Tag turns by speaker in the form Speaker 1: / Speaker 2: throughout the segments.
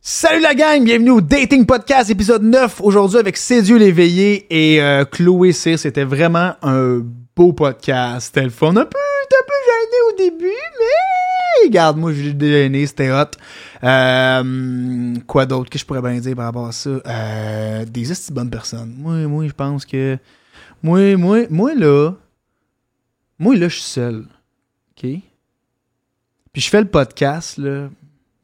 Speaker 1: Salut la gang, bienvenue au Dating Podcast épisode 9 aujourd'hui avec Cédieu l'éveillé et euh, Chloé Cyr. C'était vraiment un beau podcast. C'était le fun. Un peu, un peu gêné au début, mais regarde, moi j'ai gêné, c'était hot. Euh, quoi d'autre que je pourrais bien dire par rapport à ça? Euh, des esti bonnes personnes. Moi, moi, je pense que. Moi, moi, moi là. Moi là, je suis seul. OK? Puis je fais le podcast, là.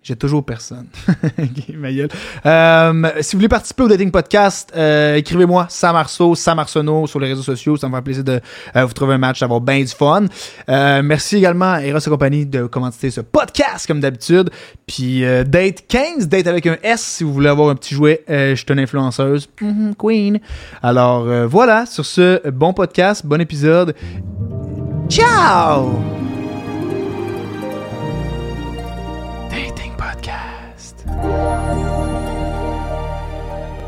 Speaker 1: J'ai toujours personne. Ok, ma gueule. Euh, si vous voulez participer au Dating Podcast, euh, écrivez-moi Sam Arceau, Sam Arsenault sur les réseaux sociaux. Ça me fait plaisir de euh, vous trouver un match, d'avoir bien du fun. Euh, merci également à Eros et compagnie de commanditer ce podcast comme d'habitude. Puis euh, Date 15, Date avec un S si vous voulez avoir un petit jouet. Euh, je suis une influenceuse. Mhm, queen. Alors euh, voilà, sur ce, bon podcast, bon épisode. Ciao! Dating Podcast.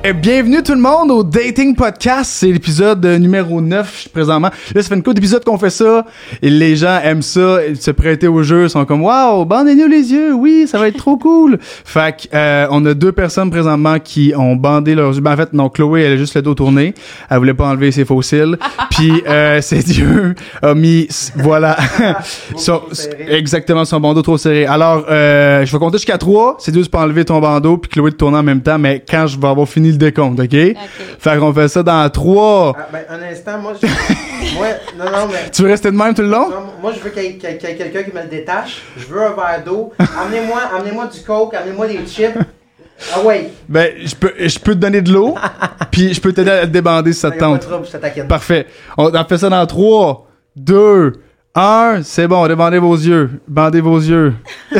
Speaker 1: Et bienvenue tout le monde au Dating Podcast. C'est l'épisode euh, numéro 9 présentement. Là, ça fait une couple d'épisodes qu'on fait ça. Et les gens aiment ça. Ils se prêter au jeu. Ils sont comme, waouh, bandez-nous les yeux. Oui, ça va être trop cool. Fait que, euh, on a deux personnes présentement qui ont bandé leurs yeux. Ben, en fait, non, Chloé, elle a juste le dos tourné. Elle voulait pas enlever ses faux cils. Puis, euh, ses yeux a mis, voilà. Son- exactement, son bandeau trop serré. Alors, euh, je vais compter jusqu'à 3. C'est dur de pas enlever ton bandeau, puis Chloé de tourner en même temps, mais quand je vais avoir fini le décompte, OK? Fait qu'on fait ça dans 3.
Speaker 2: Ah, ben, un instant, moi, je... moi, non, non, mais...
Speaker 1: Tu veux rester de même tout le long?
Speaker 2: non, moi, je veux qu'il y ait, qu'il y ait- qu'il y ait quelqu'un qui me le détache. Je veux un verre d'eau. Amenez-moi amenez du coke, amenez-moi des chips. Ah ouais,
Speaker 1: Ben, je peux, je peux te donner de l'eau, puis je peux t'aider à te débander si ça
Speaker 2: y
Speaker 1: te
Speaker 2: a pas de
Speaker 1: tente.
Speaker 2: trouble, je te taquine.
Speaker 1: Parfait. On, on fait ça dans 3, 2, 1. C'est bon, débandez vos yeux. Bandez vos yeux.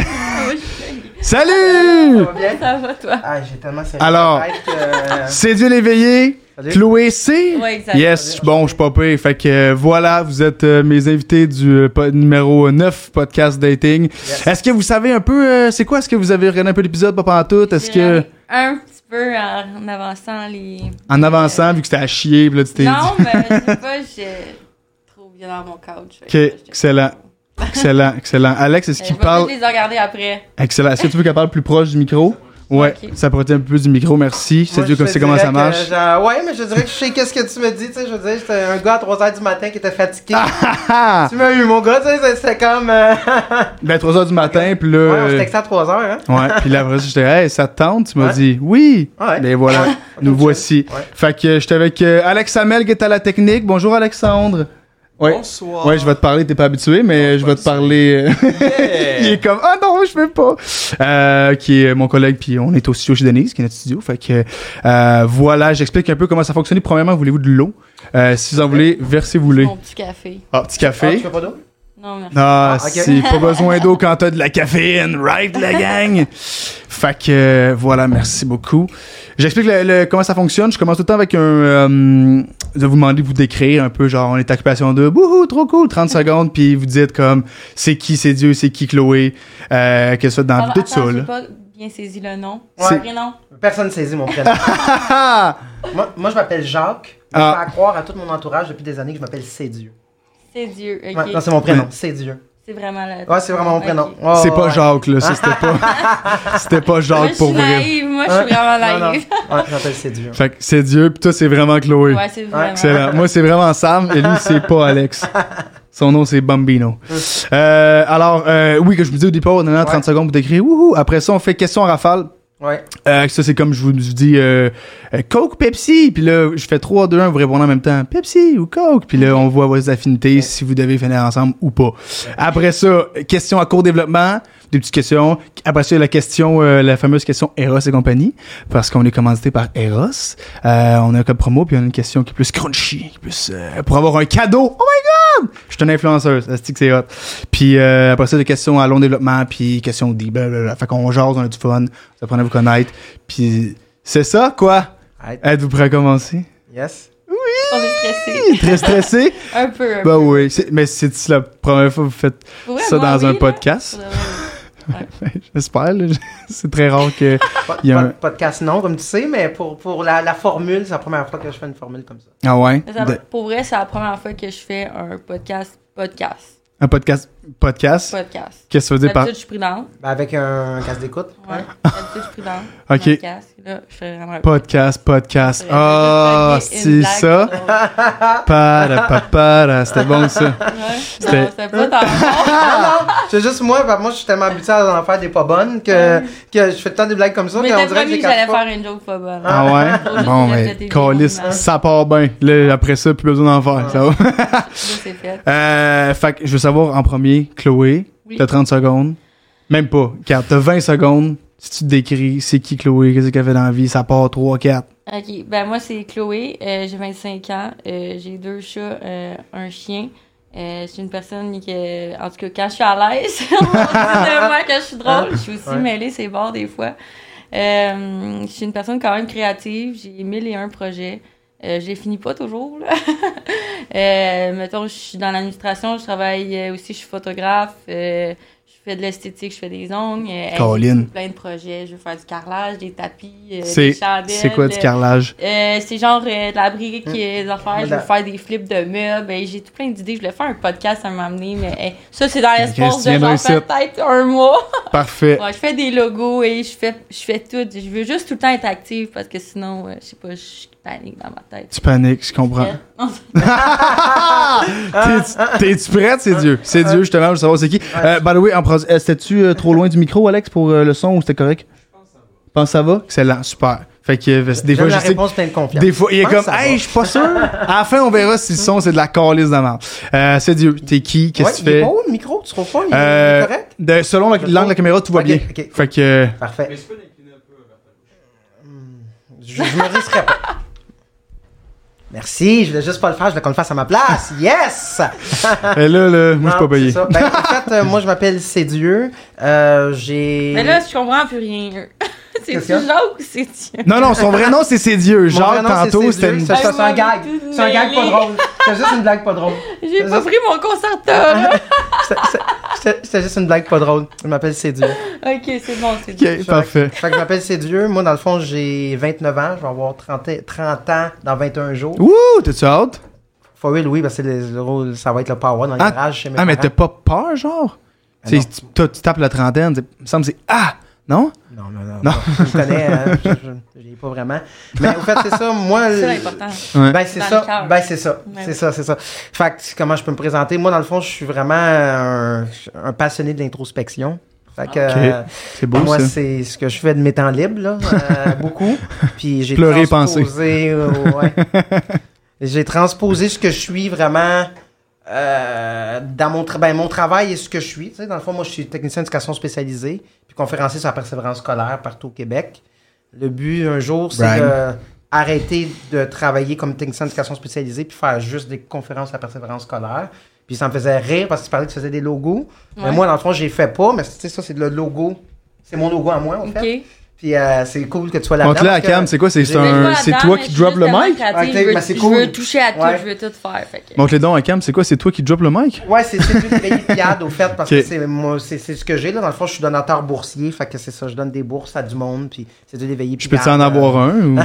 Speaker 1: Salut!
Speaker 2: Ça va bien?
Speaker 3: Ça va, toi?
Speaker 2: Ah, j'ai tellement serré
Speaker 1: Alors.
Speaker 2: la tête que- euh,
Speaker 1: C'est Dieu l'éveillé.
Speaker 2: Salut.
Speaker 1: Chloé C.
Speaker 3: Ouais, exact.
Speaker 1: yes, je suis bon, je suis pas pire. Fait que euh, voilà, vous êtes euh, mes invités du euh, po- numéro 9 podcast dating. Est-ce que vous savez un peu euh, c'est quoi est-ce que vous avez regardé un peu l'épisode pas pantoute Est-ce que
Speaker 3: Un petit peu en, en avançant les...
Speaker 1: en avançant vu que c'était à chier, puis là tu t'es
Speaker 3: Non,
Speaker 1: dit
Speaker 3: mais je sais pas, j'ai trop bien dans mon couch. fait que j'étais-
Speaker 1: excellent. excellent, excellent. Alex, est-ce
Speaker 3: Euh,
Speaker 1: qu'il
Speaker 3: Je vais
Speaker 1: parle
Speaker 3: peut-être les regarder après.
Speaker 1: Excellent. Est-ce que tu veux qu'elle parle plus proche du micro Ouais,
Speaker 3: Ok.
Speaker 1: ça protège un peu plus du micro, merci. C'est
Speaker 2: Moi,
Speaker 1: Dieu
Speaker 2: je
Speaker 1: comme
Speaker 2: te
Speaker 1: c'est comment
Speaker 2: dirais
Speaker 1: ça
Speaker 2: que,
Speaker 1: marche.
Speaker 2: genre, ouais, mais je dirais que je sais qu'est-ce que tu me dis, tu sais, je veux dire, j'étais un gars à 3h du matin qui était fatigué.
Speaker 1: Ah,
Speaker 2: tu m'as eu, mon gars, tu sais, c'est- c'est comme... euh,
Speaker 1: Ben 3h du matin, puis là
Speaker 2: ouais, on se
Speaker 1: euh,
Speaker 2: textait à 3h, hein?
Speaker 1: Ouais, puis là, après ça, j'étais, hey, ça te tente? Tu m'as
Speaker 2: Ouais. Ah
Speaker 1: dit, oui.
Speaker 2: Ouais.
Speaker 1: Ben voilà, nous
Speaker 2: Ok,
Speaker 1: voici.
Speaker 2: chill. Ouais.
Speaker 1: Fait que euh, j'étais avec euh, Alex Samel qui est à la technique. Bonjour, Alexandre. Ouais.
Speaker 4: Bonsoir.
Speaker 1: Ouais, je vais te parler, t'es pas habitué, mais
Speaker 4: Non,
Speaker 1: je
Speaker 4: je
Speaker 1: vais te
Speaker 4: suis pas
Speaker 1: parler. euh, Il est comme, ah non, je peux pas. Euh, qui est mon collègue, puis on est au studio chez Denise, qui est notre studio. Fait que euh, voilà, j'explique un peu comment ça fonctionne. Premièrement, voulez-vous de l'eau? Euh, si vous en voulez, versez-vous-les.
Speaker 3: Mon petit café.
Speaker 1: Ah, petit
Speaker 2: Ah, tu
Speaker 1: café.
Speaker 2: fais pas d'eau?
Speaker 3: Non, merci.
Speaker 1: Ah,
Speaker 2: Ah, ok.
Speaker 1: si, pas besoin d'eau quand t'as de la caféine, right, la gang? Fait que, euh, voilà, merci beaucoup. J'explique le- le- comment ça fonctionne. Je commence tout le temps avec un... euh, de vous demander de vous décrire un peu, genre, on est à occupation de Bouhou, trop cool, 30 secondes, puis vous dites comme, c'est qui, c'est Dieu, c'est qui Chloé, euh, que ce soit dans
Speaker 3: Alors,
Speaker 1: tout
Speaker 3: attends,
Speaker 1: ça,
Speaker 3: j'ai
Speaker 1: là.
Speaker 3: pas bien saisi le nom.
Speaker 1: C'est-
Speaker 3: Le prénom.
Speaker 2: Personne ne saisit mon prénom.
Speaker 1: Ah!
Speaker 2: Moi, moi, je m'appelle Jacques. mais
Speaker 1: Ah.
Speaker 2: Je fais à croire à tout mon entourage depuis des années que je m'appelle Cédieu.
Speaker 3: C'est Dieu, ok.
Speaker 2: Ouais, non, c'est mon prénom,
Speaker 1: Ouais.
Speaker 2: Cédieu.
Speaker 3: C'est vraiment le...
Speaker 2: Ouais, c'est vraiment mon prénom.
Speaker 3: Ok.
Speaker 2: Ouais,
Speaker 1: C'est
Speaker 2: ouais,
Speaker 1: pas
Speaker 2: ouais.
Speaker 1: Jacques, là, ça, c'était pas... c'était pas
Speaker 3: Moi,
Speaker 1: Jacques, pour
Speaker 3: Je suis
Speaker 1: vrai.
Speaker 3: naïve, moi, je suis
Speaker 2: Hein?
Speaker 3: vraiment
Speaker 2: Non, non.
Speaker 3: naïve.
Speaker 2: Ouais, je m'appelle Cédieu.
Speaker 1: Fait que c'est Dieu, puis toi, c'est vraiment Chloé.
Speaker 3: Ouais, c'est vraiment...
Speaker 1: Excellent. Moi, c'est vraiment Sam et lui, c'est pas Alex. Son nom, c'est Bambino. Euh, alors, euh, oui, que je vous dis au départ, on en a 30
Speaker 2: Ouais.
Speaker 1: secondes pour décrire. Wouhou! Après ça, on fait question en rafale.
Speaker 2: Ouais.
Speaker 1: Euh, ça, c'est comme je vous je vous dis euh, euh, Coke, Pepsi. Puis là, je fais 3, 2, 1, vous répondez en même temps Pepsi ou Coke. Puis là, on voit vos affinités, si vous devez finir ensemble ou pas. Après ça, question à court développement, des petites questions. Après ça, la question, euh, la fameuse question Eros et compagnie, parce qu'on est commandité par Eros. Euh, on a un code promo, puis on a une question qui est plus crunchy, qui est plus euh, pour avoir un cadeau. Oh my god! Je suis une influenceuse, asti que c'est hot. Puis euh, après ça, des questions à long développement, puis questions dit blablabla. Fait qu'on jase, on a du fun, vous apprenez à vous connaître. Puis c'est ça, quoi?
Speaker 2: Arrête.
Speaker 1: Êtes-vous prêt à commencer?
Speaker 2: Yes.
Speaker 3: On est stressés.
Speaker 1: Très stressé?
Speaker 3: Un peu, un peu.
Speaker 1: bah oui, c'est- mais c'est la première fois que vous faites
Speaker 3: Pour vrai,
Speaker 1: ça
Speaker 3: moi,
Speaker 1: dans un
Speaker 3: oui, là.
Speaker 1: podcast.
Speaker 3: Faudrait-
Speaker 1: J'espère, là. c'est très rare que.
Speaker 2: Po-
Speaker 1: Il y a
Speaker 2: po-
Speaker 1: un-
Speaker 2: Podcast non, comme tu sais, mais pour, pour la, la formule, c'est la première fois que je fais une formule comme ça.
Speaker 1: Ah ouais?
Speaker 3: Mais ça-
Speaker 1: De-
Speaker 3: Pour vrai, c'est la première fois que je fais un podcast podcast.
Speaker 1: Un podcast Podcast.
Speaker 3: podcast.
Speaker 1: Qu'est-ce que ça veut dire par.
Speaker 3: D'habitude, je suis prudente.
Speaker 2: Ben, avec un casque d'écoute.
Speaker 3: Ouais. D'habitude, je suis prudente.
Speaker 1: Ah. Ok.
Speaker 3: Podcast. Là, je fais vraiment.
Speaker 1: Podcast, podcast. Ah,
Speaker 3: J'aurais dû te
Speaker 1: c'est
Speaker 3: claquer une
Speaker 1: ça.
Speaker 3: blague drôle.
Speaker 1: Para, pa, para. C'était bon, ça.
Speaker 3: Ouais.
Speaker 1: C'était-
Speaker 3: Non, c'était pas tant bon.
Speaker 2: C'est juste moi, ben, moi, je suis tellement habitué à en faire des pas bonnes que, que je fais tant des blagues comme ça
Speaker 3: Mais
Speaker 2: qu'on
Speaker 3: t'as
Speaker 2: dirait que
Speaker 3: promis
Speaker 2: j'ai
Speaker 3: que j'allais
Speaker 2: capte pas.
Speaker 3: faire une joke pas bonne.
Speaker 1: Ah
Speaker 3: Faut
Speaker 1: ouais?
Speaker 3: juste
Speaker 1: Bon,
Speaker 3: que
Speaker 1: mais
Speaker 3: t'aies des
Speaker 1: calice,
Speaker 3: moments.
Speaker 1: ça part bien. Là, après ça, plus besoin d'en faire. Ça va?
Speaker 3: Là, c'est fait.
Speaker 1: Euh, fait que je veux savoir en premier, Chloé,
Speaker 3: Oui.
Speaker 1: t'as 30 secondes. Même pas, 4. T'as 20 secondes. Si tu te décris, c'est qui Chloé, qu'est-ce qu'elle fait dans la vie, ça part 3, 4.
Speaker 3: Ok, ben moi c'est Chloé, euh, j'ai 25 ans, euh, j'ai deux chats, euh, un chien. Euh, je suis une personne que, en tout cas, quand je suis à l'aise, on dit de moi que je suis
Speaker 1: Ah,
Speaker 3: drôle, je suis aussi
Speaker 2: Ouais.
Speaker 3: mêlée c'est bords des fois. Euh, je suis une personne quand même créative, j'ai mille et un projets. Euh, je les finis pas toujours. Là. euh, mettons, je suis dans l'administration, je travaille euh, aussi, je suis photographe, euh, je fais de l'esthétique, je fais des ongles. euh, hey,
Speaker 1: Colin.
Speaker 3: j'ai plein de projets, je veux faire du carrelage, des tapis, euh,
Speaker 1: C'est
Speaker 3: des chandelles.
Speaker 1: c'est quoi du
Speaker 3: euh,
Speaker 1: carrelage?
Speaker 3: euh, c'est genre euh, de la brique
Speaker 1: Mm.
Speaker 3: et des affaires. Je veux
Speaker 2: Madame.
Speaker 3: faire des flips de meubles. Et j'ai tout plein d'idées. Je voulais faire un podcast à m'amener, mais hey, ça, c'est dans l'espace
Speaker 1: Christian
Speaker 3: de genre
Speaker 1: Brissette.
Speaker 3: peut-être un mois.
Speaker 1: Parfait.
Speaker 3: Ouais, je fais des logos et je fais, je fais tout. Je veux juste tout le temps être active parce que sinon, euh, je sais pas, je suis panique dans ma tête.
Speaker 1: Tu paniques, je comprends. T'es- T'es-tu prête? C'est Dieu. C'est Dieu, justement, je veux savoir c'est qui. Euh, by the way, en pro- euh, c'était-tu euh, trop loin du micro, Alex, pour euh, le son ou c'était correct? Je pense que ça va. Excellent, super. Fait que euh, des
Speaker 2: J'aime
Speaker 1: fois, je
Speaker 2: la
Speaker 1: sais que-
Speaker 2: réponse pleine de confiance.
Speaker 1: Des fois, il est
Speaker 2: pense
Speaker 1: comme,
Speaker 2: que ah, ça
Speaker 1: hey,
Speaker 2: va.
Speaker 1: je suis pas sûr. À la fin, on verra si le son, c'est de la calice de la merde. Euh, c'est Dieu. T'es qui? Qu'est-ce que tu
Speaker 2: Ouais, il est
Speaker 1: fais?
Speaker 2: pas haut, le micro? Tu trouves pas? Il est- il
Speaker 1: Euh,
Speaker 2: est correct?
Speaker 1: de- selon la-
Speaker 2: Je
Speaker 1: l'angle de la
Speaker 2: trouve.
Speaker 1: caméra, tout va
Speaker 2: Ok,
Speaker 1: bien.
Speaker 2: ok.
Speaker 1: Fait que,
Speaker 2: Parfait. Hmm. Je, je me risquerais pas. Merci, je voulais juste pas le faire, je voulais qu'on le fasse à ma place. Yes!
Speaker 1: euh, là, là, moi, je suis pas
Speaker 2: Non,
Speaker 1: payé.
Speaker 2: c'est ça. Ben, en fait, euh, moi, je m'appelle Cédieu. Euh, j'ai.
Speaker 3: Mais là, je comprends plus rien.
Speaker 2: Qu'est-ce
Speaker 3: C'est-tu
Speaker 2: qu'il y a?
Speaker 3: joke ou c'est-tu?
Speaker 1: Non, non, son vrai nom, c'est C'est Dieu.
Speaker 2: Mon
Speaker 1: Genre,
Speaker 2: vrai nom, c'est
Speaker 1: tantôt,
Speaker 2: Cédieu.
Speaker 1: c'était une...
Speaker 2: Ça, ça, C'est un
Speaker 3: Hey,
Speaker 2: gag.
Speaker 3: moi, tout
Speaker 2: C'est un gag pas
Speaker 3: mêlé.
Speaker 2: drôle. C'est juste une blague pas drôle.
Speaker 3: J'ai
Speaker 2: C'est
Speaker 3: pas
Speaker 2: ça.
Speaker 3: pris mon concerta, là.
Speaker 2: C'est- c'est- c'est- C'est juste une blague pas drôle. Je m'appelle Cédieu.
Speaker 3: ok, c'est bon, c'est bon.
Speaker 1: Ok, parfait.
Speaker 2: Fait que je m'appelle Cédieu. Moi, dans le fond, j'ai 29 ans. Je vais avoir 30, et- 30 ans dans 21 jours.
Speaker 1: Ouh, t'es-tu hâte?
Speaker 2: For real, oui, parce que le- le rôle, ça va être le power dans le
Speaker 1: Ah,
Speaker 2: garage chez mes
Speaker 1: Ah, mais t'as
Speaker 2: parents.
Speaker 1: pas peur, genre?
Speaker 2: Ah,
Speaker 1: C'est-
Speaker 2: non.
Speaker 1: tu, toi, tu tapes la trentaine, c'est- il me semble que c'est... Ah! Non?
Speaker 2: Non, non, non.
Speaker 1: Non.
Speaker 2: Je me connais, hein, je, je- je l'ai pas vraiment. Mais en fait, c'est ça, moi.
Speaker 3: C'est
Speaker 2: le-
Speaker 3: l'important.
Speaker 1: Ouais.
Speaker 2: Ben, c'est
Speaker 3: Dans le
Speaker 2: ça.
Speaker 3: cœur.
Speaker 2: Ben, c'est ça.
Speaker 3: Ouais.
Speaker 2: C'est ça, c'est ça. Fait que, comment je peux me présenter? Moi, dans le fond, je suis vraiment un, un passionné de l'introspection. Fait que,
Speaker 1: Ok.
Speaker 2: euh,
Speaker 1: c'est beau,
Speaker 2: moi,
Speaker 1: ça.
Speaker 2: c'est ce que je fais de mes temps libres, là. euh, beaucoup. Puis j'ai
Speaker 1: Pleurer et
Speaker 2: transposé, euh, ouais. j'ai transposé ce que je suis vraiment euh, dans mon, tra- ben, mon travail et ce que je suis. Tu sais, dans le fond, moi, je suis technicien d'éducation spécialisée, puis conférencier sur la persévérance scolaire partout au Québec. Le but, un jour, c'est
Speaker 1: Brag.
Speaker 2: de arrêter de travailler comme technicien d'éducation spécialisée puis faire juste des conférences sur la persévérance scolaire. Puis ça me faisait rire parce que tu parlais que tu faisais des logos. Mais
Speaker 3: Ouais.
Speaker 2: moi, dans le fond, j'ai fait pas, mais tu sais, ça, c'est le logo. C'est mon logo à moi, en fait.
Speaker 3: Ok.
Speaker 2: Puis euh, c'est cool que tu sois là-dedans.
Speaker 1: Montre-le à
Speaker 2: parce que-
Speaker 1: Cam, c'est quoi? C'est
Speaker 2: j'ai
Speaker 1: c'est
Speaker 2: mis
Speaker 1: un-
Speaker 3: Mais
Speaker 1: c'est
Speaker 3: là-dedans,
Speaker 1: toi
Speaker 3: mais
Speaker 1: qui
Speaker 3: je
Speaker 1: drop
Speaker 3: suis
Speaker 1: le
Speaker 3: tellement
Speaker 1: mic? ben,
Speaker 3: créative,
Speaker 2: Ok,
Speaker 3: je veux-
Speaker 2: mais c'est
Speaker 3: je
Speaker 2: cool.
Speaker 3: veux toucher à tout,
Speaker 2: Ouais.
Speaker 3: je veux tout faire. Fait que...
Speaker 1: Montre-le donc à Cam, c'est quoi? C'est toi qui drop le mic?
Speaker 2: Ouais, c'est c'est une payade, au fait, parce
Speaker 1: Ok.
Speaker 2: que c'est moi, c'est c'est ce que j'ai là. Dans le fond, je suis donateur boursier, fait que c'est ça, je donne des bourses à du monde, puis c'est de l'éveiller.
Speaker 1: Je peux-tu en avoir un? ou-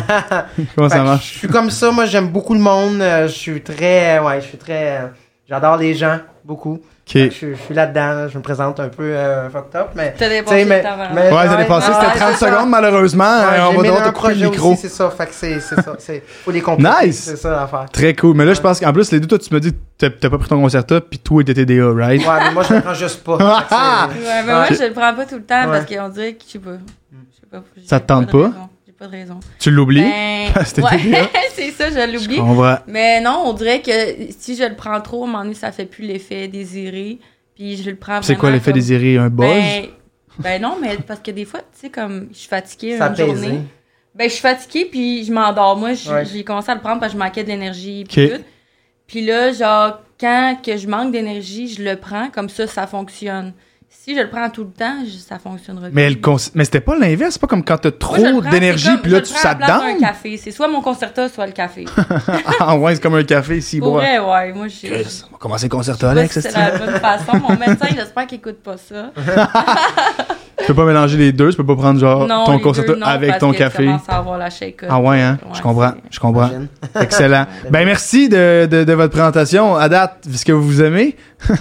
Speaker 1: Comment ça marche?
Speaker 2: Je suis comme ça, moi, j'aime beaucoup le monde. euh, je suis très, ouais, je suis très, euh, j'adore les gens beaucoup.
Speaker 1: Ok.
Speaker 2: Fait que Je, je suis là-dedans, je me présente un peu euh, fucked up, mais.
Speaker 3: T'as
Speaker 2: tu sais,
Speaker 3: dépassé
Speaker 2: mais-
Speaker 3: le temps, Valentin.
Speaker 2: mais-
Speaker 1: Ouais, t'as dépassé,
Speaker 2: ouais,
Speaker 1: c'était
Speaker 2: c'est
Speaker 1: 30
Speaker 2: ça.
Speaker 1: secondes malheureusement.
Speaker 2: Ouais,
Speaker 1: Euh, on
Speaker 2: j'ai
Speaker 1: va
Speaker 2: mis
Speaker 1: devoir
Speaker 2: un
Speaker 1: te couper le
Speaker 2: projet
Speaker 1: micro.
Speaker 2: aussi, c'est ça, fait que c'est c'est ça, c'est- faut les compléter.
Speaker 1: Nice.
Speaker 2: C'est ça l'affaire.
Speaker 1: Très cool. Mais là, je pense qu'en plus, les deux, toi, tu m'as dit que t'as t'as pas pris ton concerto, puis toi, t'es TDA, right?
Speaker 2: Ouais, mais moi, je le prends juste pas. Fait que c'est-
Speaker 3: Ouais, mais moi,
Speaker 1: Ah.
Speaker 2: Ouais.
Speaker 3: je le prends pas tout le temps
Speaker 2: Ouais.
Speaker 3: parce qu'on dirait que je sais pas. Je sais pas j'ai
Speaker 1: Ça te tente
Speaker 3: de
Speaker 1: pas?
Speaker 3: raison. J'ai pas de raison.
Speaker 1: Tu l'oublies?
Speaker 3: Ben,
Speaker 1: C'était dégueu.
Speaker 3: ouais, c'est ça, je l'oublie.
Speaker 1: On va.
Speaker 3: Mais non, on dirait que si je le prends trop, à un moment donné, ça fait plus l'effet désiré. Puis je le prends
Speaker 1: C'est quoi
Speaker 3: vraiment
Speaker 1: l'effet
Speaker 3: comme-
Speaker 1: désiré? Un buzz?
Speaker 3: Ben, ben non, mais parce que des fois, tu sais, comme je suis fatiguée
Speaker 2: Ça
Speaker 3: une
Speaker 2: pèse,
Speaker 3: journée.
Speaker 2: hein.
Speaker 3: Ben, je suis fatiguée, puis je m'endors. Moi, je-
Speaker 2: Ouais.
Speaker 3: j'ai commencé à le prendre parce que je manquais de l'énergie, puis
Speaker 1: Ok.
Speaker 3: tout. Puis là, genre, quand que je manque d'énergie, je le prends, comme ça, ça fonctionne. Si je le prends tout le temps, je- ça fonctionnera
Speaker 1: mais
Speaker 3: plus.
Speaker 1: elle cons- mais c'était pas l'inverse, c'est pas comme quand t'as
Speaker 3: Moi, je le
Speaker 1: trop
Speaker 3: prends, c'est
Speaker 1: d'énergie,
Speaker 3: comme-
Speaker 1: puis là,
Speaker 3: je
Speaker 1: tu
Speaker 3: le prends à
Speaker 1: ça
Speaker 3: la
Speaker 1: te
Speaker 3: place d'un
Speaker 1: donne.
Speaker 3: café. C'est soit mon concerta, soit le café.
Speaker 1: Ah ouais, c'est comme un café, si
Speaker 3: Pour
Speaker 1: boit.
Speaker 3: vrai, ouais. Moi, j'ai. je sais
Speaker 1: On va commencer le concerto,
Speaker 3: pas
Speaker 1: Alex.
Speaker 3: si C'est la bonne façon. Mon médecin, j'espère qu'il écoute pas ça.
Speaker 1: Tu peux pas mélanger les deux, tu peux pas prendre genre
Speaker 3: non,
Speaker 1: Oh, ton
Speaker 3: les
Speaker 1: concerto
Speaker 3: deux, non,
Speaker 1: avec
Speaker 3: parce
Speaker 1: ton
Speaker 3: que
Speaker 1: café.
Speaker 3: Tu commences à avoir la shake
Speaker 1: Ah ouais, hein?
Speaker 3: Ouais,
Speaker 1: je comprends,
Speaker 3: c'est-
Speaker 1: je comprends.
Speaker 2: Imagine.
Speaker 1: Excellent. ben merci de, de, de votre présentation. À date, est-ce que vous aimez?
Speaker 3: Moi,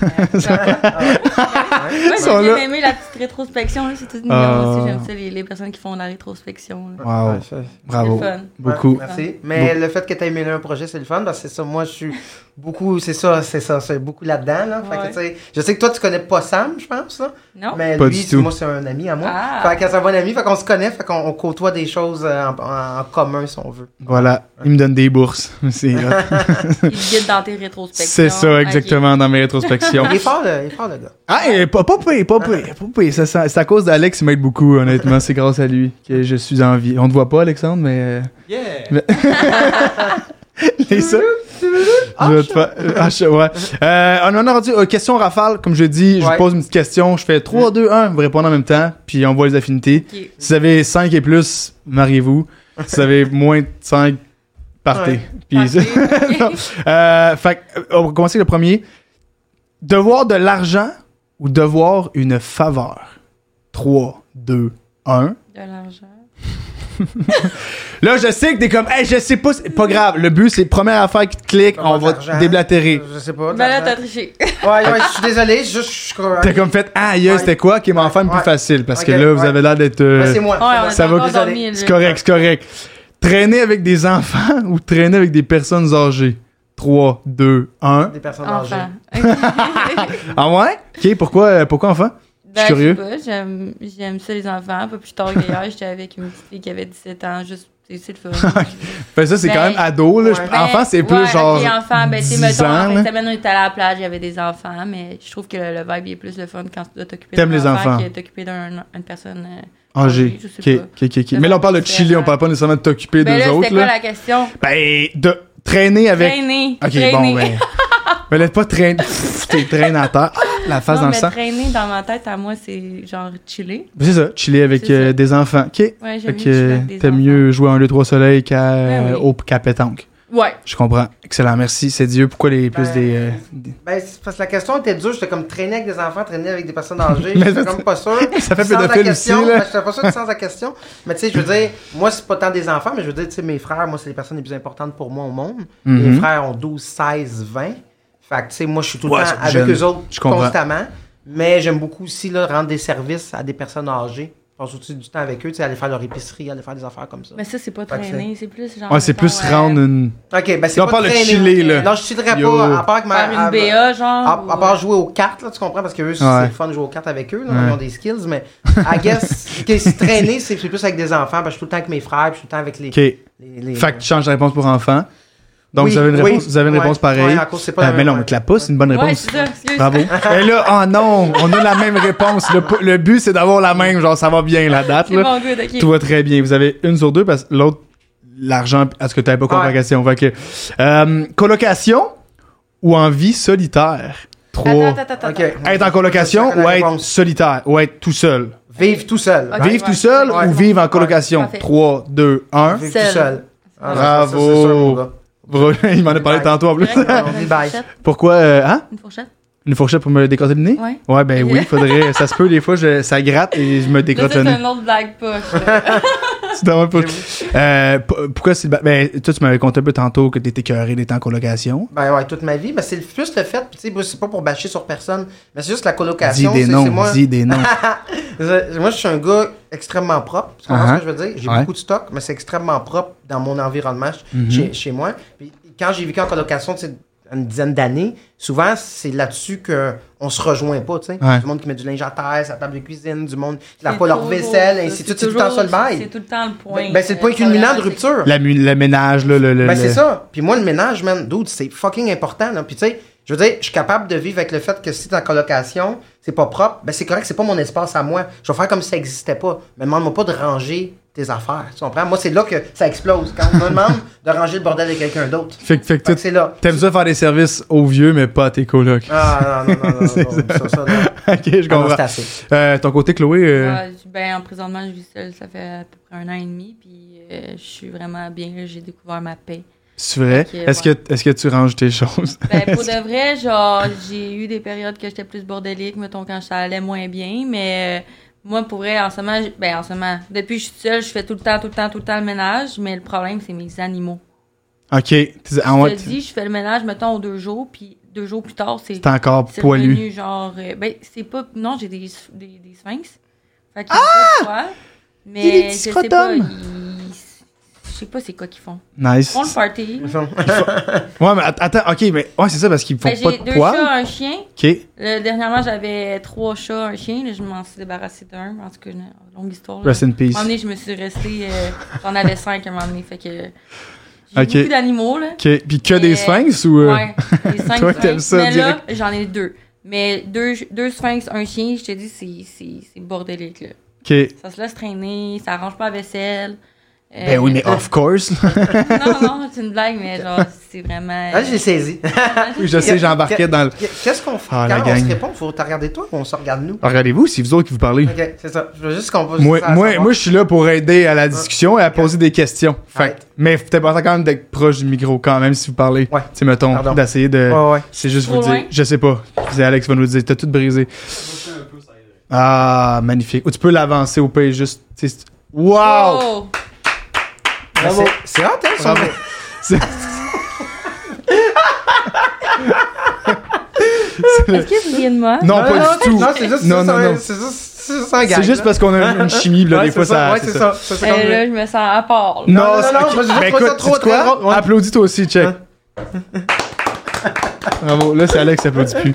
Speaker 1: sont
Speaker 3: j'ai bien
Speaker 1: là.
Speaker 3: aimé la petite rétrospection. là, C'est tout mignon
Speaker 1: Ah.
Speaker 3: aussi. J'aime ça, les, les personnes qui font la rétrospection. là.
Speaker 1: Wow,
Speaker 2: Ouais, ça-
Speaker 1: bravo.
Speaker 3: C'est le fun.
Speaker 1: Ah Beaucoup.
Speaker 2: Ouais, merci. Mais le fait que tu aies aimé un projet, c'est le fun parce que c'est ça. Moi, je suis beaucoup, c'est ça, c'est ça, c'est beaucoup là-dedans. Là. Fait que,
Speaker 3: Ouais.
Speaker 2: tu sais, je sais que toi, tu connais pas Sam, je pense. Là.
Speaker 3: Non?
Speaker 2: Mais
Speaker 1: Pas
Speaker 2: lui,
Speaker 1: du
Speaker 2: c'est-
Speaker 1: tout.
Speaker 2: moi, c'est un ami à moi.
Speaker 3: Ah.
Speaker 2: Fait que c'est un bon ami, fait qu'on se connaît, fait qu'on on côtoie des choses euh, en, en- en commun si on veut.
Speaker 1: Voilà, il me donne des bourses. C'est
Speaker 3: Ils te guident dans tes rétrospections.
Speaker 1: c'est ça,
Speaker 3: Ok.
Speaker 1: exactement, dans mes rétrospections.
Speaker 2: Il est fort, le, il est fort, le gars.
Speaker 1: Ah, et pas pas pire, pas pire, pas pire. Ça, ça- C'est à cause d'Alex, il m'aide beaucoup, honnêtement. C'est grâce à lui que je suis en vie. On te voit pas, Alexandre, mais...
Speaker 2: Yeah!
Speaker 1: mais- Les ça, je vais te faire- Ah, je- ouais. Euh, on en a rendu euh, question rafale. Comme je dis, je
Speaker 2: Ouais.
Speaker 1: pose une petite question. Je fais 3, 2, 1. Vous répondez en même temps, puis on voit les affinités.
Speaker 3: Ok.
Speaker 1: Si vous avez 5 et plus, mariez-vous. Si vous avez moins de 5, partez.
Speaker 2: Ouais.
Speaker 1: Puis-
Speaker 3: Parfait.
Speaker 1: Non. Euh, fait que, euh, on va commencer avec le premier. Devoir de l'argent ou devoir une faveur? 3, 2, 1.
Speaker 3: De l'argent.
Speaker 1: Là, je sais que t'es comme, hey, je sais pas, c'est pas grave. Le but, c'est première affaire qui te clique,
Speaker 2: Comment
Speaker 1: on va
Speaker 2: d'argent?
Speaker 1: déblatérer.
Speaker 2: Je sais pas.
Speaker 3: Ben là,
Speaker 2: t'as-
Speaker 3: t'as triché.
Speaker 2: Ouais, ouais, je suis désolé, je je suis.
Speaker 1: T'as comme fait, ah, aïe,
Speaker 2: Ouais.
Speaker 1: c'était quoi? Qui m'en fait une plus
Speaker 2: Ouais.
Speaker 1: facile. Parce que
Speaker 2: Ok,
Speaker 1: là, vous
Speaker 2: ouais.
Speaker 1: avez l'air d'être. euh,
Speaker 2: Ouais, Bah, c'est moi.
Speaker 3: Ouais, on
Speaker 1: Ça
Speaker 3: a
Speaker 1: va-
Speaker 3: encore
Speaker 2: Désolé.
Speaker 3: dormi, là.
Speaker 1: c'est correct, c'est correct. Traîner avec des enfants ou traîner avec des personnes âgées? 3, 2, 1.
Speaker 2: Des personnes âgées.
Speaker 3: Enfant. Ok.
Speaker 1: Ah ouais? Ok, pourquoi, euh, pourquoi enfant? Je
Speaker 3: Ben,
Speaker 1: suis curieux.
Speaker 3: sais pas, j'aime, j'aime ça les enfants. Pas plus tard qu'hier, j'étais avec une petite fille qui avait 17 ans, juste, c'est, c'est le fun.
Speaker 1: Fait que ça, c'est
Speaker 3: Ben,
Speaker 1: quand même ado, là. Je-
Speaker 2: ouais.
Speaker 1: enfant, c'est plus
Speaker 3: ouais,
Speaker 1: genre.
Speaker 3: ok, enfant, ben, tu sais,
Speaker 1: 10
Speaker 3: mettons,
Speaker 1: ans,
Speaker 3: en fin
Speaker 1: là.
Speaker 3: de semaine, on était allé à la plage, il y avait des enfants, mais je trouve que le, le vibe il est plus le fun quand tu dois t'occuper
Speaker 1: T'aimes
Speaker 3: d'un
Speaker 1: les
Speaker 3: enfant
Speaker 1: enfants.
Speaker 3: que t'occuper d'une personne. euh.
Speaker 1: Âgé.
Speaker 3: je sais
Speaker 1: Ok,
Speaker 3: pas.
Speaker 1: ok, ok.
Speaker 3: Ça
Speaker 1: Mais là, on
Speaker 3: fait
Speaker 1: parle de
Speaker 3: plus
Speaker 1: chiller, on
Speaker 3: différent.
Speaker 1: parle pas nécessairement de t'occuper
Speaker 3: Ben
Speaker 1: d'eux
Speaker 3: là, c'était
Speaker 1: autres,
Speaker 3: quoi
Speaker 1: là.
Speaker 3: la question?
Speaker 1: Ben, de traîner avec.
Speaker 3: Traîner.
Speaker 1: Ok,
Speaker 3: traîner.
Speaker 1: bon, ben. Mais là, pas traîner. Pff, T'es traîné à terre. Ah, La face
Speaker 3: Non,
Speaker 1: dans le
Speaker 3: mais
Speaker 1: sang.
Speaker 3: traîner dans ma tête, à moi, c'est genre chiller.
Speaker 1: C'est ça, chiller avec
Speaker 3: C'est
Speaker 1: euh,
Speaker 3: ça.
Speaker 1: des enfants. Ok.
Speaker 3: Ouais, j'aime
Speaker 1: Fait
Speaker 3: mieux
Speaker 1: que
Speaker 3: chiller avec
Speaker 1: euh,
Speaker 3: des
Speaker 1: t'aimes
Speaker 3: enfants.
Speaker 1: mieux jouer un 2-3 soleil qu'à
Speaker 3: Ben oui.
Speaker 1: euh, au- qu'à pétanque.
Speaker 3: Ouais.
Speaker 1: Je comprends. Excellent, merci. C'est Dieu. Pourquoi les plus
Speaker 2: Ben,
Speaker 1: des. euh, des-
Speaker 2: Ben, c'est parce que la question était dure. J'étais comme traîner avec des enfants, traîner avec des personnes âgées.
Speaker 1: Mais
Speaker 2: J'étais
Speaker 1: ça-
Speaker 2: comme pas sûr.
Speaker 1: Ça fait
Speaker 2: Tu sens la
Speaker 1: pédophile
Speaker 2: question.
Speaker 1: aussi, là.
Speaker 2: Ben, J'étais pas sûr que tu sens la question. Mais tu sais, je veux dire, moi, c'est pas tant des enfants, mais je veux dire, tu sais, mes frères, moi, c'est les personnes les plus importantes pour moi au monde.
Speaker 1: Mhm.
Speaker 2: Mes frères ont 12, 16, 20. Fait que, tu sais, moi, je suis tout le
Speaker 1: Ouais,
Speaker 2: temps
Speaker 1: c'est
Speaker 2: avec
Speaker 1: jeune.
Speaker 2: eux autres
Speaker 1: Je comprends.
Speaker 2: constamment. Mais j'aime beaucoup aussi, là, rendre des services à des personnes âgées. Je passe aussi du temps avec eux, tu sais, aller faire leur épicerie, aller faire des affaires comme ça.
Speaker 3: Mais ça, c'est pas
Speaker 2: Fait que c'est-
Speaker 3: traîner, c'est plus genre.
Speaker 1: Ouais, c'est
Speaker 3: mettons,
Speaker 1: plus
Speaker 3: euh,
Speaker 1: rendre une.
Speaker 2: Ok, ben, c'est
Speaker 1: Là, on
Speaker 2: pas
Speaker 1: parle de
Speaker 2: traîner.
Speaker 1: chiller, là.
Speaker 2: Non, je chillerais
Speaker 1: Yo.
Speaker 2: pas, à part que ma-
Speaker 3: Faire
Speaker 2: à-
Speaker 3: une BA, genre.
Speaker 2: Ah, ben, À,
Speaker 3: ou,
Speaker 2: à part jouer aux cartes, là, tu comprends, parce que eux, c'est
Speaker 1: Ouais.
Speaker 2: le fun de jouer aux cartes avec eux, là,
Speaker 1: Ouais.
Speaker 2: ils ont des skills, mais I guess, que se traîner, c'est c'est plus avec des enfants, parce que je suis tout le temps avec mes frères, puis je suis tout le temps avec les.
Speaker 1: Ok.
Speaker 2: les- les-
Speaker 1: Fait que tu changes la réponse pour enfant. Donc,
Speaker 2: Oui,
Speaker 1: vous avez une
Speaker 2: oui,
Speaker 1: réponse, vous avez une
Speaker 2: ouais,
Speaker 1: réponse pareille.
Speaker 2: ouais, à cause, c'est pas
Speaker 1: Euh,
Speaker 2: la
Speaker 1: mais
Speaker 2: même-
Speaker 1: non, mais clap pas, c'est une bonne
Speaker 3: Ouais,
Speaker 1: réponse.
Speaker 3: c'est ça, excuse.
Speaker 1: Bravo. Et là, oh non, on a la même réponse. Le, po- le but, c'est d'avoir la même. Genre, ça va bien, la date.
Speaker 3: C'est
Speaker 1: là.
Speaker 3: euh, bon, good, ok.
Speaker 1: Tout va très bien. Vous avez une sur deux parce que l'autre, l'argent, est-ce que tu pas compris la
Speaker 2: Ouais.
Speaker 1: question? Fait que, euh, colocation ou en vie solitaire? Trois.
Speaker 3: Attends, attends, attends.
Speaker 2: Ok.
Speaker 3: attends.
Speaker 1: Être en colocation
Speaker 2: Je connais
Speaker 1: ou
Speaker 2: la
Speaker 1: être
Speaker 2: réponse.
Speaker 1: solitaire ou être tout seul?
Speaker 2: Vivre tout seul.
Speaker 3: Ok.
Speaker 1: Vivre
Speaker 3: ouais,
Speaker 1: tout seul
Speaker 3: ouais,
Speaker 1: ou
Speaker 3: ouais.
Speaker 1: vivre en colocation?
Speaker 3: Parfait.
Speaker 1: 3, 2, 1.
Speaker 2: Vivre
Speaker 3: Seul.
Speaker 2: tout seul. Ah, non, ça,
Speaker 1: Bravo.
Speaker 2: ça, c'est sûr, mon gars.
Speaker 1: Il m'en a parlé tantôt en plus.
Speaker 3: Direct,
Speaker 2: On
Speaker 3: une
Speaker 2: dit bye.
Speaker 3: fourchette,
Speaker 1: Pourquoi? euh, hein?
Speaker 3: Une fourchette?
Speaker 1: Une fourchette pour me décrotter le nez?
Speaker 3: Ouais.
Speaker 1: Ouais, ben oui, faudrait. ça se peut, des fois, je- ça gratte et je me
Speaker 3: Là, ça,
Speaker 1: décrotte
Speaker 3: c'est
Speaker 1: le nez.
Speaker 3: une autre blague poche. là.
Speaker 1: C'est dans ma
Speaker 2: Ben
Speaker 1: poche. Euh, p- pourquoi c'est. le ba- Ben, toi, tu m'avais conté un peu tantôt que t'étais écœuré d'être en colocation.
Speaker 2: Ben ouais, toute ma vie. Mais c'est juste le fait, tu sais, moi, c'est pas pour bâcher sur personne, mais c'est juste la colocation.
Speaker 1: dis des
Speaker 2: c'est- c'est
Speaker 1: noms,
Speaker 2: moi-
Speaker 1: dis des noms.
Speaker 2: Je- Moi, je suis un gars extrêmement propre. Tu comprends
Speaker 1: Uh-huh.
Speaker 2: ce que je veux dire? J'ai
Speaker 1: Ouais. Mm-hmm.
Speaker 2: beaucoup de stock, mais c'est extrêmement propre dans mon environnement, ch- chez, chez moi. Puis quand j'ai vécu en colocation, tu sais, une dizaine d'années, souvent, c'est là-dessus qu'on se rejoint pas, tu sais.
Speaker 1: Ouais.
Speaker 2: Du monde qui met du linge à terre, sa table de cuisine, du monde qui lave
Speaker 3: C'est
Speaker 2: pas leur
Speaker 3: toujours
Speaker 2: vaisselle,
Speaker 3: ça,
Speaker 2: et ainsi de suite.
Speaker 3: c'est
Speaker 2: C'est tout le temps ça le
Speaker 3: toujours- C'est
Speaker 2: bail.
Speaker 3: tout le temps le point.
Speaker 2: Ben, ben, c'est le point
Speaker 3: euh,
Speaker 2: culminant de
Speaker 3: problématique.
Speaker 2: rupture.
Speaker 1: La, mu- le ménage, là, le. le-
Speaker 2: Ben, c'est
Speaker 1: Euh, le-
Speaker 2: ça. Puis moi, le ménage, man, dude, c'est fucking important. Là. Puis tu sais, je veux dire, je suis capable de vivre avec le fait que si t'es en colocation, c'est pas propre, ben c'est correct, c'est pas mon espace à moi. Je vais faire comme si ça existait pas. Mais demande-moi pas de ranger tes affaires. Tu comprends? Moi, c'est là que ça explose. Quand on me demande de ranger le bordel de quelqu'un d'autre.
Speaker 1: Fait que, fait que
Speaker 2: Fait
Speaker 1: toi,
Speaker 2: que c'est là.
Speaker 1: t'aimes ça faire des services aux vieux, mais pas à tes colocs.
Speaker 2: Ah, non, non, non, non, non, ça, ça, non.
Speaker 1: ok, je
Speaker 2: Ah, non,
Speaker 1: comprends.
Speaker 2: c'est assez.
Speaker 1: Euh, ton côté, Chloé. euh,
Speaker 3: Ouais, je- ben, en présentement, je vis seule, ça fait à peu près un an et demi, puis euh, je suis vraiment bien, là, j'ai découvert ma paix.
Speaker 1: C'est vrai.
Speaker 3: Ok,
Speaker 1: est-ce,
Speaker 3: ouais.
Speaker 1: que, est-ce que tu ranges tes choses?
Speaker 3: Ben, pour de vrai, genre, j'ai eu des périodes que j'étais plus bordélique, mettons, quand ça allait moins bien, mais euh, Moi, pour vrai, en ce moment, j'- ben, en ce moment, depuis que je suis seule, je fais tout le temps, tout le temps, tout le temps le ménage, mais le problème, c'est mes animaux.
Speaker 1: Ok. T'es- ah ouais,
Speaker 3: je te dis, je fais le ménage, mettons, aux deux jours, puis deux jours plus tard, c'est
Speaker 1: t'es encore
Speaker 3: c'est
Speaker 1: poilu.
Speaker 3: revenu genre. euh, ben, c'est pas. Non, j'ai des, des, des sphinx. Fait que ah!
Speaker 1: Il est
Speaker 3: Mais
Speaker 1: petit
Speaker 3: je sais pas.
Speaker 1: scrotum.
Speaker 3: ils- Je sais pas c'est quoi qu'ils font. Ils
Speaker 1: Nice.
Speaker 3: font le party. Ben,
Speaker 1: Ouais, mais att- attends, ok, mais ouais, c'est ça parce qu'ils font
Speaker 3: Ben,
Speaker 1: pas
Speaker 3: j'ai
Speaker 1: de
Speaker 3: deux
Speaker 1: poils.
Speaker 3: chats, un chien.
Speaker 1: Ok.
Speaker 3: Le, dernièrement, j'avais trois chats, un chien. Là, je m'en suis débarrassée d'un. En tout cas, une euh, longue histoire. là.
Speaker 1: Rest in
Speaker 3: un
Speaker 1: peace.
Speaker 3: moment donné, je me suis restée. euh, J'en avais cinq à un moment donné. Fait que. J'ai
Speaker 1: Ok.
Speaker 3: beaucoup d'animaux, là.
Speaker 1: Ok. Puis que des
Speaker 3: Euh,
Speaker 1: sphinx ou. euh,
Speaker 3: Ouais, les cinq
Speaker 1: Toi,
Speaker 3: sphinx.
Speaker 1: t'aimes ça
Speaker 3: Mais
Speaker 1: direct.
Speaker 3: là, j'en ai deux. Mais deux, deux sphinx, un chien, je te dis, c'est- c'est c'est bordélique, là.
Speaker 1: Ok.
Speaker 3: Ça se laisse traîner, ça arrange pas la vaisselle. Euh,
Speaker 1: Ben oui, mais of course. là.
Speaker 3: Non, non, c'est une blague, mais genre, c'est vraiment...
Speaker 2: Ah, j'ai saisi.
Speaker 1: Je sais, j'embarquais dans le.
Speaker 2: Qu'est-ce qu'on fait
Speaker 1: Ah, la
Speaker 2: quand on se
Speaker 1: gang.
Speaker 2: répond? Faut te regarder toi ou on se regarde nous?
Speaker 1: Alors, Regardez-vous, c'est vous autres qui vous parlez.
Speaker 2: Ok, c'est ça. Je veux juste qu'on va
Speaker 1: Moi,
Speaker 2: juste à
Speaker 1: moi,
Speaker 2: savoir.
Speaker 1: moi, je suis là pour aider à la discussion et à poser des questions. Fait, que-
Speaker 2: Arrête.
Speaker 1: mais c'est important quand même d'être proche du micro quand même si vous parlez.
Speaker 2: Ouais.
Speaker 1: Tu sais, mettons,
Speaker 2: Pardon.
Speaker 1: d'essayer de.
Speaker 2: Ouais, ouais.
Speaker 1: C'est juste
Speaker 3: Trop
Speaker 1: vous dire.
Speaker 3: loin.
Speaker 1: Je sais pas. C'est Alex qui va nous le dire. T'as tout brisé. Ah, magnifique. Ou tu peux l'avancer au pays juste. tu sais, c'est- Wow!
Speaker 3: Oh!
Speaker 2: Mais
Speaker 1: Bravo.
Speaker 2: c'est- C'est hot, hein, son-
Speaker 1: Euh, Bravo. C'est C'est le-
Speaker 3: Est-ce que vous riez de moi?
Speaker 1: Non, pas du tout.
Speaker 2: Non, c'est juste
Speaker 1: Non,
Speaker 2: ça,
Speaker 1: non,
Speaker 2: ça-
Speaker 1: non.
Speaker 2: C'est juste, c'est juste un gag.
Speaker 1: C'est juste
Speaker 2: là.
Speaker 1: parce qu'on a une chimie, là,
Speaker 2: Ouais,
Speaker 1: des fois,
Speaker 2: c'est ça.
Speaker 1: ça.
Speaker 2: Ouais,
Speaker 1: c'est
Speaker 2: c'est
Speaker 1: ça.
Speaker 2: ça. Ça, c'est
Speaker 3: Euh,
Speaker 2: comme-
Speaker 3: là, je me sens à part. là.
Speaker 1: Non,
Speaker 2: non,
Speaker 1: c'est-
Speaker 2: non,
Speaker 1: ok.
Speaker 2: moi, j'ai juste
Speaker 1: Ben
Speaker 2: trouvé ça
Speaker 1: écoute,
Speaker 2: trop
Speaker 1: tu sais quoi?
Speaker 2: très drôle, ouais. Hein?
Speaker 1: Applaudis-toi aussi, check. Bravo, là c'est Alex qui applaudit plus.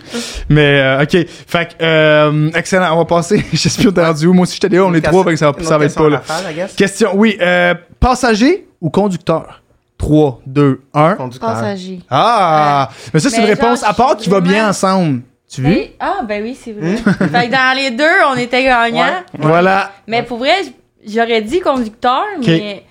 Speaker 1: Mais euh, ok, fait que, euh, excellent, on va passer. J'espère t'as rendu où? Moi aussi j'étais là, on est trois, fait que ça, va- ça va être pas là.
Speaker 2: Rafale, I guess.
Speaker 1: Question, oui, euh, passager ou conducteur? 3, 2, 1.
Speaker 2: Conducteur.
Speaker 3: Passager.
Speaker 1: Ah! Mais ça c'est une
Speaker 3: Mais genre,
Speaker 1: réponse à part
Speaker 3: je
Speaker 1: qui va bien
Speaker 3: vraiment-
Speaker 1: ensemble. Tu veux?
Speaker 3: Ben- ah, ben oui, c'est
Speaker 1: Hein?
Speaker 3: vrai. fait que dans les deux, on était gagnants.
Speaker 1: Voilà.
Speaker 3: Mais pour vrai, j- j'aurais dit conducteur, mais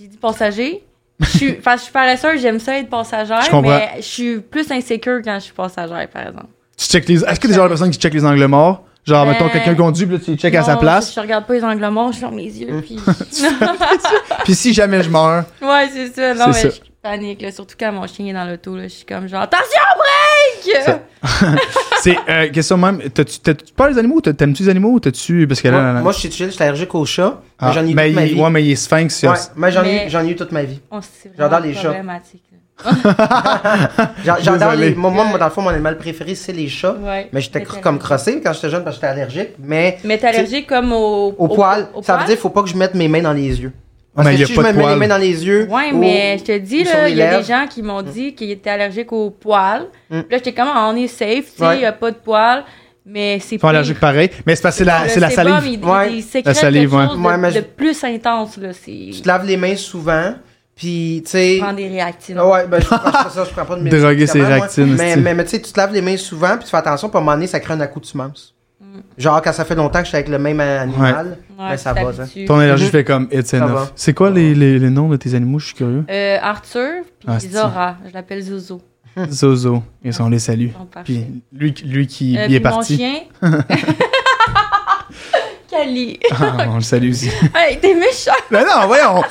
Speaker 3: j'ai dit passager. Je suis, parce que je suis paresseuse, j'aime ça être passagère,
Speaker 1: Je comprends.
Speaker 3: mais je suis plus insécure quand je suis passagère, par exemple.
Speaker 1: Tu check les. Est-ce que t'es genre la personne qui check les angles morts? Genre,
Speaker 3: Euh,
Speaker 1: mettons, quelqu'un conduit, puis là, tu le check à sa
Speaker 3: Non,
Speaker 1: place. Hein?
Speaker 3: Je, je regarde pas les angles morts, je ferme les yeux. Puis...
Speaker 1: Puis si jamais je meurs,
Speaker 3: ouais, c'est ça. Non, mais
Speaker 1: C'est ça.
Speaker 3: je panique, là, surtout quand mon chien est dans l'auto. là, Je suis comme genre, attention, break!
Speaker 1: Ça- c'est. euh, question même, t'as-tu t'as-tu peur des animaux? T'as- T'aimes-tu les animaux? ou T'as-tu. Parce que là. là, là-
Speaker 2: Moi, moi, je suis chill, je suis allergique aux chats.
Speaker 1: Ah,
Speaker 2: mais j'en ai eu toute ma
Speaker 1: il-
Speaker 2: vie.
Speaker 1: Ouais, mais il est sphinx. c'est-
Speaker 2: Ouais, mais j'en ai,
Speaker 3: Mais-
Speaker 2: j'en ai eu toute ma vie.
Speaker 3: On Oh, c'est vraiment
Speaker 2: J'adore les chats.
Speaker 3: problématique. là.
Speaker 2: J'en- J'adore
Speaker 1: Désolé.
Speaker 2: les. Moi, moi, dans le fond, mon animal préféré, c'est les chats.
Speaker 3: Ouais.
Speaker 2: Mais j'étais
Speaker 3: Mais t'es
Speaker 2: comme
Speaker 3: allergique.
Speaker 2: crossé quand j'étais jeune parce que j'étais allergique. Mais
Speaker 3: Mais t'es allergique comme au,
Speaker 2: au poil,
Speaker 3: au- au
Speaker 2: ça veut
Speaker 3: poil?
Speaker 2: dire qu'il faut pas que je mette mes mains dans les yeux. Parce
Speaker 1: Mais
Speaker 2: que
Speaker 1: il y a
Speaker 2: si
Speaker 1: pas
Speaker 2: je me
Speaker 1: de
Speaker 2: mets les
Speaker 1: poils.
Speaker 2: mains dans les yeux.
Speaker 3: Ouais,
Speaker 2: ou-
Speaker 3: mais je te dis,
Speaker 2: sur
Speaker 3: là,
Speaker 2: les
Speaker 3: il y a
Speaker 2: lèvres.
Speaker 3: des gens qui m'ont dit qu'ils étaient allergiques aux poils.
Speaker 2: Mm.
Speaker 3: Puis Là, j'étais comme, ah, on est safe, tu sais, il
Speaker 2: Ouais.
Speaker 3: n'y a pas de poils, mais c'est
Speaker 1: Ils sont allergiques pareil. Mais c'est parce que c'est
Speaker 2: Ah,
Speaker 1: la, c'est la
Speaker 3: salive.
Speaker 1: salive.
Speaker 2: Ouais.
Speaker 1: La salive,
Speaker 3: quelque
Speaker 1: ouais.
Speaker 3: chose
Speaker 2: Ouais, mais
Speaker 3: de,
Speaker 2: je-
Speaker 3: de plus intense, là, c'est...
Speaker 2: Tu te laves les mains souvent. Puis, tu sais.
Speaker 3: prends des réactifs.
Speaker 2: Ah Ouais, ben, je prends pas ça, je prends pas de médicaments,
Speaker 1: Droguer ses
Speaker 2: moi.
Speaker 1: réactines,
Speaker 2: Mais,
Speaker 1: c'est-
Speaker 2: mais, mais tu sais, tu te laves les mains souvent, puis tu fais attention, pour un moment donné, ça crée une accoutumance.
Speaker 3: Mm.
Speaker 2: Genre, quand ça fait longtemps que je suis avec le même animal,
Speaker 3: Ouais,
Speaker 2: ben, ça
Speaker 3: tu
Speaker 2: va, ça.
Speaker 3: t'habitues.
Speaker 1: Ton allergie
Speaker 2: Mhm.
Speaker 1: fait comme it's
Speaker 2: Ça
Speaker 1: enough.
Speaker 2: va.
Speaker 1: C'est quoi les, les, les noms de tes animaux? Je suis curieux.
Speaker 3: Euh, Arthur, puis
Speaker 1: Ah, c'est-
Speaker 3: Zora, je l'appelle Zozo.
Speaker 1: Zozo. Et ça, on les salue.
Speaker 3: Ils sont parfaits.
Speaker 1: Puis lui, lui qui
Speaker 3: Euh,
Speaker 1: il est
Speaker 3: Ah, puis
Speaker 1: parti.
Speaker 3: mon chien... Cali.
Speaker 1: Ah, on le salue aussi.
Speaker 3: hey, t'es méchant!
Speaker 1: Mais non, voyons!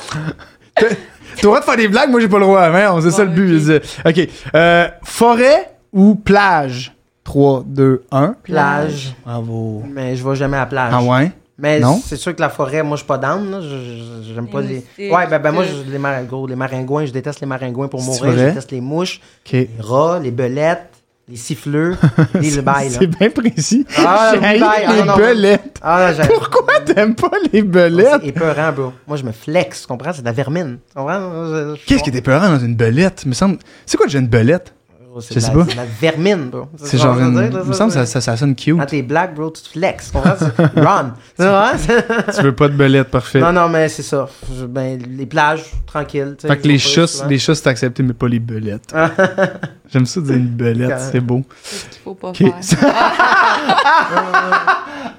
Speaker 1: T'as t'as le droit de faire des blagues, moi j'ai pas le droit. Voyons, c'est ça le
Speaker 3: Bon,
Speaker 1: but. je veux dire. Ok. Euh, forêt ou plage? 3, 2, 1.
Speaker 2: Plage.
Speaker 1: Bravo.
Speaker 2: Mais je vais jamais à la plage.
Speaker 1: Ah ouais?
Speaker 2: Mais
Speaker 1: Non?
Speaker 2: c'est sûr que la forêt, moi, je suis pas down, là. Je- je- je- J'aime pas
Speaker 3: Les
Speaker 2: les.
Speaker 3: moustiques,
Speaker 2: Ouais, ben, ben moi,
Speaker 3: tout.
Speaker 2: je- les, mar- gros, les maringouins, je déteste les maringouins pour
Speaker 1: C'est
Speaker 2: mourir.
Speaker 1: vrai?
Speaker 2: Je déteste les mouches,
Speaker 1: Ok.
Speaker 2: les rats, les belettes, les siffleux, les le bail, là.
Speaker 1: C'est bien précis.
Speaker 2: Ah,
Speaker 1: J'ai
Speaker 2: le
Speaker 1: haï
Speaker 2: bail, ah,
Speaker 1: les
Speaker 2: non, non.
Speaker 1: belettes.
Speaker 2: Ah, là, j'aime.
Speaker 1: Pourquoi t'aimes pas les belettes?
Speaker 2: C'est épeurant, bro. Moi, je me flex, tu comprends? C'est de la vermine. Tu comprends? Je- je-
Speaker 1: Qu'est-ce qui était peurant dans une belette? Me semble. C'est quoi déjà une belette?
Speaker 2: Bro, Oh, c'est
Speaker 1: Je
Speaker 2: de
Speaker 1: sais
Speaker 2: la,
Speaker 1: pas.
Speaker 2: c'est de la vermine, bro.
Speaker 1: C'est genre une. Il me semble que ça,
Speaker 2: ça.
Speaker 1: ça, ça sonne cute.
Speaker 2: Quand t'es black, bro, tu te flexes. tu comprends? C'est- Run. Tu comprends?
Speaker 1: tu veux pas de belette, parfait.
Speaker 2: non, non, mais c'est ça. Je- ben, les plages, tranquille. tu sais,
Speaker 1: fait
Speaker 2: je
Speaker 1: que les
Speaker 2: vais pas Ah.
Speaker 1: chusses,
Speaker 2: souvent.
Speaker 1: les chusses, c'est accepté, mais pas les belettes. J'aime ça dire une belette, c'est beau.
Speaker 3: C'est ce qu'il faut pas
Speaker 1: Ok.
Speaker 3: faire.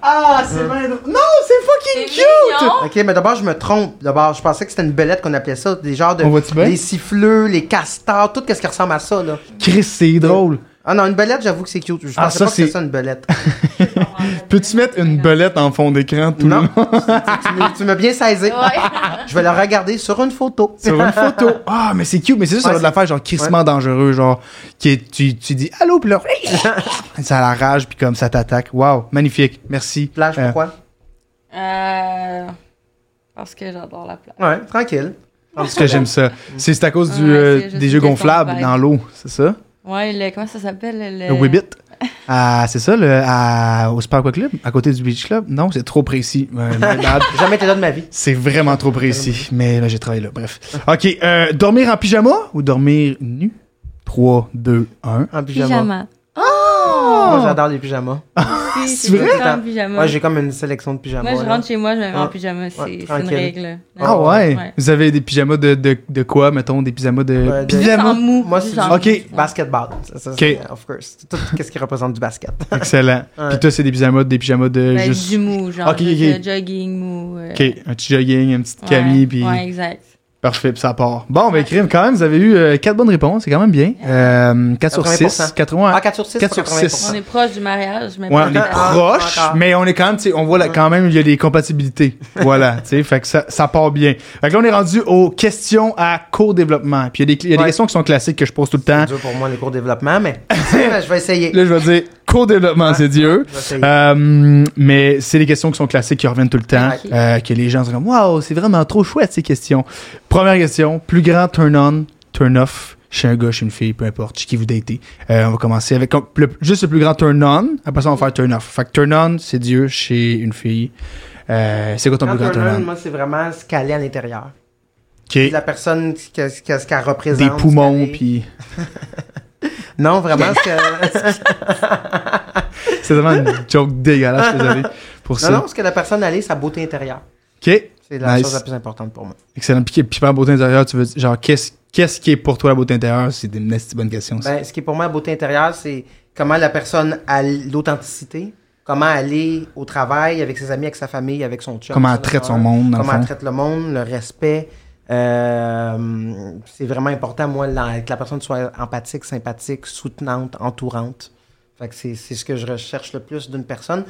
Speaker 1: ah, c'est bien drôle. Non, c'est
Speaker 3: C'est
Speaker 1: fucking
Speaker 3: mignon!
Speaker 2: Ok, mais d'abord, je me trompe. D'abord, je pensais que c'était une belette qu'on appelait ça. Des genres de.
Speaker 1: On voit-tu bien?
Speaker 2: Les siffleux, les castors, tout ce qui ressemble à ça, là.
Speaker 1: Chris, c'est drôle.
Speaker 2: Ah non, une belette, j'avoue que c'est cute. Je
Speaker 1: Ah,
Speaker 2: pensais
Speaker 1: ça,
Speaker 2: pas que c'était
Speaker 1: c'est-
Speaker 2: ça, une belette.
Speaker 1: Peux-tu mettre une belette en fond d'écran tout le
Speaker 2: non.
Speaker 1: long?
Speaker 2: tu m'as- tu m'as bien saisi.
Speaker 3: Ouais.
Speaker 2: Je vais la regarder sur une photo.
Speaker 1: Sur une photo. Ah, mais c'est cute, mais c'est sûr, ça
Speaker 2: Ouais,
Speaker 1: va de l'affaire, genre, crissement dangereux, genre, qui est- tu, tu dis allô, puis là, ça a la rage, puis comme ça t'attaque. Waouh, magnifique, merci.
Speaker 2: Plage,
Speaker 1: Euh,
Speaker 2: pourquoi?
Speaker 3: Euh, parce que j'adore la plage.
Speaker 2: Ouais, tranquille.
Speaker 1: Parce que j'aime ça. C'est c'est à cause du,
Speaker 3: Ouais,
Speaker 1: euh,
Speaker 3: c'est juste
Speaker 1: des jeux
Speaker 3: une question de
Speaker 1: gonflables
Speaker 3: vibe.
Speaker 1: dans l'eau, c'est ça?
Speaker 3: Ouais, le- comment ça s'appelle? Le,
Speaker 1: Le Wibbit? Ah, c'est ça, le, à- au Super Aqua Club, à côté du Beach Club? Non, c'est trop précis. Euh, my bad.
Speaker 2: J'ai jamais été là de ma vie.
Speaker 1: c'est vraiment trop précis. Mais là, j'ai travaillé là, bref. OK, euh, dormir en pyjama ou dormir nu? 3, 2, 1.
Speaker 2: En pyjama.
Speaker 3: Pyjama. Oh!
Speaker 2: Moi, j'adore les pyjamas.
Speaker 3: Si,
Speaker 1: Ah, c'est
Speaker 3: j'ai
Speaker 1: vrai?
Speaker 3: tout le temps en pyjama.
Speaker 2: Moi, j'ai comme une sélection de pyjamas.
Speaker 3: Moi, je
Speaker 2: là.
Speaker 3: rentre chez moi, je me mets en
Speaker 2: Ouais.
Speaker 3: pyjama. C'est
Speaker 2: Ouais,
Speaker 3: c'est une
Speaker 2: tranquille.
Speaker 3: règle.
Speaker 1: Ah ouais.
Speaker 3: Oh, Ouais.
Speaker 1: Vous avez des pyjamas de, de, de quoi, mettons? Des pyjamas de...
Speaker 2: Ouais, de-
Speaker 3: Sans
Speaker 1: Pyjama?
Speaker 3: mou.
Speaker 2: Moi, c'est
Speaker 3: juste
Speaker 2: du-
Speaker 3: en-
Speaker 1: Ok.
Speaker 2: Basketball. Ça, ça, c'est- Of course. C'est Tout ce qui représente du basket.
Speaker 1: Excellent.
Speaker 2: Ouais.
Speaker 1: Puis toi, c'est des pyjamas, des pyjamas de...
Speaker 3: Ben,
Speaker 1: juste...
Speaker 3: Du mou, genre.
Speaker 1: Ok, ok.
Speaker 3: juste le jogging mou. euh,
Speaker 1: OK, un petit jogging, une petite
Speaker 3: ouais,
Speaker 1: camille, puis...
Speaker 3: Ouais, exact.
Speaker 1: Parfait, puis ça part. Bon, ben, crime, quand même, vous avez eu 4 bonnes réponses, c'est quand même bien. Euh, 4 sur 6,
Speaker 2: 80%.
Speaker 1: 80.
Speaker 2: Ah, 4 sur 6.
Speaker 1: Quatre sur six.
Speaker 3: On est proche du mariage, mais
Speaker 1: Ouais, on est
Speaker 3: pas vraiment.
Speaker 1: proche,
Speaker 2: encore.
Speaker 1: mais on est quand même, tu sais, on voit là, quand même, il y a des compatibilités. voilà, tu sais, fait que ça, ça part bien. Fait que là, on est rendu aux questions à court développement. Puis il y a des, il y a des
Speaker 2: Ouais.
Speaker 1: questions qui sont classiques que je pose tout le temps.
Speaker 2: C'est dur pour moi, les cours de développement, mais je vais essayer.
Speaker 1: Là, je vais dire court développement, c'est Dieu.
Speaker 2: Je vais essayer.
Speaker 1: Euh, mais c'est les questions qui sont classiques, qui reviennent tout le temps,
Speaker 3: Ok.
Speaker 1: euh, que les gens se disent Waouh, c'est vraiment trop chouette ces questions. Première question plus grand turn-on, turn-off chez un gars, chez une fille, peu importe, chez qui vous datez. Euh, on va commencer avec comme, le- juste le plus grand turn-on, après ça, on va faire turn-off. Fait que turn-on, c'est Dieu chez une fille. Euh, c'est quoi ton
Speaker 2: Quand
Speaker 1: plus grand
Speaker 2: on learn,
Speaker 1: turn-on
Speaker 2: moi, c'est vraiment ce qu'elle est à l'intérieur.
Speaker 1: Ok.
Speaker 2: La personne, ce que- ce que- ce qu'elle représente.
Speaker 1: Des
Speaker 2: ce
Speaker 1: poumons,
Speaker 2: qu'elle est.
Speaker 1: puis
Speaker 2: Non, vraiment, ce que.
Speaker 1: c'est vraiment une joke dégueulasse, je suis désolé pour ça.
Speaker 2: non, non, ce que la personne elle est, sa beauté intérieure.
Speaker 1: Ok.
Speaker 2: C'est la
Speaker 1: Nice.
Speaker 2: chose la plus importante pour moi.
Speaker 1: Excellent. Puis, puis par beauté intérieure, tu veux dire, genre, qu'est-ce qu'est-ce qui est pour toi la beauté intérieure? C'est une nasty bonne question. ça.
Speaker 2: Ben, ce qui est pour moi la beauté intérieure, c'est comment la personne a l'authenticité, comment elle est au travail, avec ses amis, avec sa famille, avec son chum.
Speaker 1: Comment
Speaker 2: ses
Speaker 1: elle traite son
Speaker 2: affaires,
Speaker 1: monde, dans le
Speaker 2: Comment
Speaker 1: fond.
Speaker 2: elle traite le monde, le respect. Euh, c'est vraiment important, moi, la- que la personne soit empathique, sympathique, soutenante, entourante. Fait que c'est, c'est ce que je recherche le plus d'une personne.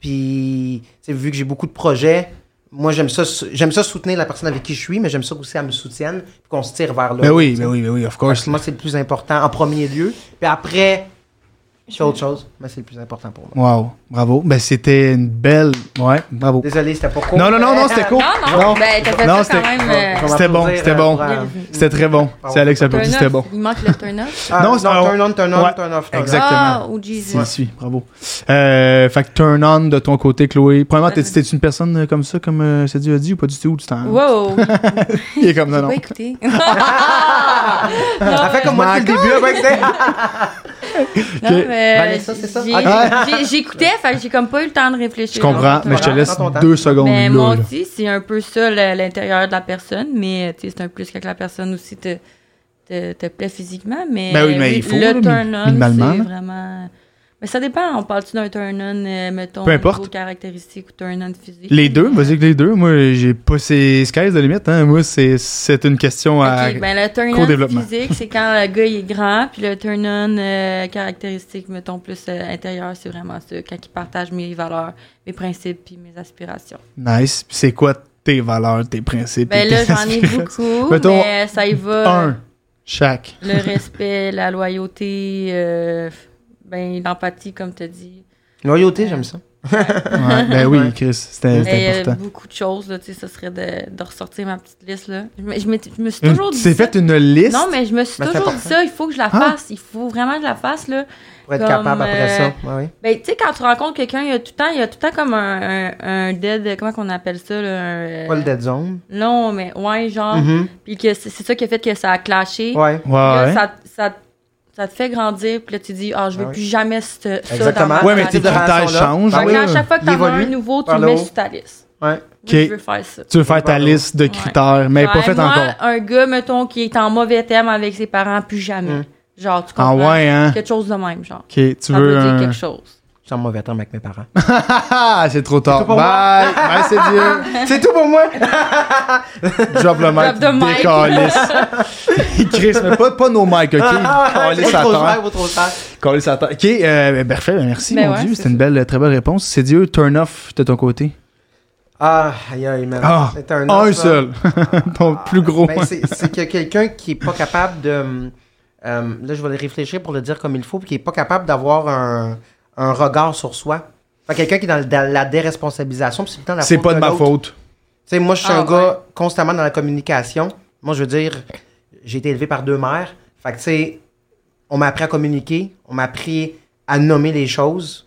Speaker 2: Puis, tu sais, vu que j'ai beaucoup de projets, moi, j'aime ça, sou- j'aime ça soutenir la personne avec qui je suis, mais j'aime ça aussi qu'elle me soutienne, puis qu'on se tire vers le
Speaker 1: Ben
Speaker 2: haut,
Speaker 1: oui,
Speaker 2: tu sais.
Speaker 1: ben oui, ben oui, of
Speaker 2: Parce
Speaker 1: course.
Speaker 2: que moi, c'est le plus important en premier lieu. Puis après, je fais autre chose, mais c'est le plus important pour moi.
Speaker 1: Wow, bravo. Ben c'était une belle. Ouais, bravo.
Speaker 2: Désolé, c'était pour court.
Speaker 1: Non, non, non, non, c'était court.
Speaker 3: Non, non, ben, t'as fait
Speaker 1: Non,
Speaker 3: ça quand
Speaker 1: c'était-
Speaker 3: même. euh,
Speaker 1: C'était bon,
Speaker 2: Applaudir,
Speaker 1: c'était bon.
Speaker 2: euh,
Speaker 3: Bravo.
Speaker 1: C'était très bon.
Speaker 2: Bravo.
Speaker 1: C'est Alex qui applaudit,
Speaker 3: turn-off.
Speaker 1: c'était bon.
Speaker 3: Il manque le turn-off.
Speaker 2: Ah,
Speaker 1: Non,
Speaker 2: non,
Speaker 1: c'est- ah,
Speaker 2: turn on, turn on,
Speaker 1: ouais,
Speaker 2: turn off. turn
Speaker 1: exact.
Speaker 2: off.
Speaker 1: Exactement.
Speaker 3: Ah, oh, Jesus.
Speaker 1: Si, si, bravo. Euh, fait que turn on de ton côté, Chloé. Premièrement, t'es- t'es-tu une personne euh, comme ça, comme euh, c'est Dieu a dit, ou pas du tout, du temps?
Speaker 3: Wow.
Speaker 1: Il est comme, non,
Speaker 3: J'ai
Speaker 1: non.
Speaker 3: pas écouté.
Speaker 2: Ça fait comme moi depuis le début. là, ouais,
Speaker 3: euh,
Speaker 2: c'est-
Speaker 3: Non, mais
Speaker 2: Vanessa, c'est ça?
Speaker 3: j'ai-
Speaker 1: Ah.
Speaker 3: j'ai- J'écoutais, fait que j'ai comme pas eu le temps de réfléchir.
Speaker 1: Je comprends,
Speaker 3: Donc,
Speaker 1: mais je te
Speaker 3: voilà.
Speaker 1: laisse
Speaker 2: Prends ton temps.
Speaker 1: deux secondes
Speaker 3: Mais
Speaker 1: là.
Speaker 3: moi
Speaker 1: là.
Speaker 3: aussi, c'est un peu ça le- l'intérieur de la personne, mais euh, tu sais, c'est un plus que la personne aussi te, te, te plaît physiquement. Mais,
Speaker 1: Ben oui, mais il faut, là,
Speaker 3: le
Speaker 1: mi-
Speaker 3: turn-on,
Speaker 1: minimalement,
Speaker 3: c'est
Speaker 1: là.
Speaker 3: vraiment. Mais ça dépend, on parle-tu d'un turn-on, euh, mettons,
Speaker 1: Peu importe.
Speaker 3: niveau caractéristique ou turn-on physique?
Speaker 1: Les deux, vas-y avec les deux. Moi, j'ai pas ces sky's de limite. Hein. Moi, c'est c'est une question à.
Speaker 3: Ok, ben le
Speaker 1: co-développement.
Speaker 3: turn-on physique, c'est quand le gars il est grand, puis le turn-on euh, caractéristique, mettons plus euh, intérieur, c'est vraiment ça, quand il partage mes valeurs, mes principes, puis mes aspirations.
Speaker 1: Nice. Puis C'est quoi tes valeurs, tes principes? et
Speaker 3: Ben là,
Speaker 1: tes
Speaker 3: j'en ai
Speaker 1: aspirations?
Speaker 3: beaucoup, euh,
Speaker 1: Mettons,
Speaker 3: mais ça y va.
Speaker 1: Un, chaque.
Speaker 3: Le respect, la loyauté, euh, ben, l'empathie, comme tu dis.
Speaker 2: Loyauté, j'aime ça.
Speaker 1: Ouais, ben oui, Chris, c'était
Speaker 3: Mais euh,
Speaker 1: c'était
Speaker 3: Ben, Il y a
Speaker 1: important.
Speaker 3: beaucoup de choses, là, tu sais, ce serait de, de ressortir ma petite liste, là. Je me, je m'étais- je me suis
Speaker 1: Une-
Speaker 3: toujours
Speaker 1: Tu
Speaker 3: dit
Speaker 1: t'es
Speaker 3: ça.
Speaker 1: fait une liste? Ben,
Speaker 3: Non, mais je me suis
Speaker 2: Mais c'est
Speaker 3: toujours dit
Speaker 2: important.
Speaker 3: ça, il faut que je la
Speaker 1: Ah.
Speaker 3: fasse, il faut vraiment que je la fasse, là.
Speaker 2: Pour être
Speaker 3: Comme,
Speaker 2: capable après
Speaker 3: euh,
Speaker 2: ça. Ouais, ouais.
Speaker 3: Ben, tu sais, quand tu rencontres quelqu'un, il y a tout le temps, il y a tout le temps comme un, un, un dead, comment qu'on appelle ça, là, un... euh,
Speaker 2: Pas le dead zone.
Speaker 3: Non, mais ouais, genre,
Speaker 2: Mhm.
Speaker 3: puis que c'est c'est ça qui a fait que Ah. ça a clashé.
Speaker 2: Ouais.
Speaker 1: Mm-hmm. Ouais, Ah
Speaker 3: Puis là,
Speaker 1: ouais.
Speaker 3: ça, ça, ça te fait grandir, puis là, tu dis, ah, je veux
Speaker 2: Ah oui.
Speaker 3: plus jamais ce- ça dans
Speaker 2: Exactement.
Speaker 3: ma
Speaker 1: Ouais, mais
Speaker 3: vie.
Speaker 1: tes
Speaker 2: type de
Speaker 1: critères
Speaker 2: relation-là.
Speaker 1: changent.
Speaker 2: Ah
Speaker 3: Fait
Speaker 1: là.
Speaker 3: que là, à chaque fois que
Speaker 2: il
Speaker 3: t'en as
Speaker 2: évolue
Speaker 3: un nouveau, tu
Speaker 2: par
Speaker 3: le
Speaker 2: le
Speaker 3: mets
Speaker 2: haut.
Speaker 3: sur ta liste.
Speaker 2: Ouais.
Speaker 3: Moi,
Speaker 1: Ok.
Speaker 3: je veux faire ça.
Speaker 1: Tu veux faire ta
Speaker 2: Ouais.
Speaker 1: liste de
Speaker 3: Ouais.
Speaker 1: critères, mais pas
Speaker 3: Ouais,
Speaker 1: faite
Speaker 3: moi,
Speaker 1: encore. Ah,
Speaker 3: un gars, mettons, qui est en mauvais thème avec ses parents, plus jamais.
Speaker 2: Mm.
Speaker 3: Genre, tu
Speaker 1: Ah
Speaker 3: comprends?
Speaker 1: ouais, hein?
Speaker 3: Quelque chose de même, genre.
Speaker 1: Ok, tu
Speaker 3: Ça
Speaker 1: veux.
Speaker 3: veut dire
Speaker 1: un-
Speaker 3: quelque chose.
Speaker 2: Je suis en mauvais temps avec mes parents.
Speaker 1: Ah, c'est trop
Speaker 2: C'est
Speaker 1: tard.
Speaker 2: tout pour moi.
Speaker 1: Bye! Bye, c'est Dieu!
Speaker 2: c'est tout pour moi.
Speaker 1: Drop le mic.
Speaker 3: Drop the mic.
Speaker 1: Décalisse. Chris, mais pas, pas nos mics, ok?
Speaker 2: Ah,
Speaker 1: Calisse à
Speaker 2: trop
Speaker 1: terre.
Speaker 2: cher, trop cher.
Speaker 1: Coller sa tête. OK, euh, ben, parfait, ben, merci,
Speaker 3: Ben
Speaker 1: mon
Speaker 3: ouais,
Speaker 1: Dieu.
Speaker 3: c'est
Speaker 1: C'était une belle, très belle réponse. C'est Dieu, turn off de ton côté.
Speaker 2: Ah, aïe, aïe, man.
Speaker 1: Ah,
Speaker 2: C'est
Speaker 1: un,
Speaker 2: os, ça.
Speaker 1: seul. ton plus gros.
Speaker 2: Ben, c'est c'est que quelqu'un qui est pas capable de. hum, hum, là, je vais le réfléchir pour le dire comme il faut, puis qui est pas capable d'avoir un, un regard sur soi. Fait Fait que quelqu'un qui est dans le- dans la déresponsabilisation, puis c'est tout le temps la
Speaker 1: C'est
Speaker 2: faute
Speaker 1: pas de ma
Speaker 2: l'autre.
Speaker 1: faute.
Speaker 2: Tu sais, moi, je suis
Speaker 3: Ah,
Speaker 2: un gars constamment dans la communication. Moi, je veux dire, j'ai été élevé par deux mères. Fait que, tu sais, on m'a appris à communiquer, on m'a appris à nommer les choses.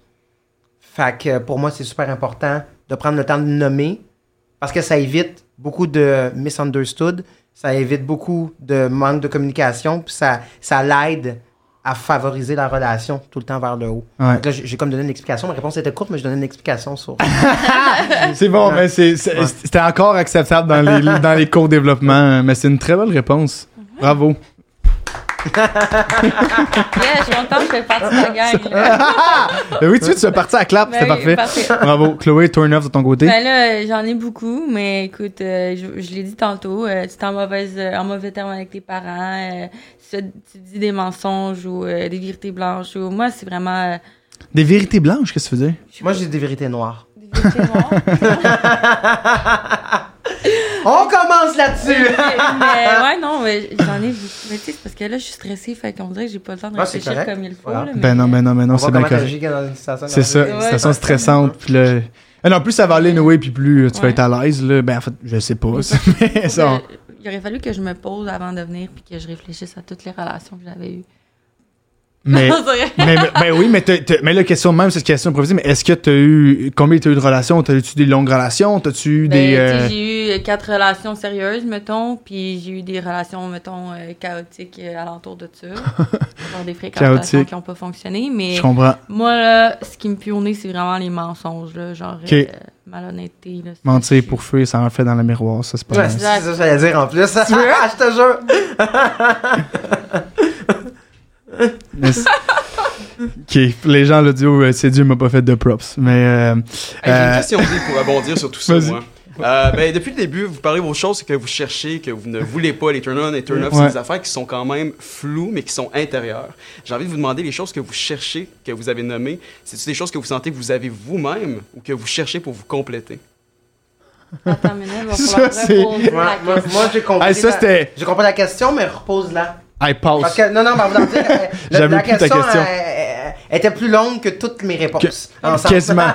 Speaker 2: Fait que euh, pour moi, c'est super important de prendre le temps de nommer parce que ça évite beaucoup de misunderstood, ça évite beaucoup de manque de communication, puis ça, ça l'aide à favoriser la relation tout le temps vers le haut.
Speaker 1: Ouais.
Speaker 2: Fait que là, j'ai j'ai comme donné une explication. Ma réponse était courte, mais je donnais une explication sur.
Speaker 1: C'est bon, mais c'est- c'est- c'était encore acceptable dans les, dans les cours développement, euh, mais c'est une très belle réponse. Bravo.
Speaker 3: Yeah, je suis contente, je fais partie de la gang. là.
Speaker 1: Ben oui, tu sais, tu es parti à
Speaker 2: Ah,
Speaker 1: clap,
Speaker 3: Ben
Speaker 1: c'était
Speaker 3: oui,
Speaker 1: parfait. Bravo. Chloé, turn off de ton côté.
Speaker 3: Ben là, euh, j'en ai beaucoup, mais écoute, euh, je, je l'ai dit tantôt, euh, tu t'es en, mauvaise, euh, en mauvais terme avec tes parents, euh, tu, fais- tu dis des mensonges ou euh, des vérités blanches. Ou, moi, c'est vraiment... euh,
Speaker 1: Des vérités blanches, qu'est-ce que tu veux dire?
Speaker 3: je sais
Speaker 2: Moi,
Speaker 3: pas,
Speaker 2: j'ai des vérités noires.
Speaker 3: des vérités noires.
Speaker 2: On commence là-dessus!
Speaker 3: mais ouais, non, mais j'en ai beaucoup. Mais tu sais, c'est parce que là, je suis stressée, fait qu'on dirait que j'ai pas le temps de
Speaker 2: Ah, c'est
Speaker 3: réfléchir
Speaker 2: correct.
Speaker 3: comme il faut.
Speaker 2: Voilà.
Speaker 3: là, mais-
Speaker 1: Ben non, ben non, ben non,
Speaker 2: On va
Speaker 1: c'est bien
Speaker 2: comment
Speaker 1: correct.
Speaker 2: t'agir dans une situation
Speaker 1: C'est ça,
Speaker 3: Ouais,
Speaker 1: une situation
Speaker 3: ouais.
Speaker 1: stressante. Puis là... Ah non, plus ça va aller, Noé, puis plus euh, tu vas
Speaker 3: Ouais.
Speaker 1: être à l'aise. Là. Ben en fait, je sais pas. Mais
Speaker 3: Faut
Speaker 1: ça,
Speaker 3: que- euh, il aurait fallu que je me pose avant de venir puis que je réfléchisse à toutes les relations que j'avais eues.
Speaker 1: mais,
Speaker 3: On dirait-
Speaker 1: mais, mais- ben oui, mais, t'as- t'as- mais la question même, c'est une question improvisée. Mais est-ce que tu as eu. Combien tu as eu de relations T'as eu des longues relations T'as-tu eu
Speaker 3: Ben,
Speaker 1: des.
Speaker 3: tu sais,
Speaker 1: euh,
Speaker 3: J'ai eu quatre relations sérieuses, mettons, puis j'ai eu des relations, mettons, euh, chaotiques euh, alentour de ça. Genre des fréquentations
Speaker 1: Chaotique.
Speaker 3: qui n'ont pas fonctionné, mais
Speaker 1: Je comprends.
Speaker 3: moi, là, ce qui me pue au nez, c'est vraiment les mensonges, là, genre
Speaker 1: Ok.
Speaker 3: euh, malhonnêteté. Là, c'est-
Speaker 1: Mentir pour fuir, ça en fait dans le miroir, ça c'est pas
Speaker 2: Ouais,
Speaker 1: nice.
Speaker 2: c'est ça que j'allais dire en plus. Ah, je te jure.
Speaker 1: Mais c'est- Ok, les gens l'audio, euh, c'est Dieu m'a pas fait de props. Mais. euh,
Speaker 4: Hey, j'ai
Speaker 1: Euh,
Speaker 4: une question aussi pour abondir sur tout ça,
Speaker 1: Vas-y.
Speaker 4: moi. Euh, ben, depuis le début, vous parlez vos choses que vous cherchez, que vous ne voulez pas, les turn-on et turn-off,
Speaker 1: Ouais.
Speaker 4: c'est des affaires qui sont quand même floues, mais qui sont intérieures. J'ai envie de vous demander les choses que vous cherchez, que vous avez nommées, c'est-tu des choses que vous sentez que vous avez vous-même ou que vous cherchez pour vous compléter?
Speaker 3: Attends, mais là, il va
Speaker 1: Ça,
Speaker 3: falloir
Speaker 1: c'est-
Speaker 3: reposer la
Speaker 2: Moi, moi,
Speaker 3: question.
Speaker 2: moi, j'ai compris.
Speaker 1: Hey, ça,
Speaker 2: la-
Speaker 1: c'était-
Speaker 2: J'ai compris la question, mais repose-la.
Speaker 1: I pause.
Speaker 2: Parce que, non, non, mais on va dire, euh, la,
Speaker 1: J'avais
Speaker 2: la
Speaker 1: plus ta
Speaker 2: question,
Speaker 1: question.
Speaker 2: euh, euh, était plus longue que toutes mes réponses. ensemble.
Speaker 1: Quasiment.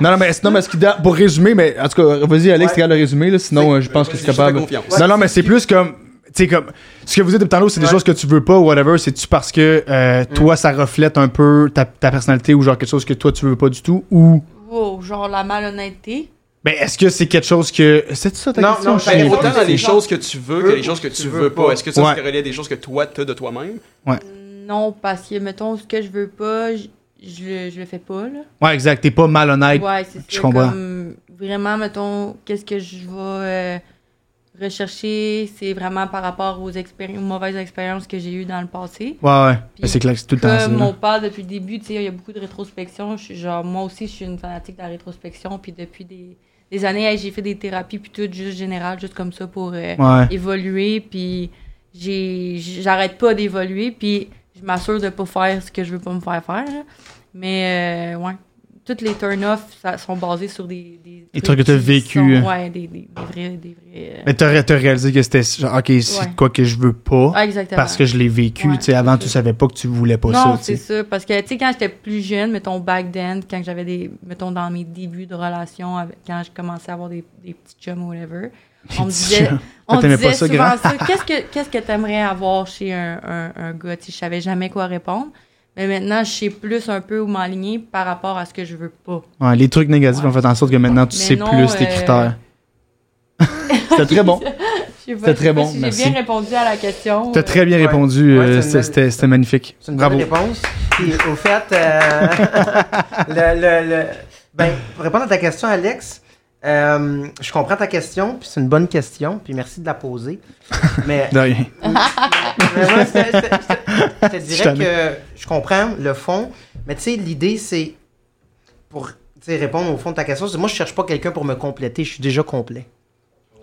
Speaker 1: non, non, mais, non, mais ce qui, da- pour résumer, mais en tout cas, vas-y, Alex,
Speaker 2: Ouais.
Speaker 1: t'es capable de résumer, là, sinon euh, je pense que je suis
Speaker 4: je te fais
Speaker 1: capable.
Speaker 4: confiance.
Speaker 1: Non, non, mais c'est plus comme. Tu sais, comme. Ce que vous dites depuis tantôt, c'est des
Speaker 2: Ouais.
Speaker 1: choses que tu veux pas, ou whatever. C'est-tu parce que euh,
Speaker 4: Mm.
Speaker 1: toi, ça reflète un peu ta, ta personnalité ou genre quelque chose que toi, tu veux pas du tout, ou.
Speaker 3: Wow, genre la malhonnêteté.
Speaker 1: Ben, est-ce que c'est quelque chose que. C'est ça ta
Speaker 2: Non,
Speaker 1: question?
Speaker 2: non,
Speaker 1: Je
Speaker 2: ben,
Speaker 1: sais
Speaker 4: Ben,
Speaker 2: faut-
Speaker 1: pas.
Speaker 4: autant dans les
Speaker 2: c'est-
Speaker 4: choses que tu veux que les choses que tu veux pas. Est-ce que ça,
Speaker 1: Ouais.
Speaker 4: c'est relié à des choses que toi, t'as de toi-même?
Speaker 3: Non, parce que, mettons, ce que je veux pas, je, je, le- je le fais pas, là.
Speaker 1: Ouais, exact. T'es pas malhonnête.
Speaker 3: Ouais, c'est ça.
Speaker 1: je comprends.
Speaker 3: Comme, vraiment, mettons, qu'est-ce que je vais euh, rechercher, c'est vraiment par rapport aux, expéri- aux mauvaises expériences que j'ai eues dans le passé.
Speaker 1: Ouais, ouais.
Speaker 3: Puis,
Speaker 1: Ben, c'est clair que c'est tout le temps ça.
Speaker 3: Comme
Speaker 1: là.
Speaker 3: on parle depuis le début, tu sais, il y a beaucoup de rétrospection. Je suis genre, moi aussi, je suis une fanatique de la rétrospection. Puis depuis des, des années, hey, j'ai fait des thérapies, puis tout, juste général, juste comme ça pour euh,
Speaker 1: Ouais.
Speaker 3: évoluer. Puis j'ai, j'arrête pas d'évoluer. Puis je m'assure de pas faire ce que je veux pas me faire faire. là. Mais euh, ouais, toutes les turn-off ça- sont basés sur des. Des,
Speaker 1: Des trucs que t'as
Speaker 3: qui
Speaker 1: vécu,
Speaker 3: sont-
Speaker 1: hein.
Speaker 3: ouais, des, des, des vrais. Des vrais euh,
Speaker 1: Mais t'as t'as réalisé que c'était genre, ok, c'est
Speaker 3: Ouais.
Speaker 1: quoi que je veux pas.
Speaker 3: ah, exactement.
Speaker 1: Parce que je l'ai vécu,
Speaker 3: Ouais,
Speaker 1: tu sais, avant
Speaker 3: c'est
Speaker 1: tu
Speaker 3: ça.
Speaker 1: savais pas que tu voulais pas
Speaker 3: non,
Speaker 1: ça, tu
Speaker 3: c'est
Speaker 1: sais.
Speaker 3: ça. Parce que, tu sais, quand j'étais plus jeune, mettons, back then, quand j'avais des. Mettons, dans mes débuts de relation, avec- quand je commençais à avoir des, des petits chums ou whatever, on me
Speaker 1: petits
Speaker 3: disait.
Speaker 1: chums. Ah,
Speaker 3: On
Speaker 1: t'aimais
Speaker 3: disait
Speaker 1: pas ça,
Speaker 3: souvent
Speaker 1: grand?
Speaker 3: ça. Qu'est-ce que qu'est-ce que t'aimerais avoir chez un, un, un gars? Tu sais, je savais jamais quoi répondre. Mais maintenant, je sais plus un peu où m'aligner par rapport à ce que je veux pas.
Speaker 1: Ouais, les trucs négatifs
Speaker 3: Ouais.
Speaker 1: ont fait en sorte que maintenant tu
Speaker 3: Mais
Speaker 1: sais
Speaker 3: non,
Speaker 1: plus tes
Speaker 3: euh,
Speaker 1: critères. C'était très bon.
Speaker 3: Je sais pas-
Speaker 1: C'était
Speaker 3: je sais
Speaker 1: très
Speaker 3: pas
Speaker 1: bon,
Speaker 3: si
Speaker 1: merci.
Speaker 3: J'ai bien répondu à la question.
Speaker 1: T'as
Speaker 3: Euh,
Speaker 1: très bien
Speaker 2: Ouais.
Speaker 1: répondu,
Speaker 2: Ouais,
Speaker 1: euh,
Speaker 2: c'est une
Speaker 1: c'était-
Speaker 2: belle-
Speaker 1: c'était c'était magnifique.
Speaker 2: C'est une bonne
Speaker 1: Bravo.
Speaker 2: réponse. Puis, au fait, euh, le, le- le- ben, pour répondre à ta question, Alex, euh, je comprends ta question, puis c'est une bonne question, puis merci de la poser. Mais
Speaker 1: De rien.
Speaker 2: Mais moi, c'est- c'est- c'est- je te
Speaker 1: Je t'en
Speaker 2: dirais que je comprends le fond, mais tu sais, l'idée, c'est pour tu sais, répondre au fond de ta question, c'est moi, je cherche pas quelqu'un pour me compléter, je suis déjà complet.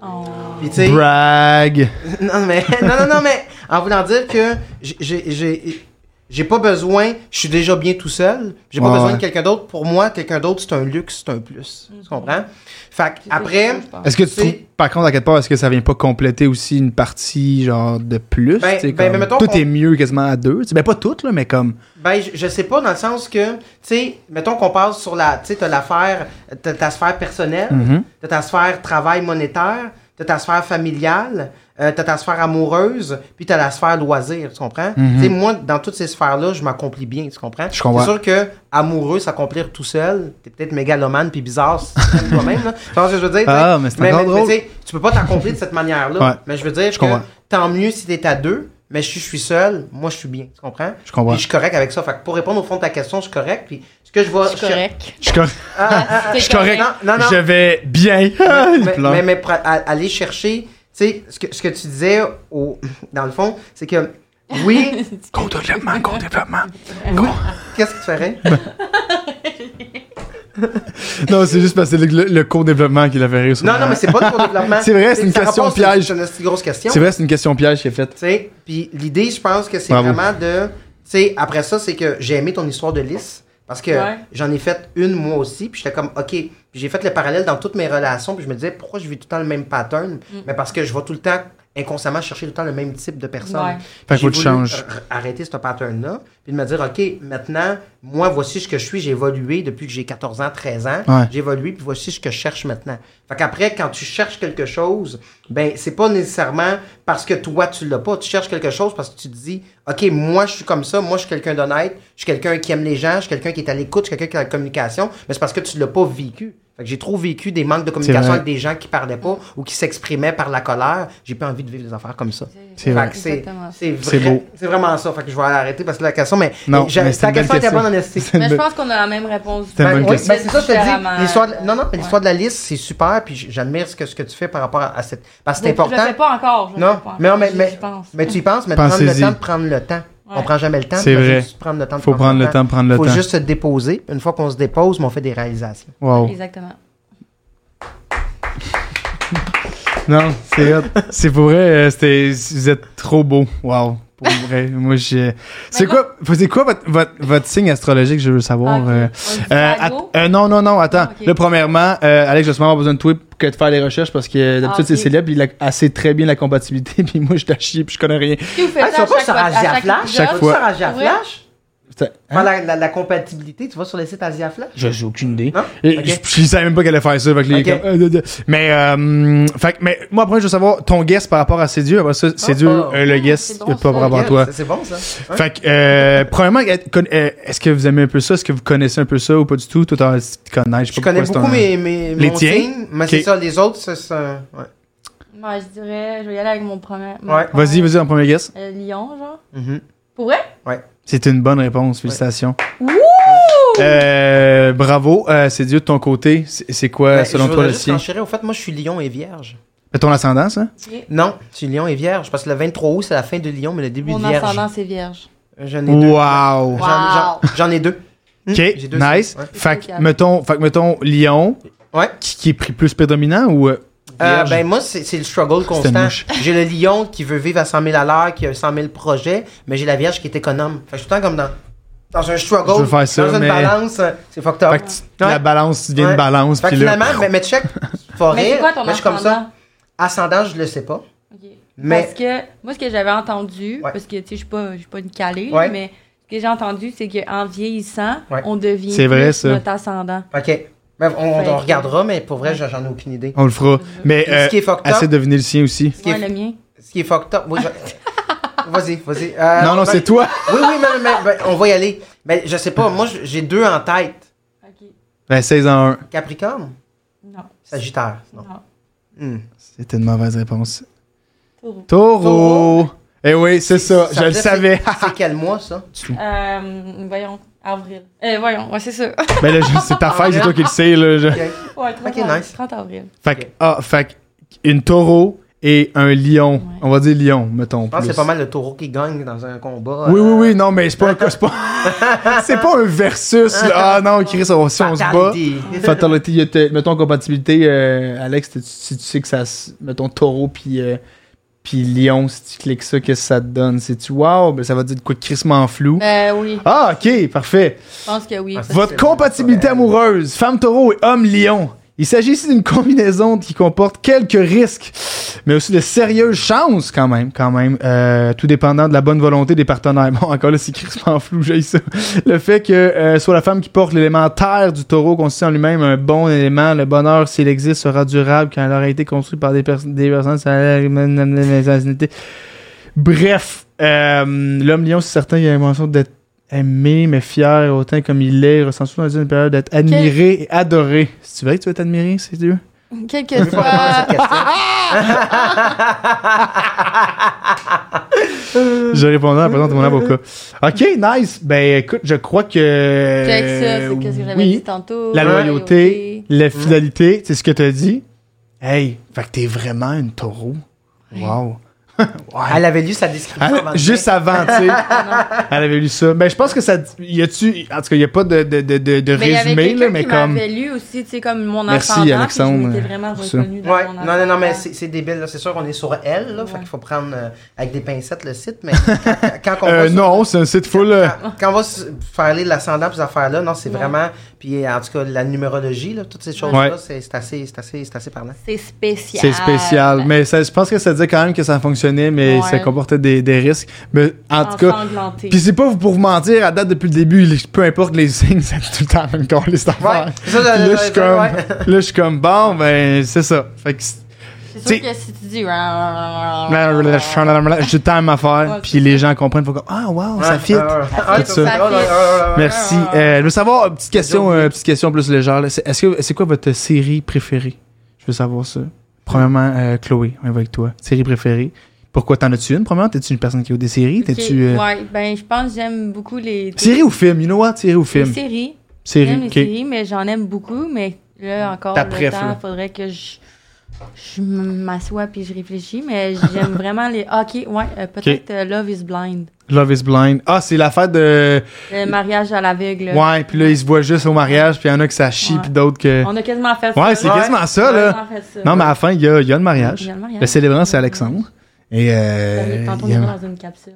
Speaker 3: oh.
Speaker 2: Puis tu sais,
Speaker 1: Brag.
Speaker 2: non, mais, non, non, non, mais en voulant dire que j'ai- j'ai- j'ai- J'ai pas besoin, je suis déjà bien tout seul. J'ai pas
Speaker 1: Ouais,
Speaker 2: besoin
Speaker 1: ouais.
Speaker 2: de quelqu'un d'autre. Pour moi, quelqu'un d'autre, c'est un luxe, c'est un plus. Tu comprends? Fait que
Speaker 3: Mm. C'est ça
Speaker 2: après,
Speaker 3: que je pense.
Speaker 1: Est-ce que tu
Speaker 2: C'est-
Speaker 1: trouves, par contre, à quelque part, est-ce que ça vient pas compléter aussi une partie, genre, de plus?
Speaker 2: Ben,
Speaker 1: tu sais,
Speaker 2: ben,
Speaker 1: comme,
Speaker 2: mais mettons
Speaker 1: tout
Speaker 2: qu'on-
Speaker 1: est mieux quasiment à deux. tu sais, Ben, pas toutes, là, mais comme...
Speaker 2: ben, je, je sais pas, dans le sens que, tu sais, mettons qu'on passe sur la, tu sais, t'as l'affaire, t'as ta sphère personnelle,
Speaker 1: Mm-hmm.
Speaker 2: t'as ta sphère travail monétaire, t'as ta sphère familiale, euh, t'as ta sphère amoureuse, puis t'as la sphère loisir, tu comprends? Tu sais, moi, dans toutes ces sphères-là, je m'accomplis bien, tu comprends?
Speaker 1: Mhm. Je comprends.
Speaker 2: C'est sûr que amoureux, s'accomplir tout seul, t'es peut-être mégalomane puis bizarre si tu t'aimes toi-même, là. Tu vois ce que je veux dire?
Speaker 1: Ah, mais c'est
Speaker 2: mais,
Speaker 1: encore
Speaker 2: mais- mais
Speaker 1: drôle.
Speaker 2: tu sais, tu peux pas t'accomplir de cette manière-là.
Speaker 1: Ouais.
Speaker 2: Mais je veux dire
Speaker 1: Je
Speaker 2: que
Speaker 1: comprends.
Speaker 2: tant mieux si t'es à deux, mais si je suis seul, moi, je suis bien, tu comprends?
Speaker 1: Je comprends.
Speaker 2: Puis je suis correct avec ça. Fait que pour répondre au fond de ta question, je suis correct. Puis ce que je vois.
Speaker 3: Je suis correct.
Speaker 1: Je suis cor-
Speaker 2: Ah, ah, ah,
Speaker 1: je suis correct.
Speaker 2: Non, non, non.
Speaker 1: Je vais bien. Ah, Il
Speaker 2: mais,
Speaker 1: pleure.
Speaker 2: mais, mais pra- à- aller chercher, tu sais, ce que, ce que tu disais au, dans le fond, c'est que oui,
Speaker 1: Gros développement, gros développement.
Speaker 2: qu'est-ce que tu ferais?
Speaker 1: Non, c'est juste parce que c'est le, le co-développement qui l'a fait rire.
Speaker 2: Non,
Speaker 1: sûrement.
Speaker 2: non, mais c'est pas de développement.
Speaker 1: C'est vrai, c'est une question piège.
Speaker 2: C'est une assez grosse question.
Speaker 1: C'est vrai, c'est une question piège qui est faite.
Speaker 2: Tu sais, puis l'idée, je pense que c'est
Speaker 1: Bravo.
Speaker 2: vraiment de. Tu sais, après ça, c'est que j'ai aimé ton histoire de lice. Parce que
Speaker 3: Ouais.
Speaker 2: j'en ai fait une moi aussi, puis j'étais comme, OK. Puis j'ai fait le parallèle dans toutes mes relations, puis je me disais, pourquoi je vis tout le temps le même pattern?
Speaker 3: Mm.
Speaker 2: Mais parce que je vais tout le temps, inconsciemment, chercher tout le temps le même type de personne.
Speaker 3: Ouais.
Speaker 1: Fait qu'il
Speaker 2: J'ai
Speaker 1: faut que tu
Speaker 2: voulu
Speaker 1: changes.
Speaker 2: r- r- Arrêter ce pattern-là, puis de me dire, OK, maintenant, moi, voici ce que je suis, j'ai évolué depuis que j'ai 14 ans, 13 ans,
Speaker 1: Ouais.
Speaker 2: j'ai évolué, puis voici ce que je cherche maintenant. Fait qu'après, quand tu cherches quelque chose, ben, c'est pas nécessairement parce que toi, tu l'as pas. Tu cherches quelque chose parce que tu te dis, OK, moi, je suis comme ça, moi, je suis quelqu'un d'honnête, je suis quelqu'un qui aime les gens, je suis quelqu'un qui est à l'écoute, je suis quelqu'un qui a la communication, mais c'est parce que tu l'as pas vécu. Fait que j'ai trop vécu des manques de communication
Speaker 1: vrai.
Speaker 2: avec des gens qui parlaient pas ou qui s'exprimaient par la colère. J'ai pas envie de vivre des affaires comme ça.
Speaker 1: C'est
Speaker 2: Fait
Speaker 1: vrai.
Speaker 2: que c'est
Speaker 3: Exactement.
Speaker 2: c'est
Speaker 1: C'est
Speaker 2: vrai-
Speaker 1: beau.
Speaker 2: C'est vraiment ça. Fait que je vais arrêter parce que la question, mais,
Speaker 1: Non,
Speaker 2: j'ai-
Speaker 1: mais c'est
Speaker 2: ta
Speaker 1: une belle
Speaker 2: question était
Speaker 1: question.
Speaker 2: bonne en esti.
Speaker 1: C'est une
Speaker 3: Mais je
Speaker 1: belle-
Speaker 3: pense qu'on a la même réponse.
Speaker 1: C'est une
Speaker 2: Ben,
Speaker 1: bonne
Speaker 2: oui,
Speaker 1: question.
Speaker 2: ben, c'est ça, je te
Speaker 3: Différemment.
Speaker 2: dis. L'histoire de, non, non, mais
Speaker 3: Ouais.
Speaker 2: l'histoire de la liste, c'est super, puis j'admire ce que, ce que tu fais par rapport à cette. Parce que c'est
Speaker 3: Je le
Speaker 2: important.
Speaker 3: fais pas encore. je le
Speaker 2: Non,
Speaker 3: fais pas
Speaker 2: mais, non,
Speaker 3: encore,
Speaker 2: mais,
Speaker 3: j'y
Speaker 2: mais,
Speaker 3: pense.
Speaker 2: mais tu y penses, mais de prendre
Speaker 1: Pensez-y.
Speaker 2: le temps de prendre le temps. On
Speaker 3: Ouais.
Speaker 2: prend jamais le temps.
Speaker 1: C'est
Speaker 2: mais
Speaker 1: vrai.
Speaker 2: Juste prendre le temps de
Speaker 1: Faut prendre le temps de prendre le
Speaker 2: Faut
Speaker 1: temps.
Speaker 2: juste se déposer. Une fois qu'on se dépose, mais on fait des réalisations.
Speaker 1: Wow.
Speaker 3: Exactement.
Speaker 1: Non, c'est hot. C'est pour vrai, euh, c'était- vous êtes trop beau. Wow. Pour vrai. Moi, j'ai. C'est quoi, c'est quoi votre, votre, votre signe astrologique, je veux savoir?
Speaker 3: Ah, ok.
Speaker 1: euh,
Speaker 3: On dit
Speaker 1: Euh,
Speaker 3: ça à go?
Speaker 1: att- euh, non, non, non, attends.
Speaker 3: Ah, ok.
Speaker 1: Là, premièrement, euh, Alex, je vais sûrement avoir besoin de toi pour que de faire les recherches parce que euh, d'habitude,
Speaker 3: Ah,
Speaker 1: c'est
Speaker 3: ok.
Speaker 1: célèbre, puis il a assez très bien la compatibilité, puis moi, je t'ai chier, puis je connais rien.
Speaker 3: Si vous faites
Speaker 2: Ah,
Speaker 3: ça à
Speaker 2: tu vas pas
Speaker 3: chaque
Speaker 2: sur
Speaker 3: fois- à chaque
Speaker 2: Asiaflash?
Speaker 1: Chaque
Speaker 3: épisode,
Speaker 1: fois.
Speaker 2: Tu vas sur
Speaker 3: Ouais.
Speaker 2: Asiaflash?
Speaker 1: Putain, hein?
Speaker 2: Prends la, la- la compatibilité, tu vas sur le site Asiaflash?
Speaker 1: Je j'ai aucune idée.
Speaker 2: Non?
Speaker 1: Et
Speaker 2: Ok.
Speaker 1: je, je savais même pas qu'elle allait faire ça. Fait que les-
Speaker 2: Ok.
Speaker 1: comme, euh, de- de- mais, euh, fait, que- mais moi, après, je veux savoir ton guess par rapport à C'est Dieu. Après ça, C'est
Speaker 2: Oh,
Speaker 1: Dieu,
Speaker 2: oh.
Speaker 1: euh, le
Speaker 3: Ah,
Speaker 1: guess,
Speaker 3: c'est bon,
Speaker 1: pas
Speaker 3: ça.
Speaker 1: par rapport à
Speaker 2: Yeah,
Speaker 1: toi.
Speaker 2: c'est- C'est bon, ça. Hein?
Speaker 1: Fait que, euh, premièrement, est- con- euh, est-ce que vous aimez un peu ça? Est-ce que vous connaissez un peu ça ou pas du tout? Toi, t'en- tu connais, je sais
Speaker 2: Je
Speaker 1: pas
Speaker 2: connais
Speaker 1: pourquoi
Speaker 2: beaucoup
Speaker 1: c'est un-
Speaker 2: mes, mes,
Speaker 1: Les
Speaker 2: mon
Speaker 1: tiens?
Speaker 2: signe, mais
Speaker 1: Ok.
Speaker 2: c'est ça, les autres, c'est ça. Ouais.
Speaker 3: Ouais, je dirais, je vais y aller avec mon premier. mon
Speaker 2: Ouais.
Speaker 3: premier.
Speaker 1: Vas-y, vas-y, en premier guess.
Speaker 3: Euh, Lyon, genre.
Speaker 2: Mhm.
Speaker 1: Mm-hmm.
Speaker 3: Pour vrai?
Speaker 1: C'est une bonne réponse, félicitations.
Speaker 3: Wouh!
Speaker 1: Euh, bravo, Euh, c'est Dieu de ton côté. C'est c'est quoi,
Speaker 2: Ben,
Speaker 1: selon
Speaker 2: je
Speaker 1: toi,
Speaker 2: voudrais
Speaker 1: le
Speaker 2: juste
Speaker 1: sien?
Speaker 2: enchérir. Au fait, moi, je suis lion et vierge.
Speaker 1: C'est Ton ascendant, ça?
Speaker 3: Ok.
Speaker 2: Non, je suis lion et vierge, parce que le 23 août, c'est la fin de lion, mais le début
Speaker 3: Mon
Speaker 2: de vierge.
Speaker 3: ascendant, c'est vierge.
Speaker 2: J'en ai deux.
Speaker 1: Wow!
Speaker 2: J'en- j'en-
Speaker 3: Wow.
Speaker 2: J'en ai deux. Hmm,
Speaker 1: OK,
Speaker 2: j'ai deux
Speaker 1: nice.
Speaker 2: signes, ouais.
Speaker 1: Fait que,
Speaker 3: Spécial.
Speaker 1: mettons, fait que, mettons, Lyon,
Speaker 2: Ouais.
Speaker 1: qui, qui est pris plus prédominant ou... euh,
Speaker 2: Euh,
Speaker 1: vierge?
Speaker 2: ben moi, c'est c'est le struggle
Speaker 1: une
Speaker 2: constant.
Speaker 1: mouche.
Speaker 2: J'ai le lion qui veut vivre à 100 000 à l'heure, qui a 100 000 projets, mais j'ai la vierge qui est économe. Fait que je suis tout le temps comme dans, dans un struggle,
Speaker 1: Je veux faire ça,
Speaker 2: dans une
Speaker 1: mais-
Speaker 2: balance. euh, C'est fucked up.
Speaker 1: Fait que tu-
Speaker 2: Ouais.
Speaker 1: la balance, tu viens
Speaker 2: Ouais.
Speaker 1: de balance,
Speaker 2: Fait que
Speaker 1: puis là...
Speaker 2: finalement, ben, mais, mais check,
Speaker 3: Mais
Speaker 2: forêt,
Speaker 3: c'est quoi ton
Speaker 2: mais je suis comme ça.
Speaker 3: ascendant? Ben,
Speaker 2: Ascendant, je le sais pas.
Speaker 3: Ok.
Speaker 2: Mais-
Speaker 3: Parce que, moi, ce que j'avais entendu,
Speaker 2: Ouais.
Speaker 3: parce que, tu sais, je suis pas, je suis pas une calée,
Speaker 2: Ouais.
Speaker 3: mais ce que j'ai entendu, c'est qu'en vieillissant,
Speaker 2: Ouais.
Speaker 3: on devient
Speaker 1: C'est vrai,
Speaker 3: plus
Speaker 1: ça.
Speaker 3: notre ascendant.
Speaker 2: OK. Mais on, on-
Speaker 3: Fait
Speaker 2: on
Speaker 3: que-
Speaker 2: regardera, mais pour vrai, j'en- j'en ai aucune idée.
Speaker 1: On le fera. Mais
Speaker 2: Puis ce qui est
Speaker 1: euh,
Speaker 2: fucked up-
Speaker 1: assez de deviner le sien aussi.
Speaker 2: Ce qui
Speaker 3: Ouais,
Speaker 2: est,
Speaker 3: le mien.
Speaker 2: ce qui est fucked up. oui, je- vas-y, vas-y. Euh,
Speaker 1: non, non,
Speaker 2: ben-
Speaker 1: c'est toi!
Speaker 2: Oui, oui, mais, mais- mais- on va y aller. Mais je sais pas, moi, je- j'ai deux en tête.
Speaker 3: Ok.
Speaker 1: Ben, 16 en 1.
Speaker 2: Capricorne,
Speaker 3: Non.
Speaker 2: Sagittaire. Non.
Speaker 3: Non.
Speaker 2: Hmm.
Speaker 1: C'était une mauvaise réponse.
Speaker 3: Taureau.
Speaker 1: Taureau! Eh oui, c'est ça,
Speaker 2: veut
Speaker 1: je le
Speaker 2: dire,
Speaker 1: savais.
Speaker 2: c'est- C'est quel mois, ça?
Speaker 3: Euh, voyons, avril. Euh, voyons, ouais, c'est ça.
Speaker 1: Mais Ben là, je- c'est
Speaker 2: Ah,
Speaker 1: ta fête, c'est toi qui le sais. Là, je-
Speaker 2: Ok.
Speaker 3: Ouais, 30,
Speaker 2: Ok,
Speaker 3: avril,
Speaker 2: nice.
Speaker 3: 30 avril.
Speaker 1: Fait que,
Speaker 2: Ok.
Speaker 1: ah, fait que une taureau et un lion. On va dire lion, mettons.
Speaker 2: Je pense que
Speaker 1: plus.
Speaker 2: c'est pas mal le taureau qui gagne dans un combat.
Speaker 1: Oui, oui,
Speaker 2: euh,
Speaker 1: oui, non, mais c'est pas un c'est pas, c'est pas un versus, là. Ah non, Chris, on, si on se bat.
Speaker 2: fatality.
Speaker 1: Fatality, il y a te- mettons compatibilité, euh, Alex, t'es- si tu sais que ça. se- Mettons taureau puis euh, puis Lyon, si tu cliques ça, qu'est-ce que ça te donne? C'est-tu wow? Ben, ça va dire de quoi de crissement flou.
Speaker 3: Euh, oui,
Speaker 1: Ah, ok, parfait.
Speaker 3: je pense que oui.
Speaker 2: Ah, ça,
Speaker 1: Votre
Speaker 2: c'est
Speaker 1: compatibilité
Speaker 2: vrai.
Speaker 1: amoureuse, femme taureau et homme lion. Il s'agit ici d'une combinaison qui comporte quelques risques, mais aussi de sérieuses chances quand même, quand même, euh, tout dépendant de la bonne volonté des partenaires. Bon, encore là, c'est crispant flou, j'ai ça. Le fait que euh, soit la femme qui porte l'élément terre du taureau constitue en lui-même un bon élément, le bonheur, s'il existe, sera durable quand elle aura été construite par des, pers- des personnes... Bref, euh, l'homme lion, c'est certain, il y a une mention d'être aimé, mais fier, autant comme il est, ressent souvent une période d'être admiré et adoré. Si tu veux que tu veux être admiré, c'est Dieu.
Speaker 3: Quel que soit. Euh,
Speaker 1: Je répondais à la présence de mon avocat. Ok, nice. Ben écoute, je crois que.
Speaker 3: Check ça, c'est qu'est-ce que j'avais
Speaker 1: Euh, oui.
Speaker 3: dit tantôt.
Speaker 1: La loyauté, la fidélité, c'est ce que tu as dit. Hey, fait que t'es vraiment une taureau. Wow. Ouais.
Speaker 2: Elle avait lu sa description.
Speaker 1: Ah,
Speaker 2: avant de
Speaker 1: juste avant, tu sais. Elle avait lu ça. Ben, je pense que ça. Y a-tu. En tout cas, il n'y a pas de, de, de, de- de
Speaker 3: Mais il y avait
Speaker 1: résumé, là,
Speaker 3: quelqu'un
Speaker 1: mais
Speaker 3: qui
Speaker 1: comme.
Speaker 3: m'avait lu aussi, tu sais, comme mon enfant.
Speaker 1: Merci, Alexandre,
Speaker 3: J'étais vraiment
Speaker 1: pour ça.
Speaker 3: reconnue dans
Speaker 2: Ouais,
Speaker 3: mon
Speaker 2: non, non, non, mais
Speaker 3: enfant.
Speaker 2: c'est c'est débile. là. C'est sûr qu'on est sur elle, là, fait
Speaker 3: Ouais.
Speaker 2: qu'il faut prendre euh, avec des pincettes le site, mais quand- quand, on va
Speaker 1: Euh,
Speaker 2: sur-
Speaker 1: non, c'est un site full. euh,
Speaker 2: Quand, quand on va se- faire lire l'ascendant et ces affaires-là, non, c'est
Speaker 3: Ouais.
Speaker 2: vraiment. Puis euh, en tout cas, la numérologie, là, toutes ces choses-là,
Speaker 1: Ouais.
Speaker 2: c'est c'est assez, c'est assez, c'est assez parlant.
Speaker 3: C'est spécial.
Speaker 1: C'est spécial. Mais ça, je pense que ça disait quand même que ça fonctionnait, mais
Speaker 3: Ouais.
Speaker 1: ça comportait des, des risques. Mais en tout cas.
Speaker 3: Ensanglanté.
Speaker 1: Puis c'est pas pour vous mentir, à date depuis le début, les- peu importe les signes, c'est tout le temps la même con, les affaires.
Speaker 2: Ouais. Ça, ça,
Speaker 1: Puis là, je
Speaker 2: ça,
Speaker 1: suis
Speaker 2: ça,
Speaker 1: comme,
Speaker 2: ouais.
Speaker 1: là, je suis comme, bon, ben, c'est ça. Fait que c'est-
Speaker 3: C'est
Speaker 1: t'sais-
Speaker 3: sûr que si tu dis.
Speaker 2: Ah.
Speaker 1: j'ai tant à faire,
Speaker 3: Ouais,
Speaker 1: puis les gens comprennent, faut comme, ah, wow, ça fit.
Speaker 2: Ouais, ouais, ouais. Ah,
Speaker 1: Tout ça.
Speaker 2: ouais, ouais, ouais, ouais, ouais.
Speaker 1: Merci. Euh, je veux savoir, une petite question, euh, petite question plus légère. là. C'est, est-ce que, c'est quoi votre série préférée? Je veux savoir ça. Premièrement, euh, Chloé, on y va avec toi. Série préférée. Pourquoi t'en as-tu une? Premièrement, t'es-tu une personne qui a des séries?
Speaker 3: Ok,
Speaker 1: T'es-tu. euh,
Speaker 3: Ouais, ben je pense que j'aime beaucoup les.
Speaker 1: Série ou film? You know what? Série ou
Speaker 3: les
Speaker 1: film?
Speaker 3: séries. J'aime
Speaker 1: Série,
Speaker 3: les
Speaker 1: ok.
Speaker 3: séries, mais j'en aime beaucoup. Mais là, encore,
Speaker 1: Ta
Speaker 3: le
Speaker 1: préf,
Speaker 3: temps,
Speaker 1: là.
Speaker 3: faudrait que je, je m'assoie puis je réfléchis. Mais j'aime vraiment les. Ah, ok, ouais, euh, peut-être euh, Love is Blind.
Speaker 1: Love is Blind. Ah, c'est l'affaire de.
Speaker 3: Le mariage à l'aveugle. là.
Speaker 1: Ouais, puis là, ils se voient juste au mariage, puis il y en a que ça chie,
Speaker 3: Ouais.
Speaker 1: puis d'autres que.
Speaker 3: On a quasiment fait ça.
Speaker 1: Ouais, c'est
Speaker 2: Ouais.
Speaker 1: quasiment ça, là. Non, mais à la fin, il y a, il y a le mariage.
Speaker 3: Il y a le mariage.
Speaker 1: célébrant, c'est Alexandre. Et. euh,
Speaker 3: Tantôt, on
Speaker 1: il y
Speaker 3: est
Speaker 1: a-
Speaker 3: dans une capsule.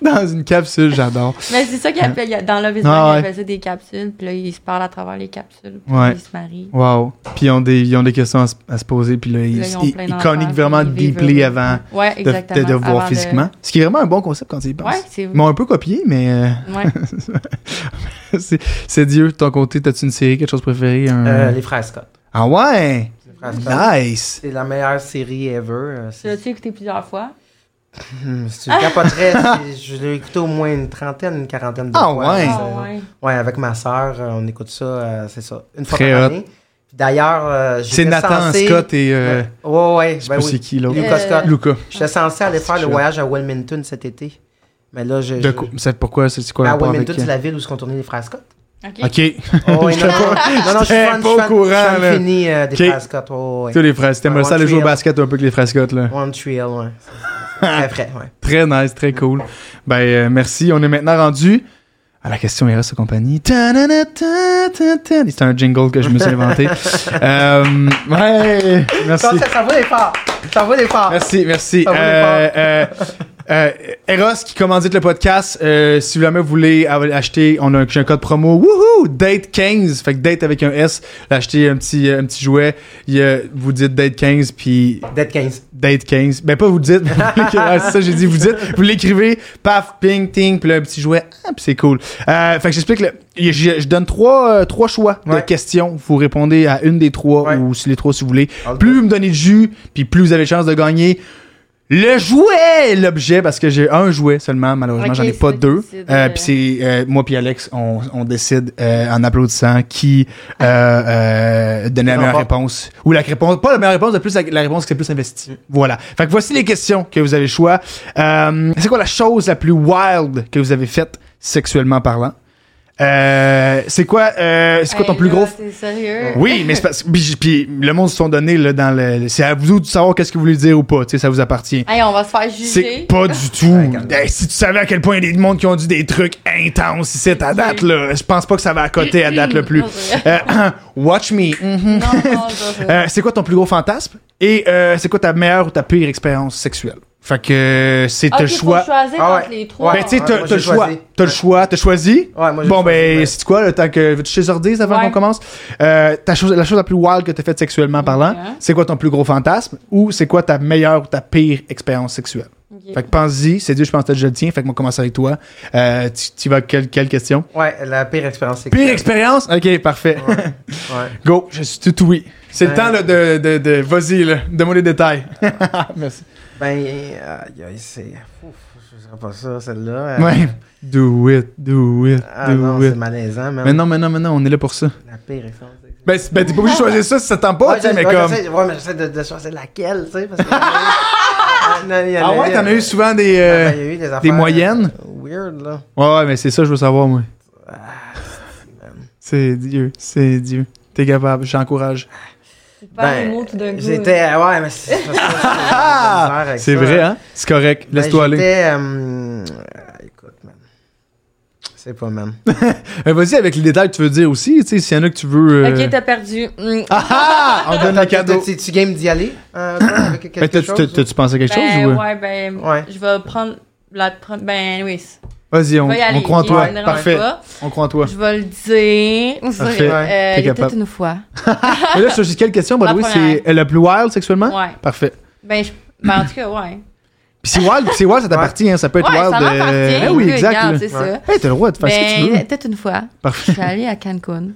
Speaker 1: dans une capsule, j'adore.
Speaker 3: Mais c'est ça qu'il appelle. il y a- Dans Love is Blind,
Speaker 1: Ah, ouais.
Speaker 3: il appelle ça des capsules. Puis là, ils se parlent à travers les capsules. Puis
Speaker 1: Ouais.
Speaker 3: ils se marient.
Speaker 1: Wow. Puis ils ont des, ils ont des questions à, se- à se poser, puis là, ils,
Speaker 3: Là, ils ont
Speaker 1: ils-
Speaker 3: plein
Speaker 1: ils
Speaker 3: d'enfants,
Speaker 1: connectent vraiment
Speaker 3: puis ils vivent
Speaker 1: deeply
Speaker 3: heureux.
Speaker 1: avant
Speaker 3: Ouais,
Speaker 1: de,
Speaker 3: exactement.
Speaker 1: de- de voir
Speaker 3: avant
Speaker 1: physiquement. Ce qui est vraiment un bon concept quand tu y penses.
Speaker 3: Ouais, c'est
Speaker 1: Ils m'ont un peu copié, mais euh,
Speaker 3: Ouais.
Speaker 1: c'est- c'est Dieu. De ton côté, t'as-tu une série, quelque chose préféré? un-
Speaker 2: Euh, les frères Scott.
Speaker 1: Ah ouais!
Speaker 2: Les frères Scott.
Speaker 1: Nice!
Speaker 2: C'est la meilleure série ever. euh,
Speaker 3: Tu
Speaker 2: c'est-
Speaker 3: l'as-tu écouté plusieurs fois?
Speaker 2: Hum, Si tu le capoterais, c'est- je l'ai écouté au moins une trentaine, une quarantaine de
Speaker 1: Ah,
Speaker 2: fois.
Speaker 1: ouais.
Speaker 2: c'est-
Speaker 3: Ah, ouais.
Speaker 2: Ouais, avec ma sœur, euh, on écoute ça, euh, c'est ça. Une fois
Speaker 1: Très
Speaker 2: par
Speaker 1: hot.
Speaker 2: année. Puis D'ailleurs, euh, j'étais
Speaker 1: C'est Nathan,
Speaker 2: censé-
Speaker 1: Scott et. euh,
Speaker 2: Ouais, ouais, ouais.
Speaker 1: Je sais
Speaker 2: ben
Speaker 1: pas
Speaker 2: oui.
Speaker 1: c'est qui l'autre.
Speaker 2: Lucas
Speaker 3: Euh,
Speaker 2: Scott.
Speaker 1: Luca.
Speaker 2: J'étais censé aller faire
Speaker 1: C'est
Speaker 2: le
Speaker 1: chaud.
Speaker 2: voyage à Wilmington cet été. Mais là, je. Ah
Speaker 1: De
Speaker 2: je-
Speaker 1: quoi- c'est pourquoi? C'est c'est quoi
Speaker 2: à
Speaker 1: rapport
Speaker 2: Wilmington,
Speaker 1: avec-
Speaker 2: c'est la ville où se tourné les frères Scott.
Speaker 3: OK.
Speaker 1: Ok.
Speaker 2: Oh, ouais,
Speaker 1: J'étais
Speaker 2: non, non, je suis
Speaker 1: j'étais
Speaker 2: fan,
Speaker 1: pas
Speaker 2: je suis
Speaker 1: au
Speaker 2: fan-
Speaker 1: courant,
Speaker 2: je suis fan
Speaker 1: là.
Speaker 2: fini euh, des
Speaker 1: Ok.
Speaker 2: frères Scott. oh, ouais.
Speaker 1: Tous les frères, c'était
Speaker 2: Ouais,
Speaker 1: ça,
Speaker 2: One
Speaker 1: les jouer au
Speaker 2: Trail.
Speaker 1: basket un peu que les frascottes, là.
Speaker 2: One Trail, ouais. C'est vrai, ouais.
Speaker 1: Très nice, très cool. Ben, euh, merci. On est maintenant rendu à la question RS et compagnie. Ta-na-na, ta, ta, ta. C'est un jingle que je me suis inventé. Euh, ouais, merci.
Speaker 2: Ça, ça, ça vaut l'effort. Ça vaut l'effort.
Speaker 1: Merci, merci.
Speaker 2: Ça vaut
Speaker 1: Euh, euh, euh, Eros qui commandite le podcast. euh, si jamais vous voulez av- acheter, on a un, j'ai un code promo. Wouhou! Date 15. Fait que date avec un S. Acheter un petit, un petit jouet. Il y a- vous dites date 15, puis
Speaker 2: Dead 15.
Speaker 1: date 15. Ben, pas vous le dites. mais vous l'écrivez. Ah, c'est ça, j'ai dit, vous le dites. Vous l'écrivez, paf, ping, ting, puis là, un petit jouet. Ah, puis c'est cool. Euh, fait que j'explique. le- Je, je donne trois, euh, trois choix de
Speaker 2: Ouais.
Speaker 1: questions. Vous répondez à une des trois
Speaker 2: Ouais.
Speaker 1: ou si les trois si vous voulez.
Speaker 2: All
Speaker 1: Plus vous me donnez de jus, puis plus vous avez de chances de gagner. Le jouet, l'objet, parce que j'ai un jouet seulement, malheureusement,
Speaker 3: Ok,
Speaker 1: j'en ai
Speaker 3: c'est
Speaker 1: pas
Speaker 3: toi qui
Speaker 1: deux.
Speaker 3: décides,
Speaker 1: Euh,
Speaker 3: euh,
Speaker 1: puis c'est euh, moi puis Alex, on, on décide euh, en applaudissant qui euh, euh, donnait la
Speaker 2: Non,
Speaker 1: meilleure
Speaker 2: pas-
Speaker 1: réponse. Ou la réponse, pas la meilleure réponse, mais plus la, la réponse qui s'est plus investie. Voilà. Fait que voici les questions que vous avez le choix. Euh, c'est quoi la chose la plus wild que vous avez faite sexuellement parlant? Euh, c'est quoi, euh, c'est quoi ton
Speaker 3: Hey,
Speaker 1: plus
Speaker 3: là,
Speaker 1: gros
Speaker 3: C'est sérieux.
Speaker 1: oui, mais c'est parce que puis- puis le monde se sont donné là, dans le. C'est à vous de savoir qu'est-ce que vous voulez dire ou pas, tu sais, ça vous appartient.
Speaker 3: Hey, on va se faire
Speaker 1: C'est
Speaker 3: juger.
Speaker 1: pas du tout. Hey, si tu savais à quel point il y a des monde qui ont dit des trucs intenses ici à date, là, je pense pas que ça va à côté à date le plus.
Speaker 3: Non, c'est Mm. vrai.
Speaker 1: Euh, watch me. Mhm.
Speaker 3: Non, non, non, non.
Speaker 1: Euh, c'est quoi ton plus gros fantasme? Et euh, c'est quoi ta meilleure ou ta pire expérience sexuelle? Fait que euh, c'est
Speaker 3: Ok,
Speaker 1: le
Speaker 3: faut
Speaker 1: choix.
Speaker 3: choisir
Speaker 2: Ah ouais.
Speaker 3: entre les trois.
Speaker 1: Ben, tu sais,
Speaker 2: Ouais,
Speaker 1: t'as
Speaker 2: moi,
Speaker 1: t'as le
Speaker 2: j'ai
Speaker 1: choix.
Speaker 2: choisi.
Speaker 1: T'as le choix, t'as choisi.
Speaker 2: Ouais, moi, j'ai
Speaker 1: bon,
Speaker 2: choisi,
Speaker 1: ben,
Speaker 2: ouais.
Speaker 1: c'est quoi, le temps que. Veux-tu chez Ordise avant
Speaker 3: Ouais.
Speaker 1: qu'on commence? Euh, ta chose, la chose la plus wild que t'as faite sexuellement parlant,
Speaker 3: Ouais.
Speaker 1: c'est quoi ton plus gros fantasme ou c'est quoi ta meilleure ou ta pire expérience sexuelle?
Speaker 3: Ok.
Speaker 1: Fait que pense-y, c'est Dieu, je pense que t'as déjà le tien. Fait que moi, commence avec toi. Euh, tu, tu vas avec quelle, quelle question?
Speaker 2: Ouais, la pire expérience sexuelle.
Speaker 1: Pire expérience? Ok, parfait.
Speaker 2: Ouais.
Speaker 1: Go, je suis tout oui. C'est le
Speaker 2: Ouais.
Speaker 1: temps là, de, de, de. Vas-y, là, donne-moi les détails. Merci.
Speaker 2: Ben, euh, aïe, aïe, c'est. Ouf, je dirais pas ça, celle-là. Euh,
Speaker 1: Ouais. Do it, do it,
Speaker 2: Ah
Speaker 1: do
Speaker 2: non,
Speaker 1: it.
Speaker 2: c'est malaisant, même.
Speaker 1: Mais non, mais non, mais non, on est là pour ça.
Speaker 2: La pire expérience sexuelle.
Speaker 1: Ben, c'est- ben t'es pas obligé de choisir ça si ça t'en pas,
Speaker 2: ouais,
Speaker 1: tu sais,
Speaker 2: j'essaie-
Speaker 1: mais
Speaker 2: ouais,
Speaker 1: comme.
Speaker 2: j'essaie- ouais, mais j'essaie de, de choisir laquelle, tu sais, parce que. Ah, non, il y en
Speaker 1: Ah
Speaker 2: a-
Speaker 1: ouais,
Speaker 2: il y en
Speaker 1: t'en
Speaker 2: a-
Speaker 1: as eu souvent des. euh,
Speaker 2: Ah, ben, il y a eu des, affaires,
Speaker 1: moyennes?
Speaker 2: euh, Weird,
Speaker 1: ben,
Speaker 2: là. Ah,
Speaker 1: Ouais, ouais, mais c'est ça, je veux savoir, moi. C'est Dieu, c'est Dieu. T'es capable, j'encourage.
Speaker 3: Faire les
Speaker 1: ben,
Speaker 3: mots tout d'un coup.
Speaker 2: Ben,
Speaker 3: euh.
Speaker 2: J'étais. Ouais, mais c'est. parce que c'est- j'ai de la misère avec
Speaker 1: C'est
Speaker 2: ça.
Speaker 1: vrai, hein? C'est correct,
Speaker 2: Ben,
Speaker 1: laisse-toi aller.
Speaker 2: J'étais. euh, euh, écoute, man. C'est pas, man.
Speaker 1: Mais Ben, vas-y avec les détails que tu veux dire aussi, tu sais, s'il y en a que tu veux. euh,
Speaker 3: Ok, t'as perdu. Mm.
Speaker 1: Ah ah! On donne le cadeau.
Speaker 2: Tu tu game d'y aller? euh, toi, avec quelque
Speaker 1: Mais t'as-
Speaker 2: chose?
Speaker 1: t'as- t'as-tu pensé à quelque
Speaker 3: ben,
Speaker 1: chose ou. euh?
Speaker 3: ouais, ben,
Speaker 2: Ouais.
Speaker 3: je vais prendre la pre- Ben oui,
Speaker 1: Vas-y,
Speaker 3: je
Speaker 1: on,
Speaker 3: vais y
Speaker 1: on
Speaker 3: aller.
Speaker 1: croit en
Speaker 3: ok,
Speaker 1: toi.
Speaker 3: je me dérange
Speaker 1: Parfait.
Speaker 3: pas.
Speaker 1: On croit en toi.
Speaker 3: Je vais le dire.
Speaker 1: Parfait.
Speaker 3: Euh,
Speaker 2: Ouais,
Speaker 1: t'es
Speaker 3: il était
Speaker 1: capable.
Speaker 3: une fois.
Speaker 1: Mais là, je juste quelle question, by the
Speaker 3: La
Speaker 1: way,
Speaker 3: première.
Speaker 1: c'est euh, la plus wild sexuellement?
Speaker 3: Ouais.
Speaker 1: Parfait.
Speaker 3: Ben, je- ben, en tout cas, ouais.
Speaker 1: Puis c'est wild, puis c'est wild, ça t'appartient, hein, ça peut être
Speaker 3: Ouais,
Speaker 1: wild.
Speaker 3: ça m'appartient.
Speaker 1: euh, ben oui,
Speaker 3: Écoute,
Speaker 1: exact.
Speaker 3: regarde,
Speaker 1: là.
Speaker 3: c'est
Speaker 2: Ouais.
Speaker 3: ça.
Speaker 1: Hey, t'as le droit de faire ce que
Speaker 3: Ben,
Speaker 1: tu
Speaker 3: il
Speaker 1: veux.
Speaker 3: était une fois. Je
Speaker 1: Parfait.
Speaker 3: suis allée à Cancun.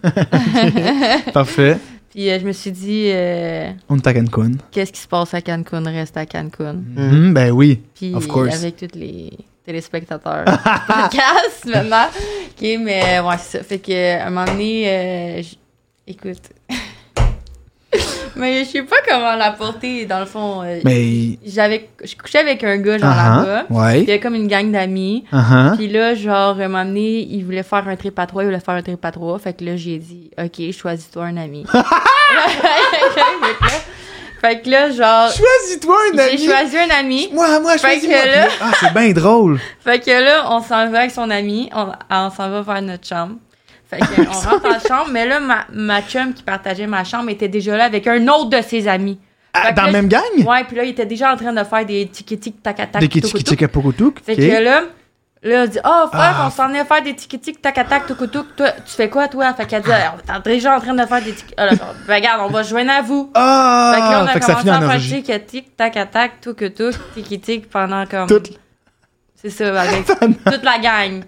Speaker 1: Parfait.
Speaker 3: Puis euh, je me suis dit, euh,
Speaker 1: On est à Cancun.
Speaker 3: qu'est-ce qui se passe à Cancun reste à Cancun.
Speaker 1: Mhm, ben oui.
Speaker 3: Puis
Speaker 1: Of course.
Speaker 3: avec tous les téléspectateurs du podcast maintenant. OK, mais euh, ouais, c'est ça. Fait que, à un moment donné, euh, j- écoute. mais je sais pas comment la porter, dans le fond. euh,
Speaker 1: Mais.
Speaker 3: J'avais, je couchais avec un gars, genre
Speaker 1: Ah,
Speaker 3: là-bas.
Speaker 1: ah,
Speaker 3: Il
Speaker 1: Ouais.
Speaker 3: y avait comme une gang d'amis.
Speaker 1: Ah, ah.
Speaker 3: Puis là, genre, à un moment donné, il voulait faire un trip à trois, il voulait faire un trip à trois. Fait que là, j'ai dit, OK, choisis-toi un ami. Fait que là- fait que là, genre,
Speaker 1: Choisis-toi un
Speaker 3: j'ai
Speaker 1: ami.
Speaker 3: choisi un ami.
Speaker 1: Moi, moi,
Speaker 3: Fait
Speaker 1: choisis-moi.
Speaker 3: que là-
Speaker 1: Ah, c'est bien drôle.
Speaker 3: Fait que là, on s'en va avec son ami, on, on s'en va vers notre chambre. Fait que on rentre en chambre, mais là, ma, ma chum qui partageait ma chambre était déjà là avec un autre de ses amis.
Speaker 1: Ah,
Speaker 3: Fait que
Speaker 1: dans
Speaker 3: là,
Speaker 1: la même gang?
Speaker 3: Ouais, puis là, il était déjà en train de faire des tic tac tac
Speaker 1: Des kitschikitschikapokotouk.
Speaker 3: Fait
Speaker 1: ok.
Speaker 3: que là, là, elle dit, oh, frère,
Speaker 1: Ah.
Speaker 3: on s'en est faire des tic tac tac touc touc. Toi, tu fais quoi, toi? Fait qu'elle dit, Ah, t'es déjà en train de faire des tic. Ah, là, ben, regarde, on va se joindre à vous. fait que là,
Speaker 1: Ah!
Speaker 3: on a
Speaker 1: Fait que ça
Speaker 3: commencé
Speaker 1: finit
Speaker 3: à
Speaker 1: en
Speaker 3: faire
Speaker 1: orgie.
Speaker 3: tic tic tac tac touc touc, tic tic pendant comme.
Speaker 1: Toute-
Speaker 3: C'est ça, avec toute la gang.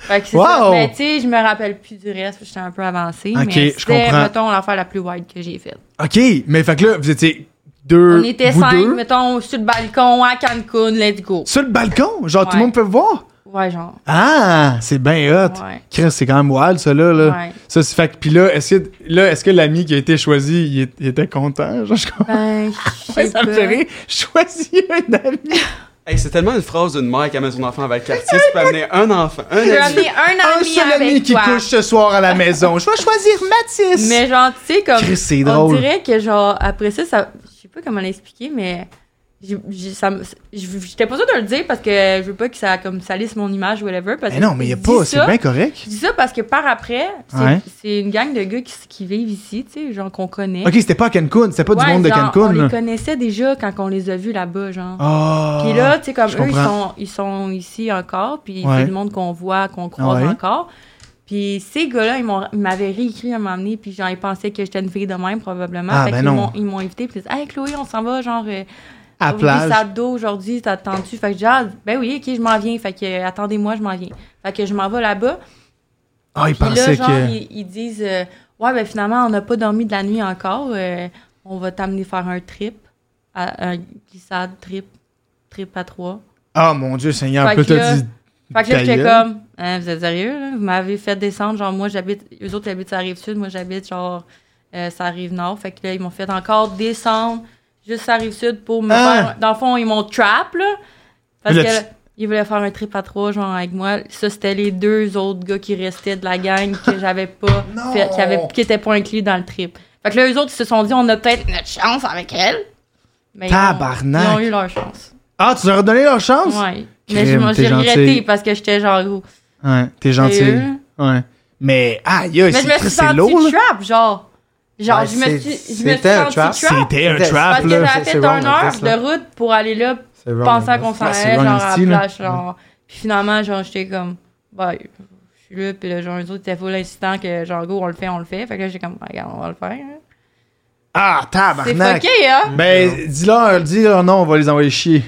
Speaker 3: Fait que c'est
Speaker 1: Wow!
Speaker 3: ça. Mais tu sais, je me rappelle plus du reste, j'étais un peu avancée.
Speaker 1: Ok,
Speaker 3: mais
Speaker 1: je
Speaker 3: c'était,
Speaker 1: comprends.
Speaker 3: mettons, l'affaire la plus wide que j'ai faite.
Speaker 1: Ok, mais fait que là, vous étiez deux.
Speaker 3: On était
Speaker 1: vous
Speaker 3: cinq,
Speaker 1: deux,
Speaker 3: mettons, sur le balcon, à Cancun, let's go.
Speaker 1: Sur le balcon? Genre, tout le
Speaker 3: Ouais.
Speaker 1: monde peut voir?
Speaker 3: Ouais, genre.
Speaker 1: Ah! C'est bien hot.
Speaker 3: Ouais.
Speaker 1: Chris, c'est quand même wild, ça, là. là.
Speaker 3: Ouais.
Speaker 1: Ça, c'est fait que, puis là, est-ce que, là, est-ce que l'ami qui a été choisi, il, est- il était content? Genre, je comprends.
Speaker 3: Ben, je sais
Speaker 1: ça me
Speaker 3: pas.
Speaker 1: fait rire. Choisis un ami.
Speaker 4: Hey, c'est tellement une phrase d'une mère qui amène son enfant vers le quartier. tu peux amener un enfant, un
Speaker 3: J'ai
Speaker 4: adulte.
Speaker 3: amené un
Speaker 1: Un
Speaker 3: ami
Speaker 1: seul
Speaker 3: avec
Speaker 1: ami qui
Speaker 3: toi.
Speaker 1: couche ce soir à la maison. Je vais choisir Mathis.
Speaker 3: Mais genre, tu sais, comme.
Speaker 1: Chris, c'est
Speaker 3: On
Speaker 1: drôle.
Speaker 3: dirait que, genre, après ça, ça je sais pas comment l'expliquer, mais. j'ai- j'ai- ça me- j'ai- J'étais pas sûre de le dire parce que je veux pas que ça comme salisse mon image ou whatever. Parce
Speaker 1: Mais non, mais il
Speaker 3: y
Speaker 1: a pas. C'est bien correct.
Speaker 3: Je dis ça parce que par après, c'est
Speaker 1: Ouais.
Speaker 3: c'est une gang de gars qui, qui vivent ici, tu sais, genre qu'on connaît.
Speaker 1: Ok, c'était pas à Cancun. C'était pas du
Speaker 3: Ouais,
Speaker 1: monde de
Speaker 3: genre,
Speaker 1: Cancun.
Speaker 3: On
Speaker 1: là.
Speaker 3: les connaissait déjà quand on les a vus là-bas, genre.
Speaker 1: Ah.
Speaker 3: Puis là, tu sais, comme
Speaker 1: je
Speaker 3: eux, ils
Speaker 1: comprends.
Speaker 3: sont, ils sont ici encore, puis
Speaker 1: Ouais. Ah
Speaker 3: c'est du monde qu'on voit, qu'on croise
Speaker 1: Ouais.
Speaker 3: encore. Puis ces gars-là, ils m'ont- ils m'avaient réécrit à un moment donné, puis genre, ils pensaient que j'étais une fille de même, probablement.
Speaker 1: Ah,
Speaker 3: Fait
Speaker 1: ben
Speaker 3: qu'ils
Speaker 1: non.
Speaker 3: m'ont- ils m'ont invité, puis ils disent Hey Chloé, on s'en va, genre, euh,
Speaker 1: à
Speaker 3: au
Speaker 1: plage.
Speaker 3: Bissau aujourd'hui, t'attends-tu? Fait que j'ai dit, Ah, ben oui, ok, je m'en viens. Fait que euh, attendez-moi, je m'en viens. Fait que je m'en vais là-bas.
Speaker 1: Ah, il
Speaker 3: Puis là,
Speaker 1: pensait
Speaker 3: genre,
Speaker 1: que.
Speaker 3: ils, ils disent euh, Ouais, ben finalement, on n'a pas dormi de la nuit encore. euh, on va t'amener faire un trip, à- un glissade trip, trip à trois.
Speaker 1: Ah, mon Dieu, Seigneur,
Speaker 3: Fait
Speaker 1: peut
Speaker 3: que là-
Speaker 1: te dit.
Speaker 3: Fait que là,
Speaker 1: Ta
Speaker 3: j'étais
Speaker 1: gueule.
Speaker 3: comme Hein, Vous êtes sérieux, là? Vous m'avez fait descendre. Genre, moi, j'habite, eux autres, ils habitent sur la rive sud. Moi, j'habite, genre, euh, sur la rive nord. Fait que là, ils m'ont fait encore descendre juste sur la rive sud pour me
Speaker 1: Ah!
Speaker 3: faire. Dans le fond, ils m'ont trap, là. Parce
Speaker 1: Là,
Speaker 3: que.
Speaker 1: tu-
Speaker 3: Ils voulaient faire un trip à trois, genre, avec moi. Ça, c'était les deux autres gars qui restaient de la gang que j'avais pas
Speaker 1: Non.
Speaker 3: fait, qui, avaient, qui étaient pas inclus dans le trip. Fait que là, eux autres, ils se sont dit, on a peut-être notre chance avec elle. Mais ils ont-
Speaker 1: Tabarnak.
Speaker 3: Ils ont, eu leur chance.
Speaker 1: Ah, tu leur as donné leur chance?
Speaker 3: Ouais. Mais
Speaker 1: Crime,
Speaker 3: je-
Speaker 1: t'es
Speaker 3: j'ai
Speaker 1: gentil.
Speaker 3: regretté parce que j'étais genre gros.
Speaker 1: Ouais, t'es
Speaker 3: Et
Speaker 1: gentil.
Speaker 3: eux?
Speaker 1: Ouais. Mais aïe, aïe,
Speaker 3: Mais
Speaker 1: c'est
Speaker 3: je me
Speaker 1: Chris,
Speaker 3: suis
Speaker 1: c'est
Speaker 3: sentie
Speaker 1: lourd. là.
Speaker 3: trap, genre. Genre,
Speaker 2: Ouais,
Speaker 3: je me
Speaker 2: c'est-
Speaker 3: suis, je me suis
Speaker 2: c'était un
Speaker 3: senti
Speaker 2: trap.
Speaker 3: trap.
Speaker 1: C'était un
Speaker 2: C'était-
Speaker 1: trap,
Speaker 3: Parce que
Speaker 1: là.
Speaker 3: j'avais
Speaker 2: c'est-
Speaker 3: fait
Speaker 2: c'est wrong,
Speaker 3: une
Speaker 2: on
Speaker 3: heure
Speaker 2: dit ça.
Speaker 3: de route pour aller là,
Speaker 2: C'est wrong,
Speaker 3: pensant
Speaker 2: on
Speaker 3: qu'on
Speaker 2: dit
Speaker 3: s'en
Speaker 1: Ouais, c'est
Speaker 3: allait,
Speaker 1: wrong,
Speaker 3: genre,
Speaker 1: on
Speaker 3: à
Speaker 1: dit,
Speaker 3: la
Speaker 1: là.
Speaker 3: plage, genre. Puis finalement, genre, j'étais comme, bah, je suis là, puis là, genre, eux autres étaient full insistant que, genre, go, on le fait, on le fait. Fait que là, j'ai comme, regarde, on va le faire. hein.
Speaker 1: Ah,
Speaker 3: C'est
Speaker 1: tabarnak!
Speaker 3: fucké, hein?
Speaker 1: Ben, dis-leur, dis-leur non, on va les envoyer chier.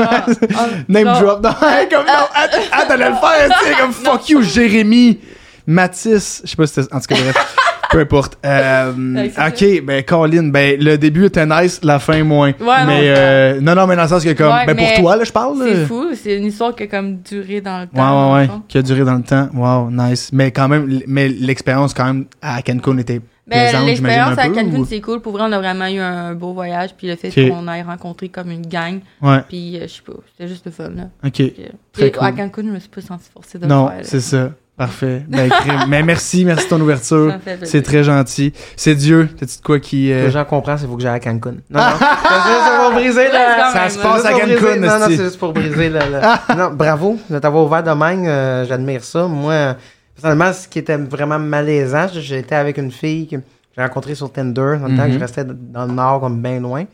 Speaker 3: Genre, ah,
Speaker 1: Name
Speaker 3: genre,
Speaker 1: drop. Non, comme,
Speaker 3: Euh,
Speaker 1: non, attends, attends, le faire, tu sais, comme fuck you, Jérémy, Mathis, je sais pas si c'était. En tout cas, bref. Peu importe. Euh,
Speaker 3: Ouais, c'est
Speaker 1: ok, ben, Colin, ben, le début était nice, la fin moins.
Speaker 3: non.
Speaker 1: mais, euh, non, non, mais dans le sens que, comme,
Speaker 3: Ouais,
Speaker 1: ben, pour
Speaker 3: mais
Speaker 1: toi, là, je parle. là.
Speaker 3: C'est fou, c'est une histoire qui a comme duré dans le
Speaker 1: Ouais,
Speaker 3: temps. dans
Speaker 1: ouais,
Speaker 3: le
Speaker 1: ouais.
Speaker 3: fond.
Speaker 1: Qui a duré dans le temps. Wow, nice. Mais quand même, l- mais l'expérience, quand même, à Cancun était
Speaker 3: Ben,
Speaker 1: plaisante,
Speaker 3: l'expérience à
Speaker 1: j'imagine, un peu,
Speaker 3: Cancun,
Speaker 1: ou-
Speaker 3: c'est cool. Pour vrai, on a vraiment eu un beau voyage. Puis le fait
Speaker 1: Ok.
Speaker 3: qu'on ait rencontré comme une gang.
Speaker 1: Ouais,
Speaker 3: Puis, euh, je sais pas, c'était juste le fun, là.
Speaker 1: ok.
Speaker 3: Puis, euh,
Speaker 1: Très
Speaker 3: et À
Speaker 1: cool.
Speaker 3: Cancun, je me suis pas sentie forcée de
Speaker 1: Non,
Speaker 3: le faire. là.
Speaker 1: c'est ça. Parfait. Ben, crime. mais merci, merci de ton ouverture.
Speaker 3: Ça me fait plaisir.
Speaker 1: C'est très gentil. C'est Dieu. T'as-tu de quoi qui.
Speaker 2: Que
Speaker 1: euh,
Speaker 2: les gens comprennent, c'est faut que j'aille à Cancun. Non, non. ça va briser
Speaker 3: Ah, Ouais,
Speaker 2: la.
Speaker 3: c'est Ça se
Speaker 1: même, passe là. à
Speaker 2: Juste pour
Speaker 1: Cancun,
Speaker 2: briser- Non, non,
Speaker 1: esti.
Speaker 2: c'est juste pour briser le. le- non, bravo de t'avoir ouvert de même. euh, J'admire ça. Moi, euh, personnellement, ce qui était vraiment malaisant, j- j'étais avec une fille que j'ai rencontrée sur Tinder, dans le temps que je
Speaker 1: Mhm.
Speaker 2: restais d- dans le Nord, comme bien loin.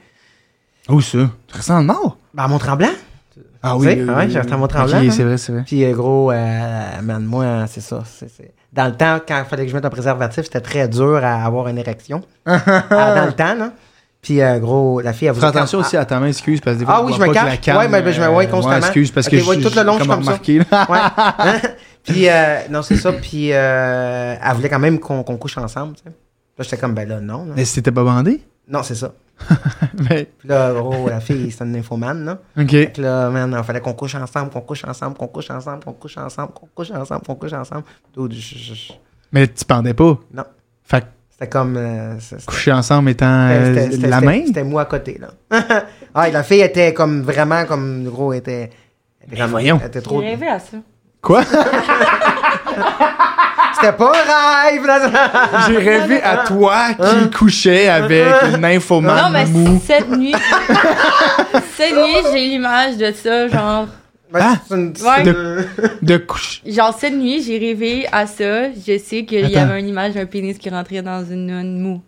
Speaker 1: Où ça? Tu restes dans le Nord?
Speaker 2: Ben, à Mont-Tremblant.
Speaker 1: Ah
Speaker 2: Tu sais, ouais, j'ai resté à Mont-Tremblant,
Speaker 1: Ok,
Speaker 2: hein.
Speaker 1: c'est vrai, c'est vrai.
Speaker 2: Puis, euh, gros, euh, man, moi, euh, c'est ça. c'est- c'est- Dans le temps, quand il fallait que je mette un préservatif, c'était très dur à avoir une érection. Ah, dans le temps, là. Puis, euh, gros, la fille, elle
Speaker 1: Fais attention aussi à ta main, excuse, parce que des fois,
Speaker 2: Ah
Speaker 1: on
Speaker 2: oui,
Speaker 1: voit
Speaker 2: je me
Speaker 1: pas que
Speaker 2: cache.
Speaker 1: la canne,
Speaker 2: Ouais, mais- mais je me-
Speaker 1: euh,
Speaker 2: ouais, constamment.
Speaker 1: excuse, parce
Speaker 2: Ok,
Speaker 1: que
Speaker 2: ouais,
Speaker 1: je-
Speaker 2: tout le long, je suis
Speaker 1: comme
Speaker 2: comme ça.
Speaker 1: remarqué, là.
Speaker 2: Ouais. Hein? Puis, euh, non, c'est ça. Puis, euh, elle voulait quand même qu'on qu'on couche ensemble, tu sais. Là, j'étais comme, ben là, non. là.
Speaker 1: Mais si t'étais pas bandé?
Speaker 2: Non, c'est ça.
Speaker 1: Mais,
Speaker 2: Puis là, gros, la fille, c'est une infomane, là.
Speaker 1: ok.
Speaker 2: Fait que là, man, il fallait qu'on couche ensemble, qu'on couche ensemble, qu'on couche ensemble, qu'on couche ensemble, qu'on couche ensemble, qu'on couche ensemble. Dude, je- je- je-
Speaker 1: Mais tu pendais pas.
Speaker 2: Non.
Speaker 1: Fait que
Speaker 2: C'était comme. euh, c'est- c'était-
Speaker 1: coucher ensemble étant euh,
Speaker 2: c'était- c'était-
Speaker 1: la
Speaker 2: c'était-
Speaker 1: main?
Speaker 2: C'était moi à côté, là. ah, et la fille était comme vraiment, comme, gros, était. était comme-
Speaker 1: Ben, voyons.
Speaker 2: Elle était
Speaker 3: J'ai
Speaker 2: trop.
Speaker 3: rêvé à ça.
Speaker 1: Quoi?
Speaker 2: C'était pas un rêve, là.
Speaker 1: J'ai rêvé à toi qui couchais avec une
Speaker 3: non, mais
Speaker 1: infomane mou.
Speaker 3: cette nuit, cette nuit, j'ai l'image de ça, genre,
Speaker 2: Mais
Speaker 1: Ah!
Speaker 2: c'est une-
Speaker 3: Ouais.
Speaker 2: c'est une-
Speaker 1: De couche.
Speaker 3: genre cette nuit, j'ai rêvé à ça. Je sais qu'il y
Speaker 1: Attends.
Speaker 3: avait une image d'un pénis qui rentrait dans une une mou.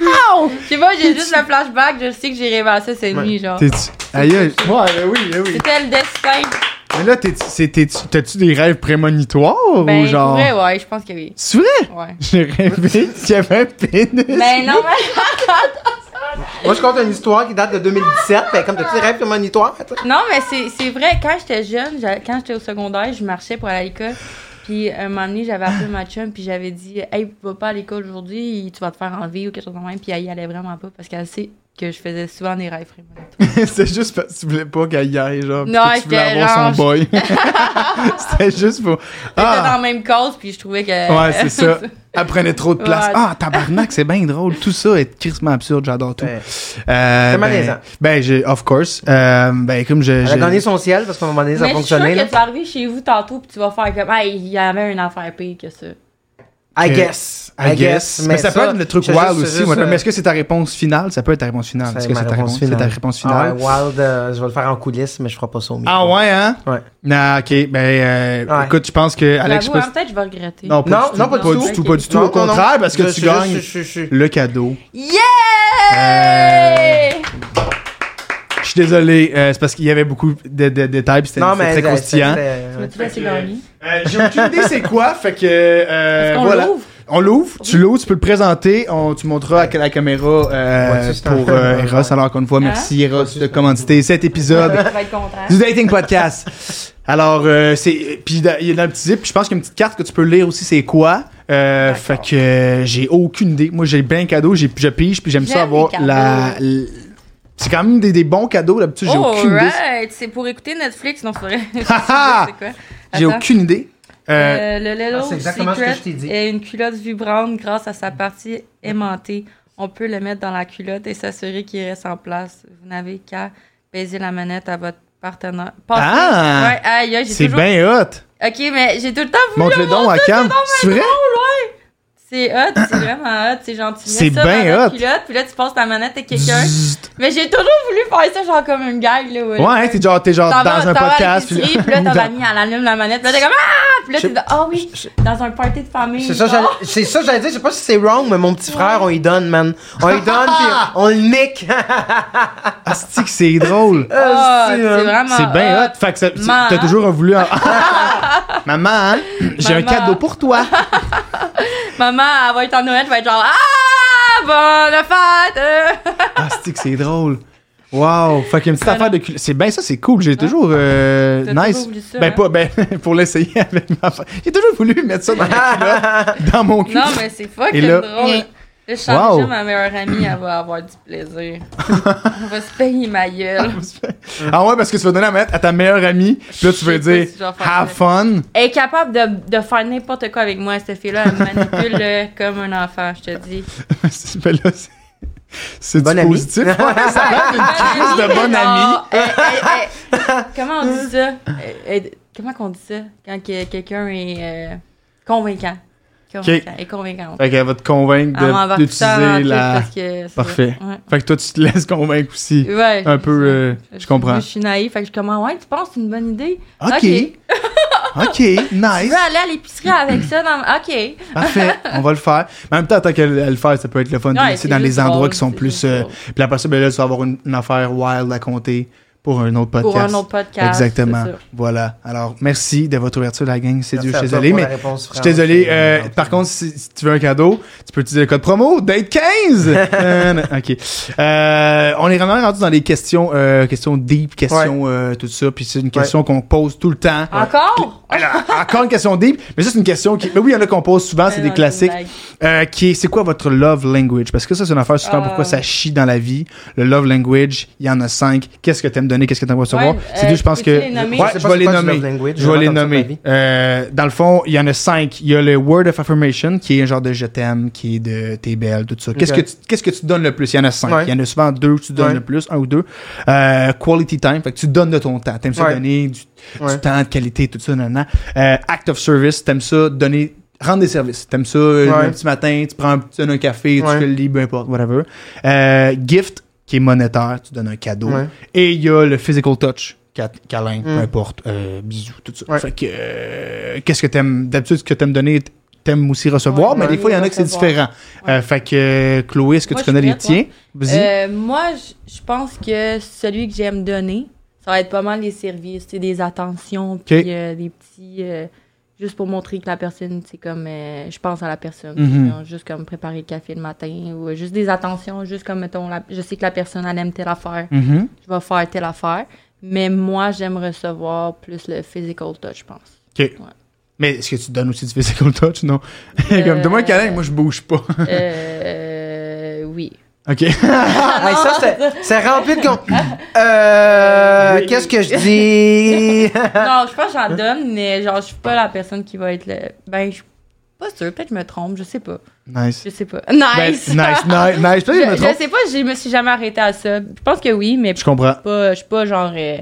Speaker 3: Ow! Je sais pas, j'ai juste le flashback. Je sais que j'ai rêvé à ça cette nuit, genre.
Speaker 1: T'es-tu. Aïe, aïe. Ouais, oui, oui.
Speaker 3: C'était le destin.
Speaker 1: Mais là, t'es- c'est- t'es- t'as-tu des rêves prémonitoires
Speaker 3: Ben,
Speaker 1: ou genre.
Speaker 3: pour vrai, ouais, je pense que oui.
Speaker 1: C'est vrai?
Speaker 3: Ouais.
Speaker 1: J'ai rêvé qu'il y avait un pénis.
Speaker 3: Ben non, mais...
Speaker 2: Moi, je compte une histoire qui date de 2017. Fait comme, t'as-tu des rêves prémonitoires? tu sais?
Speaker 3: Non, mais c'est- c'est vrai, quand j'étais jeune, j'a- quand j'étais au secondaire, je marchais pour aller à l'école. Puis un moment donné, j'avais appelé ma chum, puis j'avais dit Hey, va pas à l'école aujourd'hui, tu vas te faire enlever ou quelque chose comme ça. Puis elle y allait vraiment pas parce qu'elle sait que je faisais souvent des rêves prémonitoires.
Speaker 1: C'était juste parce que tu voulais pas qu'elle y aille, genre.
Speaker 3: Non,
Speaker 1: parce que tu voulais
Speaker 3: j'étais
Speaker 1: avoir son
Speaker 3: genre-
Speaker 1: boy. C'était juste pour.
Speaker 3: C'était dans
Speaker 1: Ah!
Speaker 3: la même cause, puis je trouvais que.
Speaker 1: Ouais, c'est ça. Elle prenait trop de place.
Speaker 3: Ouais.
Speaker 1: Ah, tabarnak, c'est bien drôle. Tout ça est crissement absurde, j'adore tout.
Speaker 2: Ouais.
Speaker 1: Euh,
Speaker 2: C'est
Speaker 1: ben,
Speaker 2: malaisant.
Speaker 1: ben, j'ai, of course. Euh, ben, comme je.
Speaker 2: Elle
Speaker 1: j'ai-
Speaker 2: a gagné son ciel parce qu'à un moment donné, ça
Speaker 3: mais je suis sûre
Speaker 2: fonctionnait.
Speaker 3: que
Speaker 2: là.
Speaker 3: tu vas arriver chez vous tantôt, puis tu vas faire comme Hey, il y avait une affaire pire que ça.
Speaker 2: I
Speaker 1: que-
Speaker 2: guess.
Speaker 1: I guess. Mais, ça, peut être le truc
Speaker 2: c'est
Speaker 1: wild
Speaker 2: juste- c'est
Speaker 1: aussi.
Speaker 2: juste,
Speaker 1: moi.
Speaker 2: euh,
Speaker 1: mais est-ce que c'est ta réponse finale? Ça peut être ta réponse finale. Est-ce que
Speaker 2: ma
Speaker 1: c'est ta réponse, c'est ta réponse finale?
Speaker 2: Ah ouais, wild, euh, je vais le faire en coulisses, mais je ferai pas ça au micro.
Speaker 1: Ah ouais, hein?
Speaker 2: Ouais.
Speaker 1: Non, ok. Ben, euh,
Speaker 2: Ouais.
Speaker 1: écoute, je pense que Alex. je
Speaker 3: J'avoue,
Speaker 1: sais pas
Speaker 3: hein, peut-être je vais regretter.
Speaker 1: Non, pas,
Speaker 2: Non,
Speaker 1: du,
Speaker 2: non,
Speaker 1: tout,
Speaker 2: pas du
Speaker 1: Pas
Speaker 2: tout.
Speaker 1: du tout, pas du tout.
Speaker 2: Non,
Speaker 1: Au
Speaker 2: non, non.
Speaker 1: contraire, parce que
Speaker 2: Je-
Speaker 1: tu
Speaker 2: je-
Speaker 1: gagnes
Speaker 2: je- je- je- je-
Speaker 1: le cadeau.
Speaker 3: Yeah!
Speaker 1: Euh, Je suis désolé, euh, c'est parce qu'il y avait beaucoup de, de- de détails, puis c'était
Speaker 2: Non,
Speaker 1: c'était
Speaker 2: mais
Speaker 1: très
Speaker 2: c'était-
Speaker 1: croustillant.
Speaker 2: c'était-
Speaker 3: Tu m'as-tu laissé gagner?
Speaker 1: Euh, J'ai aucune idée c'est quoi, fait que euh,
Speaker 3: Est-ce qu'on
Speaker 1: voilà.
Speaker 3: l'ouvre?
Speaker 1: On l'ouvre, tu l'ouvres, tu peux le présenter, on, tu montreras à la caméra euh,
Speaker 2: Ouais, c'est un-
Speaker 1: pour euh, Eros. Alors encore une fois, merci
Speaker 3: Hein?
Speaker 1: Eros de commanditer cet épisode
Speaker 3: Ça va être contraire.
Speaker 1: du Dating Podcast. Alors, euh, c'est. Puis da- il y a dans le petit zip, puis je pense qu'il y a une petite carte que tu peux lire aussi, c'est quoi. Euh, fait que euh, j'ai aucune idée. Moi, j'ai bien cadeau, j'ai je pige, puis j'aime ça
Speaker 3: J'aime
Speaker 1: avoir
Speaker 3: les
Speaker 1: la.
Speaker 3: cadeaux.
Speaker 1: l- C'est quand même des, des bons cadeaux, d'habitude, j'ai aucune idée.
Speaker 3: Alright, c'est pour écouter Netflix, non, c'est vrai. Je sais pas c'est quoi.
Speaker 1: J'ai
Speaker 3: Attends.
Speaker 1: aucune idée. Euh,
Speaker 3: Euh, le Lelo
Speaker 2: Ah, c'est exactement ce que
Speaker 3: Secret
Speaker 2: je t'ai dit.
Speaker 3: est une culotte vibrante grâce à sa partie aimantée. On peut le mettre dans la culotte et s'assurer qu'il reste en place. Vous n'avez qu'à baiser la manette à votre partenaire. Pensez-
Speaker 1: Ah!
Speaker 3: Ouais, aïe, aïe, j'ai
Speaker 1: c'est
Speaker 3: toujours...
Speaker 1: bien hot.
Speaker 3: Ok, mais j'ai tout le temps voulu
Speaker 1: Montre le don à Cam. C'est vrai?
Speaker 3: C'est hot, c'est vraiment hot, c'est gentil.
Speaker 1: C'est ben
Speaker 3: la
Speaker 1: hot.
Speaker 3: culotte, puis là, tu passes ta manette à quelqu'un.
Speaker 1: Zzzzt.
Speaker 3: mais j'ai toujours voulu faire ça, genre comme une gag, là.
Speaker 1: Ouais, hein, t'es genre, t'es genre
Speaker 3: T'en vas-
Speaker 1: dans un
Speaker 3: t'en vas à
Speaker 1: podcast.
Speaker 3: l'épicerie, puis là,
Speaker 1: Ou dans-
Speaker 3: t'as mis, elle allume la manette, puis là, t'es comme Ah! Puis là, tu dis, ah oui, dans un party de famille. Ah,
Speaker 2: C'est ça, j'allais-
Speaker 3: genre.
Speaker 2: c'est ça, j'allais dire. Je sais pas si c'est wrong, mais mon petit frère, on y donne, man. On y donne, puis on le nique.
Speaker 1: Asti que Ah, c'est drôle.
Speaker 3: Ah, c'est
Speaker 2: euh,
Speaker 3: vraiment. ah,
Speaker 1: C'est bien hot. Fait que ça- c'est-
Speaker 3: Maman,
Speaker 1: t'as toujours voulu. en- Maman, hein, j'ai un
Speaker 3: Maman.
Speaker 1: cadeau pour toi.
Speaker 3: Maman, elle va être en Noël, je vais être genre, ah, bonne fête! euh.
Speaker 1: Asti Ah, que c'est drôle. Wow. Fait qu'une petite affaire de cul. C'est bien ça, c'est cool. J'ai toujours. euh,
Speaker 3: T'as
Speaker 1: nice.
Speaker 3: toujours voulu ça,
Speaker 1: ben,
Speaker 3: hein?
Speaker 1: pas. Ben, pour l'essayer avec ma femme. J'ai toujours voulu mettre ça dans, ma culotte, dans mon cul.
Speaker 3: non, mais c'est fucking
Speaker 1: Et là-
Speaker 3: drôle. Là, je sens
Speaker 1: Wow.
Speaker 3: déjà ma meilleure amie, elle va avoir du plaisir. elle va se payer ma gueule.
Speaker 1: Ah ouais, parce que tu vas donner à, ma- à ta meilleure amie. Puis là, tu
Speaker 3: Je
Speaker 1: veux
Speaker 3: sais
Speaker 1: dire,
Speaker 3: pas si je vais faire
Speaker 1: have
Speaker 3: ça.
Speaker 1: fun.
Speaker 3: Elle est capable de, de faire n'importe quoi avec moi, cette fille-là. Elle me manipule euh, comme un enfant, je te dis.
Speaker 1: C'est- ben là, c'est- c'est
Speaker 2: Bonne
Speaker 1: du
Speaker 2: amie.
Speaker 1: positif. Ouais, ça va être une crise de bonne amie.
Speaker 3: Non, elle- elle- elle- comment on dit ça? Elle- elle- comment qu'on dit ça quand que quelqu'un est euh, convaincant? Convaincant. Elle est convaincante.
Speaker 1: Fait qu'elle va te convaincre
Speaker 3: Elle m'en va
Speaker 1: de-
Speaker 3: tout ça en
Speaker 1: d'utiliser
Speaker 3: truc
Speaker 1: la.
Speaker 3: parce que c'est-
Speaker 1: Parfait.
Speaker 3: ouais.
Speaker 1: Fait que toi, tu te laisses convaincre aussi.
Speaker 3: Ouais,
Speaker 1: Un
Speaker 3: je-
Speaker 1: peu, euh,
Speaker 3: je-
Speaker 1: je comprends.
Speaker 3: Je suis naïve, fait que je commence. Ouais, tu penses que c'est une bonne idée?
Speaker 1: OK. OK,
Speaker 3: Tu
Speaker 1: nice.
Speaker 3: veux aller à l'épicerie avec ça? Dans... OK.
Speaker 1: Parfait, on va le faire. Mais en même temps, tant qu'elle elle le fait, ça peut être le fun.
Speaker 3: Ouais,
Speaker 1: tu sais,
Speaker 3: c'est
Speaker 1: dans les
Speaker 3: juste
Speaker 1: endroits
Speaker 3: drôle,
Speaker 1: qui sont
Speaker 3: c'est
Speaker 1: plus.
Speaker 3: juste
Speaker 1: euh,
Speaker 3: drôle.
Speaker 1: puis après ça, ben là, tu vas avoir une, une affaire wild à compter pour un autre podcast.
Speaker 3: Pour un autre podcast.
Speaker 1: Exactement.
Speaker 3: c'est sûr.
Speaker 1: Voilà. Alors, merci de votre ouverture, la gang. C'est
Speaker 2: Merci
Speaker 1: Dieu, je
Speaker 2: à
Speaker 1: suis
Speaker 2: toi
Speaker 1: désolé.
Speaker 2: pour
Speaker 1: Mais
Speaker 2: la réponse,
Speaker 1: je suis
Speaker 2: Fran.
Speaker 1: désolé.
Speaker 2: C'est
Speaker 1: euh,
Speaker 2: gentil.
Speaker 1: par contre, si, si tu veux un cadeau, tu peux utiliser le code promo, date 15. Euh, non, OK. Euh, on est vraiment rendu dans les questions, euh, questions deep, questions euh, tout ça. Puis c'est une question qu'on pose tout le temps.
Speaker 3: Ah. Encore?
Speaker 1: Alors, encore une question deep, mais ça, c'est une question qui. Mais oui, il y en a qu'on pose souvent, Ah, c'est
Speaker 3: Ah, Non,
Speaker 1: des
Speaker 3: une
Speaker 1: classiques.
Speaker 3: blague.
Speaker 1: Euh, qui est, c'est quoi votre love language? Parce que ça, c'est une affaire souvent
Speaker 3: Ah.
Speaker 1: pourquoi ça chie dans la vie. Le love language, il y en a cinq. Qu'est-ce que t'aimes donner? Qu'est-ce que t'aimes recevoir?
Speaker 3: Ouais,
Speaker 1: c'est
Speaker 3: euh,
Speaker 1: deux, je pense que.
Speaker 3: peux-tu les nommer?
Speaker 1: Ouais,
Speaker 2: Je sais
Speaker 1: je
Speaker 2: pas
Speaker 1: vais
Speaker 2: c'est
Speaker 1: les
Speaker 2: quoi du love
Speaker 1: nommer.
Speaker 2: language,
Speaker 1: Je vais les
Speaker 2: j'entends ça de ma
Speaker 1: nommer.
Speaker 2: vie.
Speaker 1: Euh, dans le fond, il y en a cinq. Il y a le word of affirmation, qui est un genre de je t'aime, qui est de t'es belle, tout ça. Qu'est-ce que
Speaker 2: Ok.
Speaker 1: tu, qu'est-ce que tu donnes le plus? Il y en a cinq.
Speaker 2: Ouais.
Speaker 1: Il y en a souvent deux que tu donnes
Speaker 2: Ouais.
Speaker 1: le plus, un ou deux. Euh, quality time, fait que tu donnes de ton temps. T'aimes ça
Speaker 2: Ouais.
Speaker 1: donner du, du
Speaker 2: Ouais.
Speaker 1: temps de qualité, tout ça, nanana. Euh, act of service, t'aimes ça donner, rendre des services. T'aimes ça euh,
Speaker 2: Ouais.
Speaker 1: un petit matin, tu prends un, tu donnes un café, tu
Speaker 2: Ouais.
Speaker 1: fais le lit, peu importe, whatever. Euh, gift, qui est monétaire, tu donnes un cadeau.
Speaker 2: Ouais. Mm.
Speaker 1: Et il y a le physical touch, ca- câlin, peu importe, euh, bisous, tout ça.
Speaker 2: Ouais.
Speaker 1: Fait que, euh, qu'est-ce que t'aimes, d'habitude, ce que t'aimes donner, t'aimes aussi recevoir,
Speaker 3: Ouais,
Speaker 1: mais des
Speaker 3: ouais.
Speaker 1: fois, il y en a que c'est
Speaker 3: Recevoir.
Speaker 1: différent. Euh, fait que, euh, Chloé, est-ce que tu
Speaker 3: Moi, je suis
Speaker 1: connais les
Speaker 3: prête, moi.
Speaker 1: tiens? Vas-y.
Speaker 3: Euh, moi, je- je pense que celui que j'aime donner, ça va être pas mal les services, tu sais, des attentions, puis
Speaker 1: Ok.
Speaker 3: euh, des petits. euh, juste pour montrer que la personne, c'est comme. euh, je pense à la personne.
Speaker 1: Mhm.
Speaker 3: genre, juste comme préparer le café le matin, ou euh, juste des attentions, juste comme, mettons, la- je sais que la personne, elle aime telle affaire,
Speaker 1: Mhm.
Speaker 3: je vais faire telle affaire. Mais moi, j'aime recevoir plus le physical touch, je pense.
Speaker 1: OK. Mais est-ce que tu donnes aussi du physical touch? Non. Comme, donne-moi un câlin, moi, je bouge pas.
Speaker 3: Euh, oui.
Speaker 1: OK.
Speaker 2: Hey, ça, c'est- c'est rempli de. con- Euh. Qu'est-ce que je dis?
Speaker 3: Non, je pense que j'en donne, mais genre, je suis pas la personne qui va être le. Ben, je suis pas sûre. Peut-être que je me trompe, je sais pas.
Speaker 1: Nice.
Speaker 3: Je sais pas.
Speaker 1: Ben,
Speaker 3: Nice!
Speaker 1: nice, nice, nice. Peut-être que
Speaker 3: je,
Speaker 1: je me trompe.
Speaker 3: je sais pas, je me suis jamais arrêtée à ça. Je pense que oui, mais
Speaker 1: Je
Speaker 3: je
Speaker 1: comprends.
Speaker 3: pas, je suis pas genre. euh,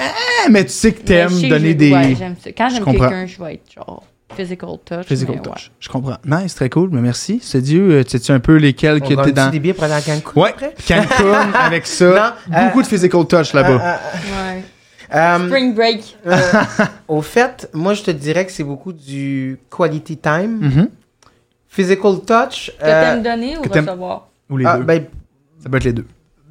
Speaker 1: Ah, mais tu sais que
Speaker 3: mais je
Speaker 1: t'aimes
Speaker 3: sais que
Speaker 1: donner
Speaker 3: je-
Speaker 1: des...
Speaker 3: ouais, j'aime ça. Quand
Speaker 1: Je
Speaker 3: j'aime
Speaker 1: comprends.
Speaker 3: quelqu'un, je vais être genre physical touch.
Speaker 1: Physical
Speaker 3: mais ouais.
Speaker 1: touch. Je comprends. Nice, très cool. Mais merci. C'est Dieu. euh, Tu sais-tu un peu lesquels
Speaker 2: On
Speaker 1: que t'es
Speaker 2: gagne-tu
Speaker 1: dans...
Speaker 2: des billets pour aller à Cancun
Speaker 1: Ouais,
Speaker 2: après?
Speaker 1: Cancun avec ça.
Speaker 2: Non, euh,
Speaker 1: Beaucoup de physical touch là-bas.
Speaker 3: Ouais.
Speaker 2: Euh,
Speaker 3: Spring break.
Speaker 2: Au fait, moi, je te dirais que c'est beaucoup du quality time.
Speaker 1: Mhm.
Speaker 2: Physical touch.
Speaker 3: Que
Speaker 2: euh,
Speaker 3: t'aimes donner ou
Speaker 1: que t'aimes-
Speaker 3: recevoir?
Speaker 1: Ou les
Speaker 2: ah,
Speaker 1: deux.
Speaker 2: ben,
Speaker 1: ça peut être les deux.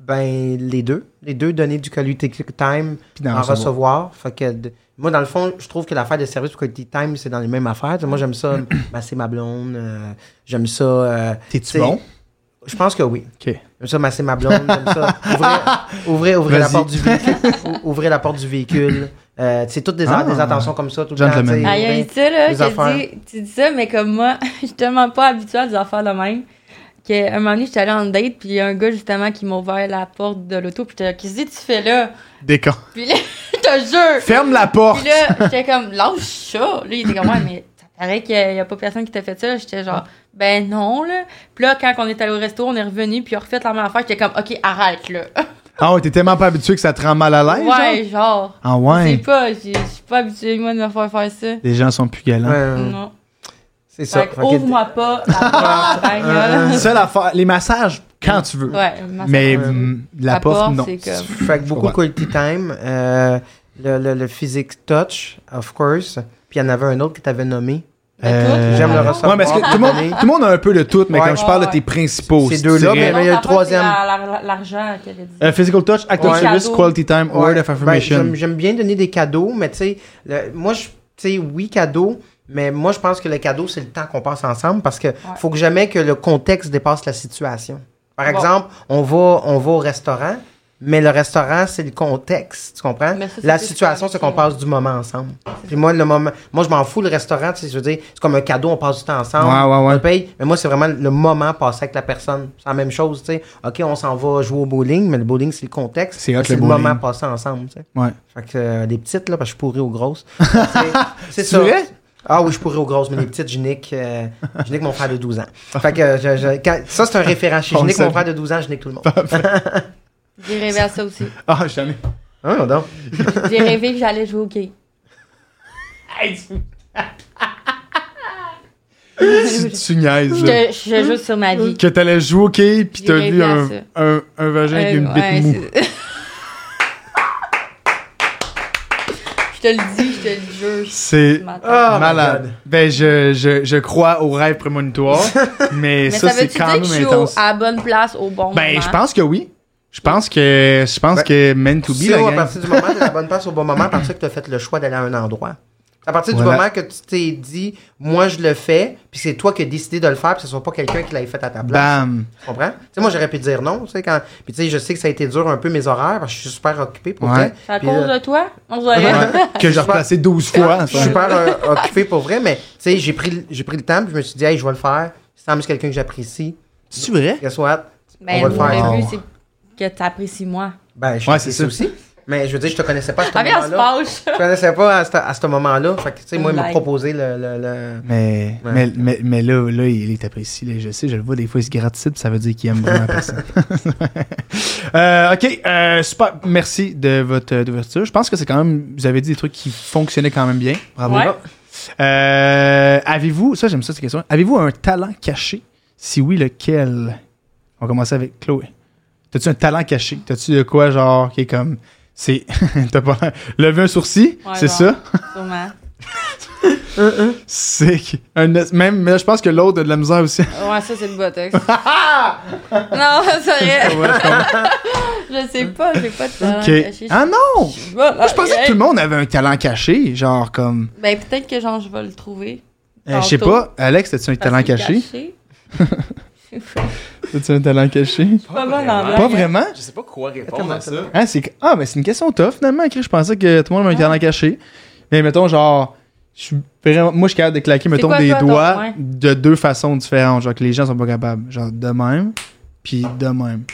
Speaker 2: ben, les deux. Les deux, donner du quality time,
Speaker 1: Puis d'en
Speaker 2: en
Speaker 1: recevoir.
Speaker 2: recevoir. Fait que, de- moi, dans le fond, je trouve que l'affaire de service quality time, c'est dans les mêmes affaires. Tu sais, Moi, j'aime ça masser ma blonde. euh, j'aime ça. euh,
Speaker 1: T'es-tu
Speaker 2: t'sais,
Speaker 1: bon?
Speaker 2: Je pense que oui.
Speaker 1: OK.
Speaker 2: J'aime ça masser ma blonde. J'aime ça ouvrir, ouvrir, ouvrir la
Speaker 1: Vas-y.
Speaker 2: porte du véhicule. ou- ouvrir la porte du véhicule. Euh, c'est toutes des,
Speaker 1: Ah.
Speaker 2: des attentions comme ça tout le temps.
Speaker 1: Gentleman.
Speaker 2: tu sais,
Speaker 3: Aïe, aïe,
Speaker 2: ouvrir-
Speaker 3: ça, là,
Speaker 2: les
Speaker 3: je te
Speaker 2: affaires.
Speaker 3: dis, tu dis ça, mais comme moi, je suis tellement pas habituée à des affaires de même. Qu'à un moment donné, j'étais allée en date, puis il y a un gars, justement, qui m'a ouvert la porte de l'auto, puis j'étais là, qu'est-ce que tu fais là?
Speaker 1: Décon.
Speaker 3: Puis là, je te jure!
Speaker 1: Ferme la
Speaker 2: Oh.
Speaker 1: porte.
Speaker 3: Puis là, j'étais comme, lâche ça. Là, il était comme, ouais, mais ça paraît qu'il n'y a pas personne qui t'a fait ça. J'étais genre, ben non, là. Puis là, quand on est allé au resto, on est revenu, puis on a refait la même affaire. J'étais comme, ok, arrête, là.
Speaker 1: Ah ouais, t'es tellement pas habitué que ça te rend mal à
Speaker 2: Ben,
Speaker 1: l'aise. genre?
Speaker 3: ouais, genre.
Speaker 1: Ah
Speaker 3: Je sais
Speaker 1: ouais.
Speaker 3: pas, j'ai- je suis pas habituée, moi, de me faire faire ça.
Speaker 1: Les gens sont plus galants.
Speaker 2: Ouais,
Speaker 3: Non.
Speaker 2: c'est Euh, ça. Euh,
Speaker 3: Fait
Speaker 2: Fait
Speaker 3: que
Speaker 2: que-
Speaker 3: ouvre-moi pas la porte,
Speaker 1: Une
Speaker 3: bagnole.
Speaker 1: Seule affaire, les massages quand tu veux.
Speaker 3: Ouais, ma-
Speaker 1: Mais
Speaker 2: Ouais.
Speaker 1: mm, la,
Speaker 3: La
Speaker 1: porte,
Speaker 3: porte,
Speaker 1: non.
Speaker 3: c'est comme-
Speaker 2: Fait que beaucoup
Speaker 1: Ouais.
Speaker 2: quality time. euh, le, le, le physique touch, of course. Puis il y en avait un autre que tu avais nommé.
Speaker 3: Ben,
Speaker 1: Euh,
Speaker 2: J'aime le ressort.
Speaker 1: Ouais, parce que tout le, monde, tout le monde a un peu le tout, mais
Speaker 2: Ouais.
Speaker 1: quand je parle de tes
Speaker 3: Ouais.
Speaker 1: principaux,
Speaker 2: Ces
Speaker 1: c'est
Speaker 2: deux-là,
Speaker 1: vrai.
Speaker 2: mais- il y a le troisième.
Speaker 3: L'argent qu'elle a dit.
Speaker 1: Euh, physical touch, act of
Speaker 2: Ouais.
Speaker 1: service,
Speaker 3: Cadeau.
Speaker 1: quality time,
Speaker 2: Ouais.
Speaker 1: word of
Speaker 2: Ben,
Speaker 1: affirmation.
Speaker 2: j'aime- J'aime bien donner des cadeaux, mais tu sais, le- moi, je, tu sais, oui, cadeau, mais moi, je pense que le cadeau, c'est le temps qu'on passe ensemble parce que faut que jamais que le contexte dépasse la situation. Par
Speaker 3: Bon.
Speaker 2: exemple, on va, on va au restaurant, mais le restaurant, c'est le contexte, tu comprends?
Speaker 3: Mais ça, c'est
Speaker 2: la
Speaker 3: plus
Speaker 2: situation, c'est qu'on
Speaker 3: tranquille.
Speaker 2: passe du moment ensemble. Puis moi, le moment, moi, je m'en fous, le restaurant, tu sais, je veux dire, c'est comme un cadeau, on passe du temps ensemble.
Speaker 1: Ouais, ouais, ouais.
Speaker 2: on le paye, mais moi, c'est vraiment le moment passé avec la personne. C'est la même chose, tu sais. OK, on s'en va jouer au bowling, mais le bowling, c'est le contexte.
Speaker 1: C'est hot,
Speaker 2: Mais
Speaker 1: le
Speaker 2: le
Speaker 1: bowling.
Speaker 2: moment passé ensemble, tu sais.
Speaker 1: Ouais.
Speaker 2: Fait que euh, les petites, là, parce que je suis pourri aux grosses. C'est- C'est ça.
Speaker 1: vrai?
Speaker 2: Ah oui, je suis pourri aux grosses, mais les petites, je nique, euh, je nique mon frère de 12 ans. Fait que euh, je- je- quand- ça, c'est un référent. Si
Speaker 1: On
Speaker 2: je
Speaker 1: le
Speaker 2: nique mon
Speaker 1: salue.
Speaker 2: frère de 12 ans, je nique tout le monde.
Speaker 3: J'ai rêvé à ça aussi.
Speaker 1: Ah, jamais.
Speaker 2: Ah, non, non.
Speaker 3: J'ai rêvé que j'allais jouer au quai.
Speaker 1: Tu, tu niaises,
Speaker 3: Je,
Speaker 1: là.
Speaker 3: te- je joue sur ma vie.
Speaker 1: Que t'allais jouer au quai, pis
Speaker 3: J'ai
Speaker 1: t'as
Speaker 3: rêvé
Speaker 1: vu
Speaker 3: à
Speaker 1: un,
Speaker 3: ça.
Speaker 1: un, un vagin avec une
Speaker 3: Euh,
Speaker 1: bite
Speaker 3: ouais,
Speaker 1: mou.
Speaker 3: c'est- je te le dis, je te le jure. je-
Speaker 1: C'est
Speaker 3: je m'entends.
Speaker 2: Ah, my
Speaker 1: malade.
Speaker 2: God.
Speaker 1: Ben, je, je, je crois aux rêves prémonitoires, mais,
Speaker 3: Mais
Speaker 1: ça,
Speaker 3: ça,
Speaker 1: c'est
Speaker 3: veut-tu dire
Speaker 1: quand
Speaker 3: que
Speaker 1: même
Speaker 3: je suis au-
Speaker 1: intense.
Speaker 3: à la bonne place au bon moment?
Speaker 1: Ben, je pense que oui. Je pense que, je pense
Speaker 2: Ben,
Speaker 1: que meant to be,
Speaker 2: Si
Speaker 1: la
Speaker 2: on, à
Speaker 1: gang.
Speaker 2: partir du moment où tu la bonne place au bon moment, à partir que tu as fait le choix d'aller à un endroit. À partir du
Speaker 1: Voilà.
Speaker 2: moment que tu t'es dit, moi, je le fais, puis c'est toi qui as décidé de le faire, puis ce soit pas quelqu'un qui l'avait fait à ta place.
Speaker 1: Bam.
Speaker 2: Tu comprends? Tu sais, moi, j'aurais pu dire non, tu sais, quand. Puis, tu sais, je sais que ça a été dur un peu mes horaires, parce que je suis super occupé pour
Speaker 1: Ouais.
Speaker 2: vrai.
Speaker 3: C'est à
Speaker 2: Puis,
Speaker 3: cause
Speaker 2: euh,
Speaker 3: de toi? On se dirait.
Speaker 1: Ouais. Que j'ai replacé 12 fois. ça.
Speaker 2: Je suis super euh, occupé pour vrai, mais tu sais, j'ai pris, le- j'ai pris le temps, puis je me suis dit, hey, je vais le faire. C'est semble quelqu'un que j'apprécie.
Speaker 1: C'est vrai?
Speaker 2: Guess what?
Speaker 3: Ben,
Speaker 2: On va
Speaker 3: le
Speaker 2: le faire.
Speaker 3: but, c'est que t'apprécies moi.
Speaker 2: Ben, je
Speaker 1: Ouais,
Speaker 2: sais
Speaker 1: c'est ça.
Speaker 2: aussi. Mais je veux dire, je te connaissais pas à ce
Speaker 3: Ah, bien, on se
Speaker 2: moment-là.
Speaker 3: fâche.
Speaker 2: Je te connaissais pas à ce, à ce moment-là. Fait que, tu sais, moi, il m'a
Speaker 3: Like.
Speaker 2: proposé le. le, le-
Speaker 1: Mais,
Speaker 2: Ouais.
Speaker 1: mais, mais, mais là, là, il est apprécié. là, je sais, je le vois des fois, il se gratte ici, puis ça veut dire qu'il aime vraiment la personne. Euh, OK, euh, super. Merci de votre euh, d'ouverture. Je pense que c'est quand même... Vous avez dit des trucs qui fonctionnaient quand même bien. Bravo.
Speaker 3: Ouais.
Speaker 1: Euh, avez-vous... Ça, j'aime ça, cette question. Avez-vous un talent caché? Si oui, lequel? On va commencer avec Chloé. T'as-tu un talent caché? T'as-tu de quoi, genre, qui est comme... C'est... T'as pas... Lever un sourcil?
Speaker 3: Ouais,
Speaker 1: c'est
Speaker 3: genre.
Speaker 1: ça?
Speaker 3: Sûrement.
Speaker 1: C'est un es- même mais là, je pense que l'autre a de la misère aussi.
Speaker 3: Ouais, ça, c'est le botox. non, c'est vrai.
Speaker 1: Ah Ouais, je comprends.
Speaker 3: Je sais pas, j'ai Eh. pas de talent.
Speaker 1: Ok.
Speaker 3: caché.
Speaker 1: Ah non,
Speaker 3: Je, vois, là,
Speaker 1: je pensais que tout le monde avait un talent caché, genre comme
Speaker 3: Ben, peut-être que genre, je vais le trouver.
Speaker 1: Euh, je sais
Speaker 3: Tantôt. Ah,
Speaker 1: pas, Alex, as-tu un talent caché As-tu un talent caché
Speaker 3: Pas mal en blague.
Speaker 1: Pas vraiment
Speaker 4: Je sais pas quoi répondre à ça.
Speaker 1: Hein, c'est ah mais c'est une question tough finalement, Chris. je pensais que tout le monde avait un talent caché. Mais mettons genre je suis vraiment moi je suis capable de claquer mettons
Speaker 3: quoi,
Speaker 1: des
Speaker 3: toi, ton-
Speaker 1: doigts
Speaker 3: ouais.
Speaker 1: de deux façons différentes, genre que les gens sont pas capables, genre de même puis de même.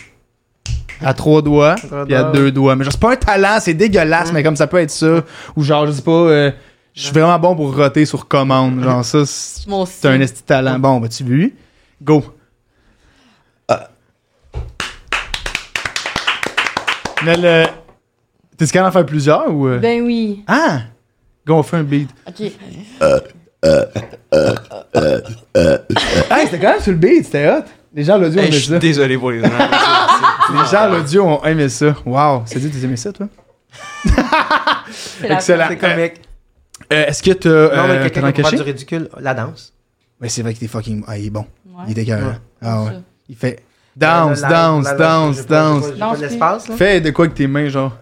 Speaker 1: À trois doigts,
Speaker 2: Trois
Speaker 1: puis à
Speaker 2: doigts.
Speaker 1: deux doigts. Mais genre, c'est pas un talent, c'est dégueulasse, mais comme ça peut être ça. Ou genre, je sais pas, euh, je suis vraiment bon pour roter sur commande. Genre, ça, c'est
Speaker 3: Mon
Speaker 1: c'est un
Speaker 3: style.
Speaker 1: esti de talent. Bon, bah, tu vu? Go. Mais le. T'es capable d'en faire plusieurs ou. euh?
Speaker 3: Ben oui.
Speaker 1: Ah! Go, on fait un beat.
Speaker 3: Ok.
Speaker 1: Ah, c'était quand même sur le beat, c'était hot. Les gens à l'audio
Speaker 4: Hey,
Speaker 1: ont
Speaker 4: je
Speaker 1: aimé ça.
Speaker 4: suis désolé pour les gens.
Speaker 2: Ah,
Speaker 1: Les gens à l'audio ont aimé ça. Wow. C'est dit, tu aimé ça, toi?
Speaker 3: c'est la-
Speaker 1: Excellent.
Speaker 2: C'est comique.
Speaker 1: Ben, Euh, Est-ce que t'as. euh,
Speaker 2: non, mais
Speaker 1: t'as
Speaker 2: quelqu'un
Speaker 1: en
Speaker 2: qui parle
Speaker 1: caché?
Speaker 2: du ridicule, la danse.
Speaker 1: Mais c'est vrai que t'es fucking. Ah, il est bon.
Speaker 3: Ouais.
Speaker 1: Il est dégueulasse.
Speaker 2: Ouais.
Speaker 1: Ah ouais.
Speaker 3: Ça.
Speaker 1: Il fait. Danse, danse, danse, danse.
Speaker 2: Dans
Speaker 3: Danse plus.
Speaker 2: l'espace, là.
Speaker 1: Fais de quoi avec tes mains, genre.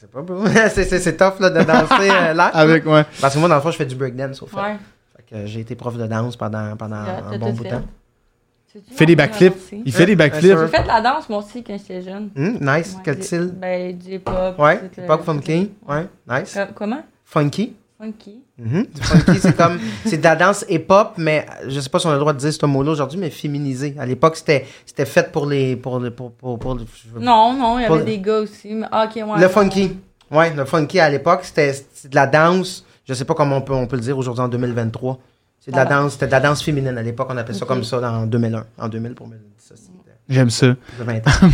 Speaker 2: C'est pas beau. C'est- C'est c'est tough, là, de danser euh, là.
Speaker 1: Avec, ouais.
Speaker 2: Parce que moi, dans le fond, je fais du breakdance, au fait.
Speaker 3: Ouais.
Speaker 2: Fait que j'ai été prof de danse pendant, pendant
Speaker 3: Yeah,
Speaker 2: un
Speaker 3: t'as
Speaker 2: bon
Speaker 3: tout
Speaker 2: bout de
Speaker 3: fait.
Speaker 2: temps.
Speaker 3: Sais-tu
Speaker 1: Fais des
Speaker 3: danser,
Speaker 1: backflips.
Speaker 3: danser?
Speaker 1: Il fait des
Speaker 2: Euh,
Speaker 1: backflips.
Speaker 2: euh,
Speaker 3: J'ai fait de la danse, moi aussi, quand j'étais jeune.
Speaker 2: Hum, nice.
Speaker 3: Ouais,
Speaker 2: Quel
Speaker 3: du-
Speaker 2: style?
Speaker 3: Ben, du pop.
Speaker 2: Ouais.
Speaker 3: euh, tout le-
Speaker 2: Pop funky. Ouais. Nice.
Speaker 3: Com- Comment?
Speaker 2: Funky.
Speaker 3: Funky.
Speaker 2: Mhm. Du funky, c'est comme, c'est de la danse hip-hop, mais je sais pas si on a le droit de dire ce mot-là aujourd'hui, mais féminisé. À l'époque, c'était, c'était fait pour les, pour les, pour, pour, pour-
Speaker 3: Non, non, il y
Speaker 2: Pas
Speaker 3: avait
Speaker 2: de-
Speaker 3: des gars aussi. Mais... ah, Ok, ouais.
Speaker 2: le funky. Ouais, le funky à l'époque, c'était, c'était de la danse, je sais pas comment on peut, on peut le dire aujourd'hui en 2023. C'est de la
Speaker 3: Voilà.
Speaker 2: danse, c'était de la danse féminine à l'époque, on appelait ça comme ça en 2001. En 2000 pour 2010, c'était
Speaker 1: J'aime ça.
Speaker 2: plus de 20 ans.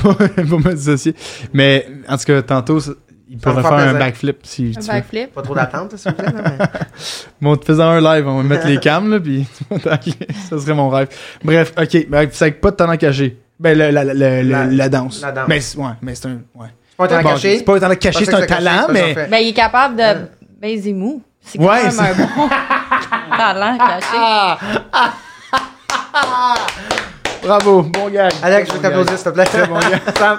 Speaker 1: pour me dissocier. Mais, en tout cas, tantôt, ça- il
Speaker 2: Ça va
Speaker 1: pourrait
Speaker 2: faire
Speaker 1: faire un
Speaker 2: plaisir.
Speaker 1: backflip si tu
Speaker 3: Un
Speaker 1: veux.
Speaker 3: backflip.
Speaker 2: Pas trop d'attente, là, s'il vous plaît. là, mais-
Speaker 1: Bon, te faisant un live, on va mettre les cams, là, puis ça serait mon rêve. Bref, ok. Ben, C'est avec pas de talent caché. Ben, le- la, la- la-
Speaker 2: La-
Speaker 1: la danse.
Speaker 2: la danse.
Speaker 1: Mais, c'est- ouais, mais c'est un. Ouais.
Speaker 2: C'est pas un talent
Speaker 1: Bon,
Speaker 2: caché.
Speaker 1: C'est pas un talent caché,
Speaker 2: Je pensais
Speaker 1: c'est un
Speaker 2: que c'était
Speaker 1: talent,
Speaker 2: caché, ça, j'en
Speaker 1: mais.
Speaker 2: fais.
Speaker 3: Ben, il est capable de baiser mou. C'est quand
Speaker 1: Ouais,
Speaker 3: même
Speaker 1: c'est-
Speaker 3: un bon talent caché.
Speaker 2: Ah!
Speaker 1: Bravo, bon gag.
Speaker 2: Alex, je
Speaker 1: Bon
Speaker 2: vais t'applaudir,
Speaker 1: gag.
Speaker 2: s'il te plaît.
Speaker 1: Très bon gag.
Speaker 2: Sam.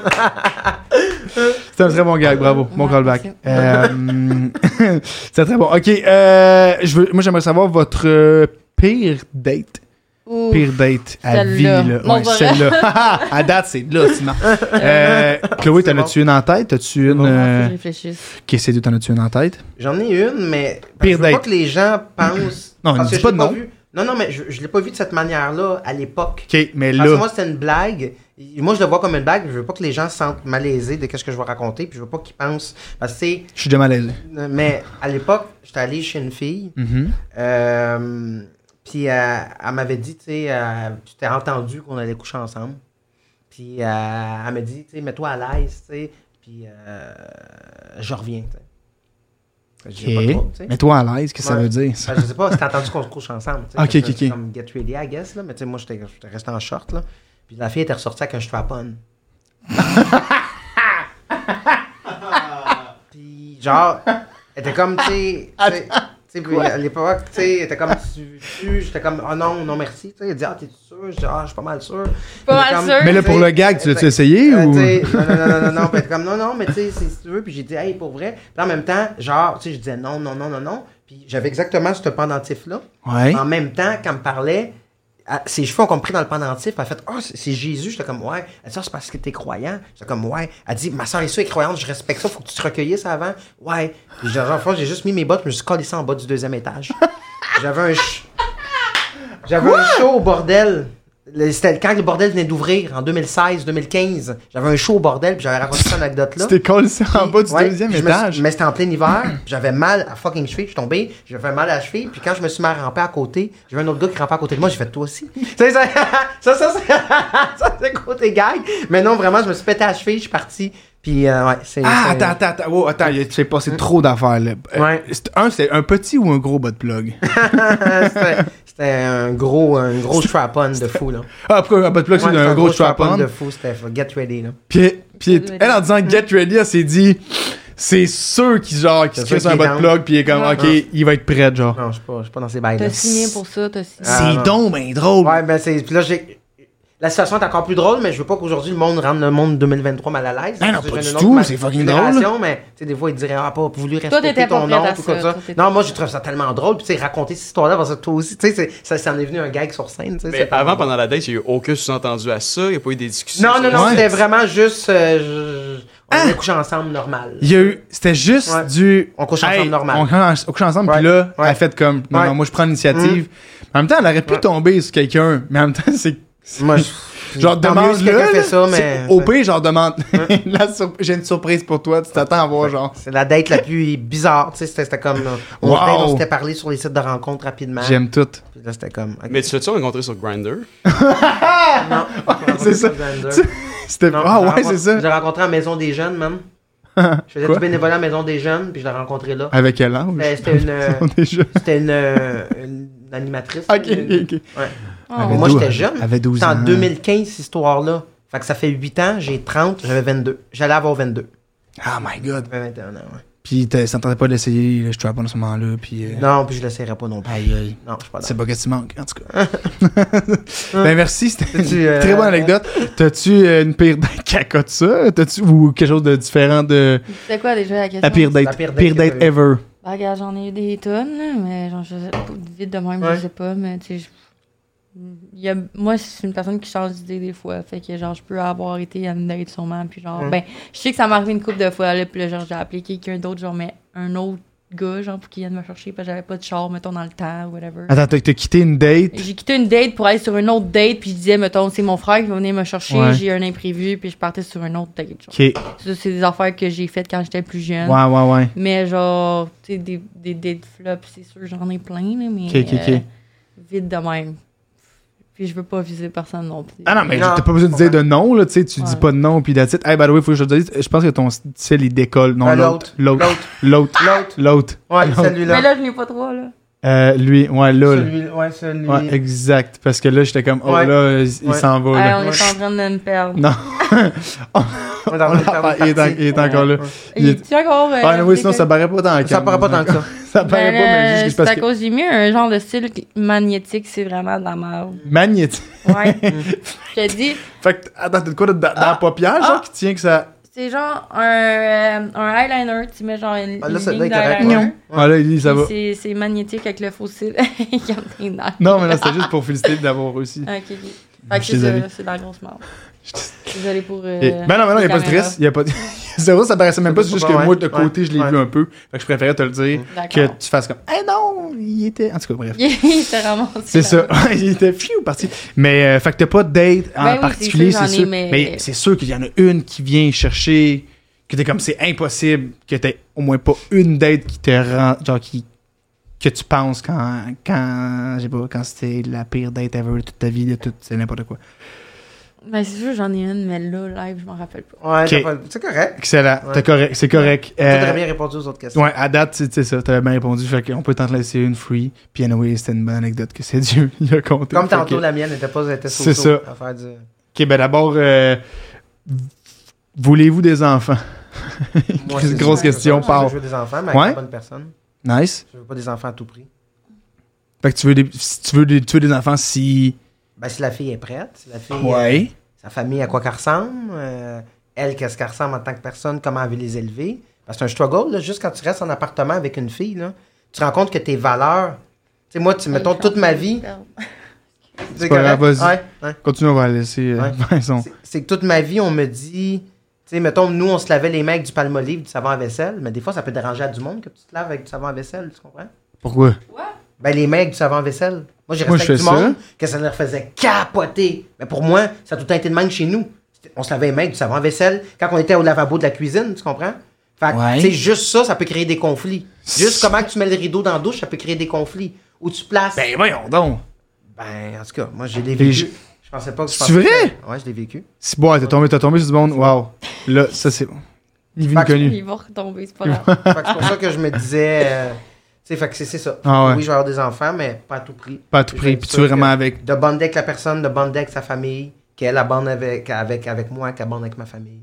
Speaker 1: C'est un très bon gag, bravo. Bon callback. Euh, C'est très bon. OK, euh, je veux, moi, j'aimerais savoir votre euh, pire date.
Speaker 3: Ouh.
Speaker 1: Pire date à vie,
Speaker 3: Celle-là.
Speaker 1: là.
Speaker 3: Non,
Speaker 1: Ouais,
Speaker 3: c'est vrai.
Speaker 1: celle-là. Ah, à date, c'est là, sinon. Euh, Chloé,
Speaker 2: C'est
Speaker 1: t'en as-tu une en tête? T'as-tu une...
Speaker 2: bon.
Speaker 3: Ah, Faut que
Speaker 1: euh,
Speaker 3: je réfléchisse.
Speaker 1: Qu'est-ce que c'est, t'en as-tu une en tête?
Speaker 2: J'en ai une, mais
Speaker 1: Pire
Speaker 2: je veux pas
Speaker 1: date.
Speaker 2: que les gens pensent.
Speaker 1: Non,
Speaker 2: parce
Speaker 1: dis
Speaker 2: que je
Speaker 1: pas
Speaker 2: l'ai
Speaker 1: de nom.
Speaker 2: vu. Non, non, mais je, je l'ai pas vu de cette manière-là à l'époque.
Speaker 1: OK, mais
Speaker 2: Parce que
Speaker 1: là...
Speaker 2: moi, c'était une blague. Et Moi, je le vois comme une blague. Je veux pas que les gens se sentent malaisés de ce que je vais raconter. Puis je veux pas qu'ils pensent. Parce que, tu
Speaker 1: Je suis déjà mal à l'aise.
Speaker 2: sais, mais à l'époque, j'étais allé chez une fille.
Speaker 1: Mhm.
Speaker 2: Euh, puis elle, elle m'avait dit, tu sais, euh, tu t'es entendu qu'on allait coucher ensemble. Puis euh, elle m'a dit, tu sais, mets-toi à l'aise, tu sais. Puis euh, je reviens, tu sais. Je dis, y a pas de trouble, tu sais.
Speaker 1: OK. Mets-toi à l'aise, qu'est-ce que ça
Speaker 2: Ouais.
Speaker 1: veut dire, ça?
Speaker 2: Ben, je sais pas, c'était entendu qu'on se couche ensemble. tu sais.
Speaker 1: Ok,
Speaker 2: Fait que
Speaker 1: ok,
Speaker 2: c'est
Speaker 1: ok.
Speaker 2: comme get ready, I guess, là. Mais tu sais, moi, j'étais j'étais resté en short, là. Puis la fille était ressortie avec un strap-on. Puis genre, elle était comme, tu sais. tu sais- Tu sais, puis à l'époque, tu sais, elle était comme, tu, tu, j'étais comme, oh non, non merci, tu sais, elle dit, ah, t'es sûr? Je dis, ah, je suis pas mal sûr.
Speaker 3: Pas
Speaker 2: Elle était
Speaker 3: mal
Speaker 2: comme-
Speaker 3: sûr.
Speaker 1: Mais là, pour le gag, tu l'as-tu essayé
Speaker 2: euh,
Speaker 1: ou...
Speaker 2: tu sais, Non, non, non, non, non, non. Puis elle était comme, non, non, mais tu sais, c'est- si tu veux. Puis j'ai dit, hey, pour vrai. Puis en même temps, genre, tu sais, je disais non, non, non, non, non. Puis j'avais exactement ce pendentif-là.
Speaker 1: Ouais.
Speaker 2: En même temps, quand elle me parlait, elle- ses cheveux ont compris dans le pendentif. Elle a fait, oh, c'est c'est Jésus. J'étais comme, ouais. Elle dit, ça, c'est parce que t'es croyant. J'étais comme, ouais. Elle dit, ma soeur est est croyante, je respecte ça, faut que tu te recueillisses avant. Ouais. Puis genre, en fait, j'ai juste mis mes bottes, je me suis collé ça en bas du deuxième étage. J'avais un. ch- J'avais un show au bordel. Le- C'était quand le bordel venait d'ouvrir en 2016-2015. J'avais un show au bordel, puis j'avais raconté cette anecdote-là.
Speaker 1: Tu t'es collé ça en bas du
Speaker 2: Ouais,
Speaker 1: deuxième
Speaker 2: puis je me suis-
Speaker 1: étage.
Speaker 2: mais c'était en plein hiver. puis J'avais mal à fucking cheville. Je suis tombé. J'avais mal à la cheville. Puis quand je me suis mis à ramper à côté, j'avais un autre gars qui rampait à côté de moi. J'ai fait toi aussi. Tu sais, ça, ça, ça, c'est- ça, c'est côté gag. Mais non, vraiment, je me suis pété à la cheville. Je suis parti. Puis, euh, ouais, c'est.
Speaker 1: Ah,
Speaker 2: c'est-
Speaker 1: attends, attends, attends. Wow, attends, il s'est passé trop d'affaires, là. Euh,
Speaker 2: Ouais.
Speaker 1: c'est- Un, c'est un petit ou un gros bot plug?
Speaker 2: c'était- C'était un gros, un gros strap-on de fou, là.
Speaker 1: ah, pourquoi un bot plug, c'est
Speaker 2: Ouais,
Speaker 1: un,
Speaker 2: c'était
Speaker 1: gros strap-on?
Speaker 2: de fou. C'était get ready, là.
Speaker 1: Puis, puis
Speaker 3: Get ready.
Speaker 1: elle, en disant Get Ready, elle s'est dit, c'est sûr qu'ils genre, qui
Speaker 2: C'est
Speaker 1: se crée
Speaker 2: sûr
Speaker 1: sur un
Speaker 2: qu'il est
Speaker 1: bot
Speaker 2: down.
Speaker 1: plug, puis il est comme,
Speaker 3: Ouais.
Speaker 1: OK, il va être prêt, genre.
Speaker 2: Non, je suis pas, je suis pas dans ces bails, là.
Speaker 3: T'as signé pour ça, t'as signé.
Speaker 2: Ah, non.
Speaker 1: donc ben drôle.
Speaker 2: Ouais, ben c'est. Puis là, j'ai. La situation est encore plus drôle, mais je veux pas qu'aujourd'hui le monde rende le monde 2023 mal à l'aise.
Speaker 1: Ben Non, non,
Speaker 2: Parce que
Speaker 1: pas
Speaker 2: j'ai
Speaker 1: du
Speaker 2: une autre
Speaker 1: tout,
Speaker 2: ma-
Speaker 1: c'est fucking
Speaker 2: génération, Mais tu sais, des fois, ils diraient Ah, pas voulu respecter
Speaker 3: t'étais pas
Speaker 2: ton
Speaker 3: prête
Speaker 2: nom,
Speaker 3: à
Speaker 2: tout
Speaker 3: ça,
Speaker 2: comme ça.
Speaker 3: toi, t'étais-
Speaker 2: Non, moi, j'ai trouvé ça tellement drôle. Puis tu sais, raconter cette histoire-là, parce que toi aussi, tu sais, c'est- ça, ça en est venu un gag sur scène. tu sais,
Speaker 4: Mais
Speaker 2: c'est-
Speaker 4: avant, pendant la date, j'ai eu aucun sous-entendu à ça. Il n'y a pas eu des discussions.
Speaker 2: Non, non, non,
Speaker 1: Ouais.
Speaker 2: c'était vraiment juste. euh, je- On
Speaker 1: Ah!
Speaker 2: allait coucher ensemble normal.
Speaker 1: Il y a eu, c'était juste
Speaker 2: Ouais.
Speaker 1: du.
Speaker 2: On couche ensemble normal.
Speaker 1: On, cou- on couche ensemble,
Speaker 2: Ouais.
Speaker 1: puis là, elle
Speaker 2: Ouais.
Speaker 1: a fait comme, non,
Speaker 2: Ouais. Mm.
Speaker 1: non, moi je prends l'initiative. En même temps, elle aurait pu tomber sur quelqu'un, mais en même temps, c'est.
Speaker 2: Moi, je.
Speaker 1: Genre,
Speaker 2: Mm. Tant mieux
Speaker 1: demande
Speaker 2: si
Speaker 1: le.
Speaker 2: quelqu'un fait ça, mais.
Speaker 1: Au pire, genre, demande. La sur- J'ai une surprise pour toi, tu t'attends à voir, genre.
Speaker 2: C'est la date la plus bizarre, tu sais, c'était c'était comme... euh, On,
Speaker 1: Wow.
Speaker 2: se date, on s'était parlé sur les sites de rencontres rapidement.
Speaker 1: J'aime tout.
Speaker 2: Puis là, c'était comme... ok.
Speaker 4: Mais tu l'as-tu rencontré sur Grindr?
Speaker 2: Non,
Speaker 1: c'est ça. Tu- C'était.
Speaker 2: Non,
Speaker 1: Ah
Speaker 2: je l'ai
Speaker 1: ouais, c'est
Speaker 2: rencontré-
Speaker 1: ça.
Speaker 2: Je l'ai rencontré à Maison des Jeunes, même. Je faisais
Speaker 1: Quoi? Ah.
Speaker 2: du bénévolat à Maison des Jeunes, puis je l'ai rencontré là.
Speaker 1: Avec hein, quel ange?
Speaker 2: Euh, C'était une, euh,
Speaker 1: On est jeune.
Speaker 2: c'était une, euh, une animatrice.
Speaker 1: Ok,
Speaker 2: Une-
Speaker 1: ok.
Speaker 2: ouais.
Speaker 3: Ah,
Speaker 1: Avec
Speaker 2: Oh. Moi,
Speaker 1: dou-
Speaker 2: j'étais jeune.
Speaker 1: Avait 12
Speaker 2: C'était
Speaker 1: ans.
Speaker 2: en 2015, cette histoire-là. Fait que ça fait 8 ans, j'ai 30, j'avais 22. J'allais avoir 22.
Speaker 1: Oh my god.
Speaker 2: J'avais 21 ans, ouais.
Speaker 1: Puis t'as- ça me tentait pas d'essayer le strap-on à ce moment-là. Puis. euh,
Speaker 2: Non, puis je l'essayerai pas non plus.
Speaker 1: Aïe, aïe.
Speaker 2: Non, je suis pas
Speaker 1: C'est
Speaker 2: d'accord.
Speaker 1: pas que tu manques, en tout cas. ben merci, c'était une
Speaker 2: T'as-tu, euh,
Speaker 1: très bonne anecdote. T'as-tu euh, une pire date qui accote ça? T'as-tu ou quelque chose de différent de
Speaker 3: C'était quoi déjà la question?
Speaker 1: la pire date,
Speaker 2: la pire date
Speaker 1: pire
Speaker 2: que t'as
Speaker 1: date
Speaker 2: eue.
Speaker 1: ever?
Speaker 3: Bah, regarde, j'en ai eu des tonnes, là, mais genre, je sais pas, vite de même,
Speaker 2: Ouais.
Speaker 3: je sais pas, mais tu sais, je- il y a- moi, je suis une personne qui change d'idée des fois, fait que genre, je peux avoir été à une date sûrement, puis genre,
Speaker 2: Ouais.
Speaker 3: ben, je sais que ça m'est arrivé une couple de fois, là, puis là, genre, j'ai appelé quelqu'un d'autre, genre, mais un autre gars, genre, pour qu'il vienne me chercher, parce que j'avais pas de char, mettons, dans le temps, whatever.
Speaker 1: Attends, t'as t'as quitté une date?
Speaker 3: J'ai quitté une date pour aller sur une autre date, puis je disais, mettons, c'est mon frère qui va venir me chercher,
Speaker 1: Ouais.
Speaker 3: j'ai eu un imprévu, puis je partais sur une autre date, genre.
Speaker 1: Ok. Ouais,
Speaker 3: Ça, c'est des affaires que j'ai faites quand j'étais plus jeune.
Speaker 1: ouais, ouais.
Speaker 3: Mais genre, tu sais, des, des, des flops, c'est sûr, j'en ai plein, là, mais
Speaker 1: Ok, ok, ok.
Speaker 3: euh, vite de même. Puis je veux pas viser personne non plus.
Speaker 1: Ah non, mais
Speaker 2: Non,
Speaker 1: t'as pas besoin de
Speaker 2: je
Speaker 1: dire de non, là, tu sais, tu dis
Speaker 3: Ouais.
Speaker 1: pas de non, puis that's it. Hey, by the way, faut que je te dise, je pense que ton style, il décolle. Non,
Speaker 2: Ah,
Speaker 1: l'autre. L'autre.
Speaker 2: L'autre.
Speaker 1: L'autre.
Speaker 2: L'autre.
Speaker 1: L'autre.
Speaker 2: Ouais,
Speaker 3: mais
Speaker 2: celui-là.
Speaker 3: là, je n'ai pas trois, là.
Speaker 1: Euh, lui, ouais, là. là.
Speaker 2: Celui-là. Ouais, celui-là.
Speaker 1: Ouais, exact. Parce que là, j'étais comme, oh
Speaker 2: Mm. Ouais.
Speaker 1: là, il il
Speaker 2: Ouais.
Speaker 1: s'en va,
Speaker 3: Hey,
Speaker 1: là.
Speaker 3: on est en train de me perdre.
Speaker 1: Non.
Speaker 2: On est dans
Speaker 1: On
Speaker 2: le
Speaker 1: l'a-
Speaker 2: permis de
Speaker 1: il est en-
Speaker 2: partir.
Speaker 1: il est encore là.
Speaker 2: Ouais.
Speaker 1: Il
Speaker 3: Il
Speaker 1: est-
Speaker 3: est encore. euh,
Speaker 1: Ah, oui, sinon,
Speaker 3: déco-
Speaker 1: ça paraît pas tant que
Speaker 2: Ça paraît pas tant que ça.
Speaker 1: Ça paraît
Speaker 3: Ben,
Speaker 1: pas, mais
Speaker 3: euh,
Speaker 1: juste
Speaker 3: c'est
Speaker 1: parce
Speaker 3: à
Speaker 1: que.
Speaker 3: cause j'ai mis un genre de style magnétique, c'est vraiment dans ma.
Speaker 1: Magnétique.
Speaker 3: Ouais. Je te dis,
Speaker 1: Fait que, attends, t'as de quoi dans, dans la paupière, genre,
Speaker 3: Ah.
Speaker 1: qui tient que ça.
Speaker 3: c'est genre un, euh, un eyeliner, tu mets genre une,
Speaker 2: Ah, là,
Speaker 3: une
Speaker 2: ça doit
Speaker 3: ligne
Speaker 2: être correct,
Speaker 3: d'eyeliner.
Speaker 2: ouais.
Speaker 1: Ah, là, il dit, ça
Speaker 3: Puis
Speaker 1: va.
Speaker 3: C'est, c'est magnétique avec le fossile. Il y a des nerfs.
Speaker 1: Non, mais là, c'était juste pour féliciter d'avoir réussi.
Speaker 3: Ah, Ok, ok. Fait que
Speaker 1: Je suis
Speaker 3: c'est
Speaker 1: désolé.
Speaker 3: ça, c'est dans la grosse merde.
Speaker 1: Je suis
Speaker 3: Désolé pour. Euh,
Speaker 1: Et- Ben non, ben non, il n'y a pas de stress. Il y a pas de... Zéro, ça paraissait même
Speaker 2: Ça
Speaker 1: pas.
Speaker 2: peut
Speaker 1: C'est juste
Speaker 2: pas,
Speaker 1: que
Speaker 2: ouais.
Speaker 1: moi, de côté, je l'ai
Speaker 2: Ouais. Mm.
Speaker 1: vu un peu. Fait que je préférais te le dire que
Speaker 3: D'accord.
Speaker 1: tu fasses comme. Eh non, il était. En tout cas, bref.
Speaker 3: Il s'est ramassé.
Speaker 1: C'est
Speaker 3: là.
Speaker 1: ça. il était fiou parti. Mais, euh, fait que t'as pas de date en
Speaker 3: Ben oui,
Speaker 1: particulier, c'est
Speaker 3: c'est sûr, j'en ai,
Speaker 1: sûr.
Speaker 3: mais-
Speaker 1: Mais c'est sûr qu'il y en a une qui vient chercher. Que t'es comme, c'est impossible que t'aies au moins pas une date qui te rend. Genre, qui. Que tu penses quand. Quand. Je sais pas, quand c'était la pire date ever de toute ta vie, de tout. C'est n'importe quoi.
Speaker 3: Ben, c'est sûr, j'en ai une, mais là, live, je m'en rappelle pas.
Speaker 2: Ouais, t'as
Speaker 1: Ok.
Speaker 2: pas- c'est correct.
Speaker 1: Excellent.
Speaker 2: Ouais.
Speaker 1: T'as correct. C'est correct.
Speaker 2: T'as
Speaker 1: Euh,
Speaker 2: très bien répondu aux autres questions.
Speaker 1: Ouais, à date, c'est c'est ça, t'avais bien répondu. Fait qu'on peut t'en laisser une free. Puis anyway, c'était une bonne anecdote que c'est Dieu, il a compté.
Speaker 2: Comme
Speaker 1: Fait
Speaker 2: tantôt,
Speaker 1: que-
Speaker 2: la mienne n'était pas était
Speaker 1: C'est
Speaker 2: so-so
Speaker 1: ça.
Speaker 2: à faire du-
Speaker 1: Ok, ben d'abord, euh, v- voulez-vous des enfants?
Speaker 2: Moi,
Speaker 1: c'est une grosse
Speaker 2: ça,
Speaker 1: question,
Speaker 2: je veux-
Speaker 1: Paul.
Speaker 2: Je veux des enfants, mais avec
Speaker 1: Ouais.
Speaker 2: la bonne personne.
Speaker 1: Nice.
Speaker 2: Je veux pas des enfants à tout prix.
Speaker 1: Fait que tu veux des, si tu veux des, tu veux des enfants si.
Speaker 2: Ben, si la fille est prête, si la fille, euh, sa famille, à quoi qu'elle ressemble, euh, elle, qu'est-ce qu'elle ressemble en tant que personne, comment elle veut les élever. Parce que c'est un struggle, là, juste quand tu restes en appartement avec une fille, là, tu te rends compte que tes valeurs. Tu sais, moi, tu, mettons toute ma vie. C'est
Speaker 1: pas grave,
Speaker 2: correct?
Speaker 1: vas-y.
Speaker 2: Ouais, ouais.
Speaker 1: Continue, on va laisser. euh,
Speaker 2: Ouais.
Speaker 1: Vincent.
Speaker 2: C'est- C'est que toute ma vie, on me dit. Tu sais, mettons, nous, on se lavait les mains avec du palmolive, du savon à vaisselle, mais des fois, ça peut déranger à du monde que tu te laves avec du savon à vaisselle, tu comprends?
Speaker 1: Pourquoi?
Speaker 2: Ben, les mecs du savon à vaisselle. Moi, j'ai
Speaker 1: Moi, je
Speaker 2: resté avec du
Speaker 1: fais ça.
Speaker 2: monde que ça leur faisait capoter. Mais pour moi, ça a tout le temps été de même chez nous. C'était- On se lavait les mecs du savon à vaisselle quand on était au lavabo de la cuisine, tu comprends? Fait que,
Speaker 1: Ouais.
Speaker 2: tu sais, juste ça, ça peut créer des conflits. Juste comment tu mets le rideau dans la douche, ça peut créer des conflits. Où tu places. Ben,
Speaker 1: Ben voyons donc.
Speaker 2: en tout cas, moi, j'ai les vécu.
Speaker 1: je-
Speaker 2: Je pensais pas que je
Speaker 1: C'est
Speaker 2: pensais
Speaker 1: vrai?
Speaker 2: que- Ouais, je l'ai vécu.
Speaker 1: Si bon, t'es tombé, t'as tombé sur du monde. Waouh. Là, ça c'est. Ni vu ni
Speaker 2: Fait que-
Speaker 1: connu.
Speaker 3: Il va retomber, c'est pas grave.
Speaker 2: Fait que c'est pour ça que je me disais. euh, tu sais, fait que c'est c'est ça.
Speaker 1: Ah ouais.
Speaker 2: Oui, je vais avoir des enfants, mais pas à tout prix.
Speaker 1: Pas à tout
Speaker 2: Je
Speaker 1: prix.
Speaker 2: vais
Speaker 1: Puis
Speaker 2: être
Speaker 1: tu veux
Speaker 2: sûr
Speaker 1: vraiment
Speaker 2: que-
Speaker 1: avec.
Speaker 2: de bonder avec la personne, de bonder avec sa famille, qu'elle abonde avec, avec, avec moi, qu'elle bande avec ma famille,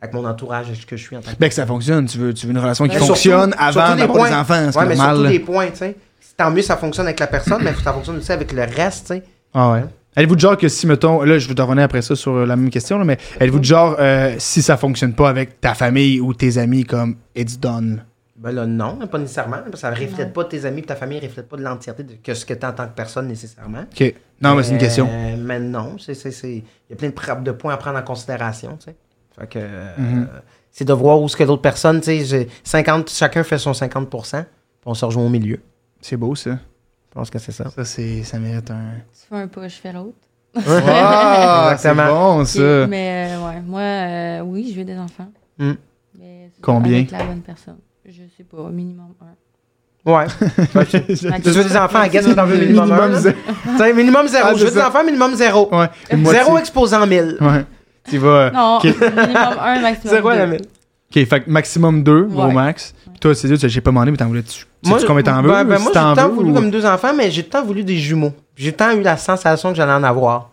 Speaker 2: avec mon entourage, avec ce que je suis en tant que
Speaker 1: Ben que ça fonctionne. Tu veux, tu veux une relation qui
Speaker 2: Mais Ben, surtout-
Speaker 1: fonctionne avant
Speaker 2: surtout les
Speaker 1: d'avoir des
Speaker 2: points.
Speaker 1: enfants. C'est
Speaker 2: Ouais, mais
Speaker 1: normal.
Speaker 2: surtout
Speaker 1: là.
Speaker 2: les points, tu sais. Tant mieux, ça fonctionne avec la personne, mais ça fonctionne aussi avec le reste, tu sais.
Speaker 1: Ah ouais. Êtes-vous du genre que si, mettons, là, je vous revenir après ça sur euh, la même question, là, mais êtes-vous du genre, euh, si ça fonctionne pas avec ta famille ou tes amis, comme it's done?
Speaker 2: Ben là, non, pas nécessairement, parce que ça reflète pas tes amis, puis ta famille reflète pas de l'entièreté de que ce que t'es en tant que personne nécessairement.
Speaker 1: Ok. Non, mais c'est une
Speaker 2: Euh,
Speaker 1: question.
Speaker 2: mais non, c'est, c'est, c'est- il y a plein de, pra- de points à prendre en considération. Tu sais. Fait que, euh,
Speaker 1: Mhm.
Speaker 2: c'est de voir où ce que l'autre personne, tu sais, j'ai 50, chacun fait son 50 puis on se rejoint au milieu.
Speaker 1: C'est beau, ça.
Speaker 2: Je pense que c'est ça.
Speaker 1: Ça, c'est, ça mérite un.
Speaker 3: Tu fais un pas, je fais l'autre.
Speaker 1: Ah, c'est
Speaker 2: Exactement.
Speaker 1: bon,
Speaker 3: Ok,
Speaker 1: ça.
Speaker 3: Mais euh, ouais, moi, euh, oui, je veux des enfants.
Speaker 2: Hmm.
Speaker 3: Mais c'est
Speaker 1: Combien?
Speaker 3: Avec la bonne personne. Je sais pas, au minimum un.
Speaker 2: Ouais. Je veux des enfants à guess que t'en veux minimum. un, là.
Speaker 1: zéro.
Speaker 2: Tu sais, minimum zéro.
Speaker 1: Ah,
Speaker 2: je veux
Speaker 1: c'est
Speaker 2: des
Speaker 1: ça.
Speaker 2: enfants, minimum zéro.
Speaker 1: Ouais. Une
Speaker 2: Zéro
Speaker 1: moitié.
Speaker 2: exposant mille.
Speaker 1: Ouais. Tu vas. euh,
Speaker 3: Non,
Speaker 1: ok.
Speaker 3: minimum un, maximum
Speaker 2: Zéro à la
Speaker 3: deux.
Speaker 2: mille.
Speaker 1: Ok, fait que maximum deux, gros
Speaker 3: Ouais.
Speaker 1: max. Puis toi, c'est sûr, tu sais, j'ai pas demandé, mais t'en voulais-tu?
Speaker 2: Moi,
Speaker 1: sais-tu combien t'en veux?
Speaker 2: ben, ben,
Speaker 1: Si
Speaker 2: moi, j'ai
Speaker 1: t'en
Speaker 2: tant
Speaker 1: veux
Speaker 2: voulu
Speaker 1: ou-
Speaker 2: comme deux enfants, mais j'ai tant voulu des jumeaux. J'ai tant eu la sensation que j'allais en avoir.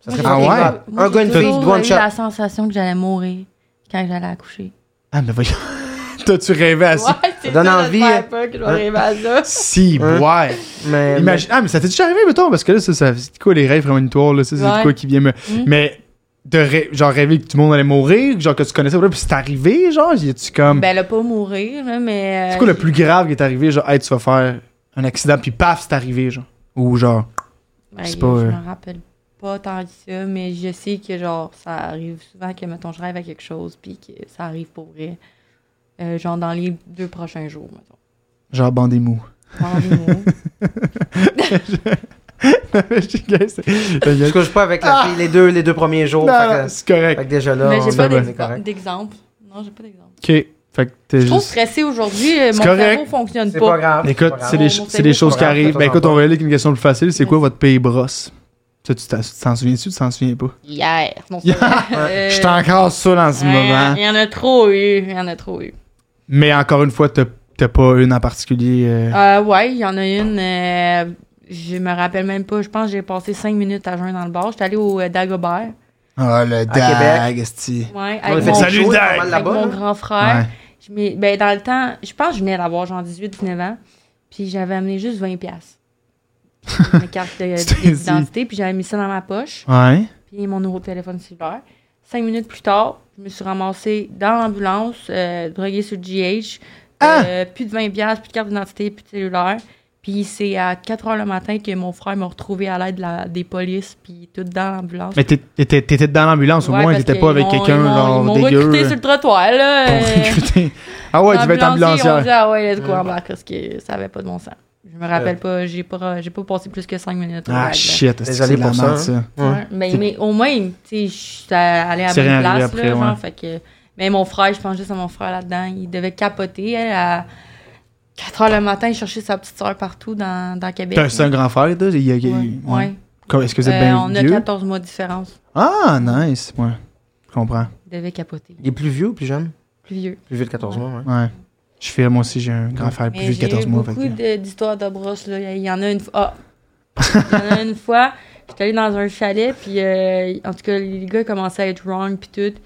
Speaker 2: Ça
Speaker 3: Moi,
Speaker 1: Ah
Speaker 2: serait
Speaker 3: j'ai
Speaker 2: fucking
Speaker 1: ouais?
Speaker 2: grave.
Speaker 3: toujours- moi,
Speaker 2: Un gars,
Speaker 3: j'ai
Speaker 2: une fille,
Speaker 3: toujours
Speaker 2: one
Speaker 3: eu
Speaker 2: shot.
Speaker 3: la sensation que j'allais mourir quand j'allais accoucher.
Speaker 1: Ah, mais voyons. T'as-tu rêvé à ça?
Speaker 3: c'est
Speaker 2: donne
Speaker 3: ça, de
Speaker 2: envie,
Speaker 3: te faire
Speaker 2: hein.
Speaker 3: peur que je vais
Speaker 2: Hein?
Speaker 3: arriver à ça.
Speaker 1: Si,
Speaker 2: Hein?
Speaker 1: ouais.
Speaker 2: Mais,
Speaker 1: Imagine- Ah, mais ça t'est déjà arrivé, mettons, parce que là, ça, ça- c'est quoi les rêves prémonitoires, là, ça, c'est
Speaker 3: Ouais.
Speaker 1: quoi qui vient me. Mais, de rê- genre, rêver que tout le monde allait mourir, genre, que tu connaissais, voilà, puis c'est arrivé, genre, y tu comme.
Speaker 3: Ben, elle a pas mourir, là, mais.
Speaker 1: c'est
Speaker 3: euh,
Speaker 1: quoi le plus grave qui est arrivé, genre, hey, tu vas faire un accident, puis paf, c'est arrivé, genre. Ou genre,
Speaker 3: Ben,
Speaker 1: C'est
Speaker 3: je
Speaker 1: pas, euh,
Speaker 3: m'en rappelle pas tant que ça, mais je sais que genre ça arrive souvent que mettons je rêve à quelque chose puis que ça arrive pour vrai. Euh, genre dans les deux prochains jours, mettons.
Speaker 1: genre, bandé mou.
Speaker 3: Dans les mots.
Speaker 1: Je gueule, c'est- je
Speaker 2: Je
Speaker 1: gueule.
Speaker 2: couche pas avec la fille les deux, les deux premiers jours.
Speaker 1: Non,
Speaker 2: fait que-
Speaker 1: non, c'est correct.
Speaker 2: Fait que déjà là,
Speaker 3: mais
Speaker 2: on
Speaker 3: j'ai pas
Speaker 2: est
Speaker 1: ben,
Speaker 3: d'ex-
Speaker 2: correct.
Speaker 3: d'exemple. Non, j'ai pas d'exemple.
Speaker 1: Ok. Fait que t'es
Speaker 3: Je suis trop
Speaker 1: juste.
Speaker 3: stressée aujourd'hui, euh,
Speaker 1: C'est
Speaker 3: mon
Speaker 1: correct.
Speaker 3: cerveau fonctionne
Speaker 2: C'est pas
Speaker 3: pas.
Speaker 2: grave.
Speaker 1: Écoute,
Speaker 2: pas grave.
Speaker 1: c'est des,
Speaker 3: Mon
Speaker 1: c'est des
Speaker 3: cerveau,
Speaker 1: choses qui
Speaker 2: c'est pas grave,
Speaker 1: arrivent.
Speaker 2: ça,
Speaker 1: Ben,
Speaker 2: t'en
Speaker 1: écoute,
Speaker 2: vas.
Speaker 1: on va aller avec une question plus facile. C'est quoi votre pays brosse? Ça, tu t'en- tu t'en souviens-tu? Tu t'en souviens pas?
Speaker 3: Hier. Non, c'est pas vrai. Euh,
Speaker 1: Je suis encore ça dans ce
Speaker 3: il y en-
Speaker 1: moment.
Speaker 3: Il y en a trop eu. Il y en a trop eu.
Speaker 1: Mais encore une fois, t'as t'as pas une en particulier. euh,
Speaker 3: Euh, ouais, il y en a une. euh, je me rappelle même pas. Je pense que j'ai passé cinq minutes à jeun dans le bar. J'étais allée au euh, Dagobert.
Speaker 1: Ah, le dag, esti.
Speaker 3: Ouais,
Speaker 2: On a
Speaker 3: avec
Speaker 2: fait
Speaker 3: mon,
Speaker 1: Salut,
Speaker 2: show,
Speaker 1: Dag.
Speaker 2: pas mal
Speaker 3: avec
Speaker 2: là-bas.
Speaker 3: mon
Speaker 2: là.
Speaker 3: grand frère.
Speaker 1: Ouais.
Speaker 3: Je m'ai- ben, dans le temps, je pense que je venais d'avoir genre 18-19 ans, puis j'avais amené juste 20 pièces ma carte de-
Speaker 1: Tu t'es
Speaker 3: d'identité, puis j'avais mis ça dans ma poche,
Speaker 1: Ouais.
Speaker 3: puis mon nouveau téléphone cellulaire. Cinq minutes plus tard, je me suis ramassée dans l'ambulance, euh, droguée sur le GH,
Speaker 1: Ah!
Speaker 3: euh, plus de 20 pièces, plus de carte d'identité, plus de cellulaire. Puis c'est à 4 heures le matin que mon frère m'a retrouvé à l'aide de la- des polices, puis tout dans l'ambulance.
Speaker 1: Mais t'é- t'étais t'étais dans l'ambulance, au
Speaker 3: Ouais,
Speaker 1: moins,
Speaker 3: parce
Speaker 1: t'étais pas
Speaker 3: qu'ils
Speaker 1: avec
Speaker 3: m'ont-
Speaker 1: quelqu'un,
Speaker 3: ils m'ont- Ils
Speaker 1: genre,
Speaker 3: m'ont recruté
Speaker 1: dégueu.
Speaker 3: sur le trottoir, là.
Speaker 1: Pour
Speaker 3: euh,
Speaker 1: recruter. Ah ouais, tu veux être
Speaker 3: Ambulancier, on
Speaker 1: ambulancière.
Speaker 3: dit, ah ouais, de quoi embarque, parce que ça avait pas de bon sens. Je me rappelle pas, j'ai pas, j'ai pas passé plus que 5 minutes. au
Speaker 1: Euh. Ah
Speaker 3: rag, là.
Speaker 1: shit, est-ce que c'est
Speaker 2: Désolé
Speaker 1: de la
Speaker 2: pour ça,
Speaker 1: merde,
Speaker 2: hein.
Speaker 1: ça.
Speaker 3: Ouais. Mais, mais au moins, tu sais, j'étais allée à
Speaker 1: C'est rien
Speaker 3: bonne place,
Speaker 1: arrivé
Speaker 3: là,
Speaker 1: après,
Speaker 3: genre,
Speaker 1: ouais.
Speaker 3: fait que... Mais mon frère, je pense juste à mon frère là-dedans, il devait capoter, elle, à 4 heures le matin, il cherchait sa petite soeur partout dans, dans Québec.
Speaker 1: T'as un- C'est un grand frère, toi? il y a- il y a-
Speaker 3: Ouais.
Speaker 1: ouais.
Speaker 3: Ouais.
Speaker 1: Comme- Est-ce que vous
Speaker 3: Euh,
Speaker 1: êtes bien
Speaker 3: on a
Speaker 1: vieux?
Speaker 3: 14 mois de différence.
Speaker 1: Ah, nice. Ouais. Je comprends.
Speaker 3: Il devait capoter.
Speaker 2: Il est plus vieux ou plus jeune?
Speaker 3: Plus vieux.
Speaker 2: Plus vieux de 14 mois, ouais.
Speaker 1: Ouais. Je fais, moi aussi, j'ai un grand frère plus
Speaker 3: Mais
Speaker 1: vieux de
Speaker 3: j'ai
Speaker 1: 14
Speaker 3: eu
Speaker 1: mois. fait
Speaker 3: beaucoup
Speaker 1: que-
Speaker 3: de- d'histoires de brosses. Là. Il y en a une fois. Ah! Il y en a une fois, j'étais allée dans un chalet, puis euh, en tout cas, les gars commençaient à être wrong, puis tout,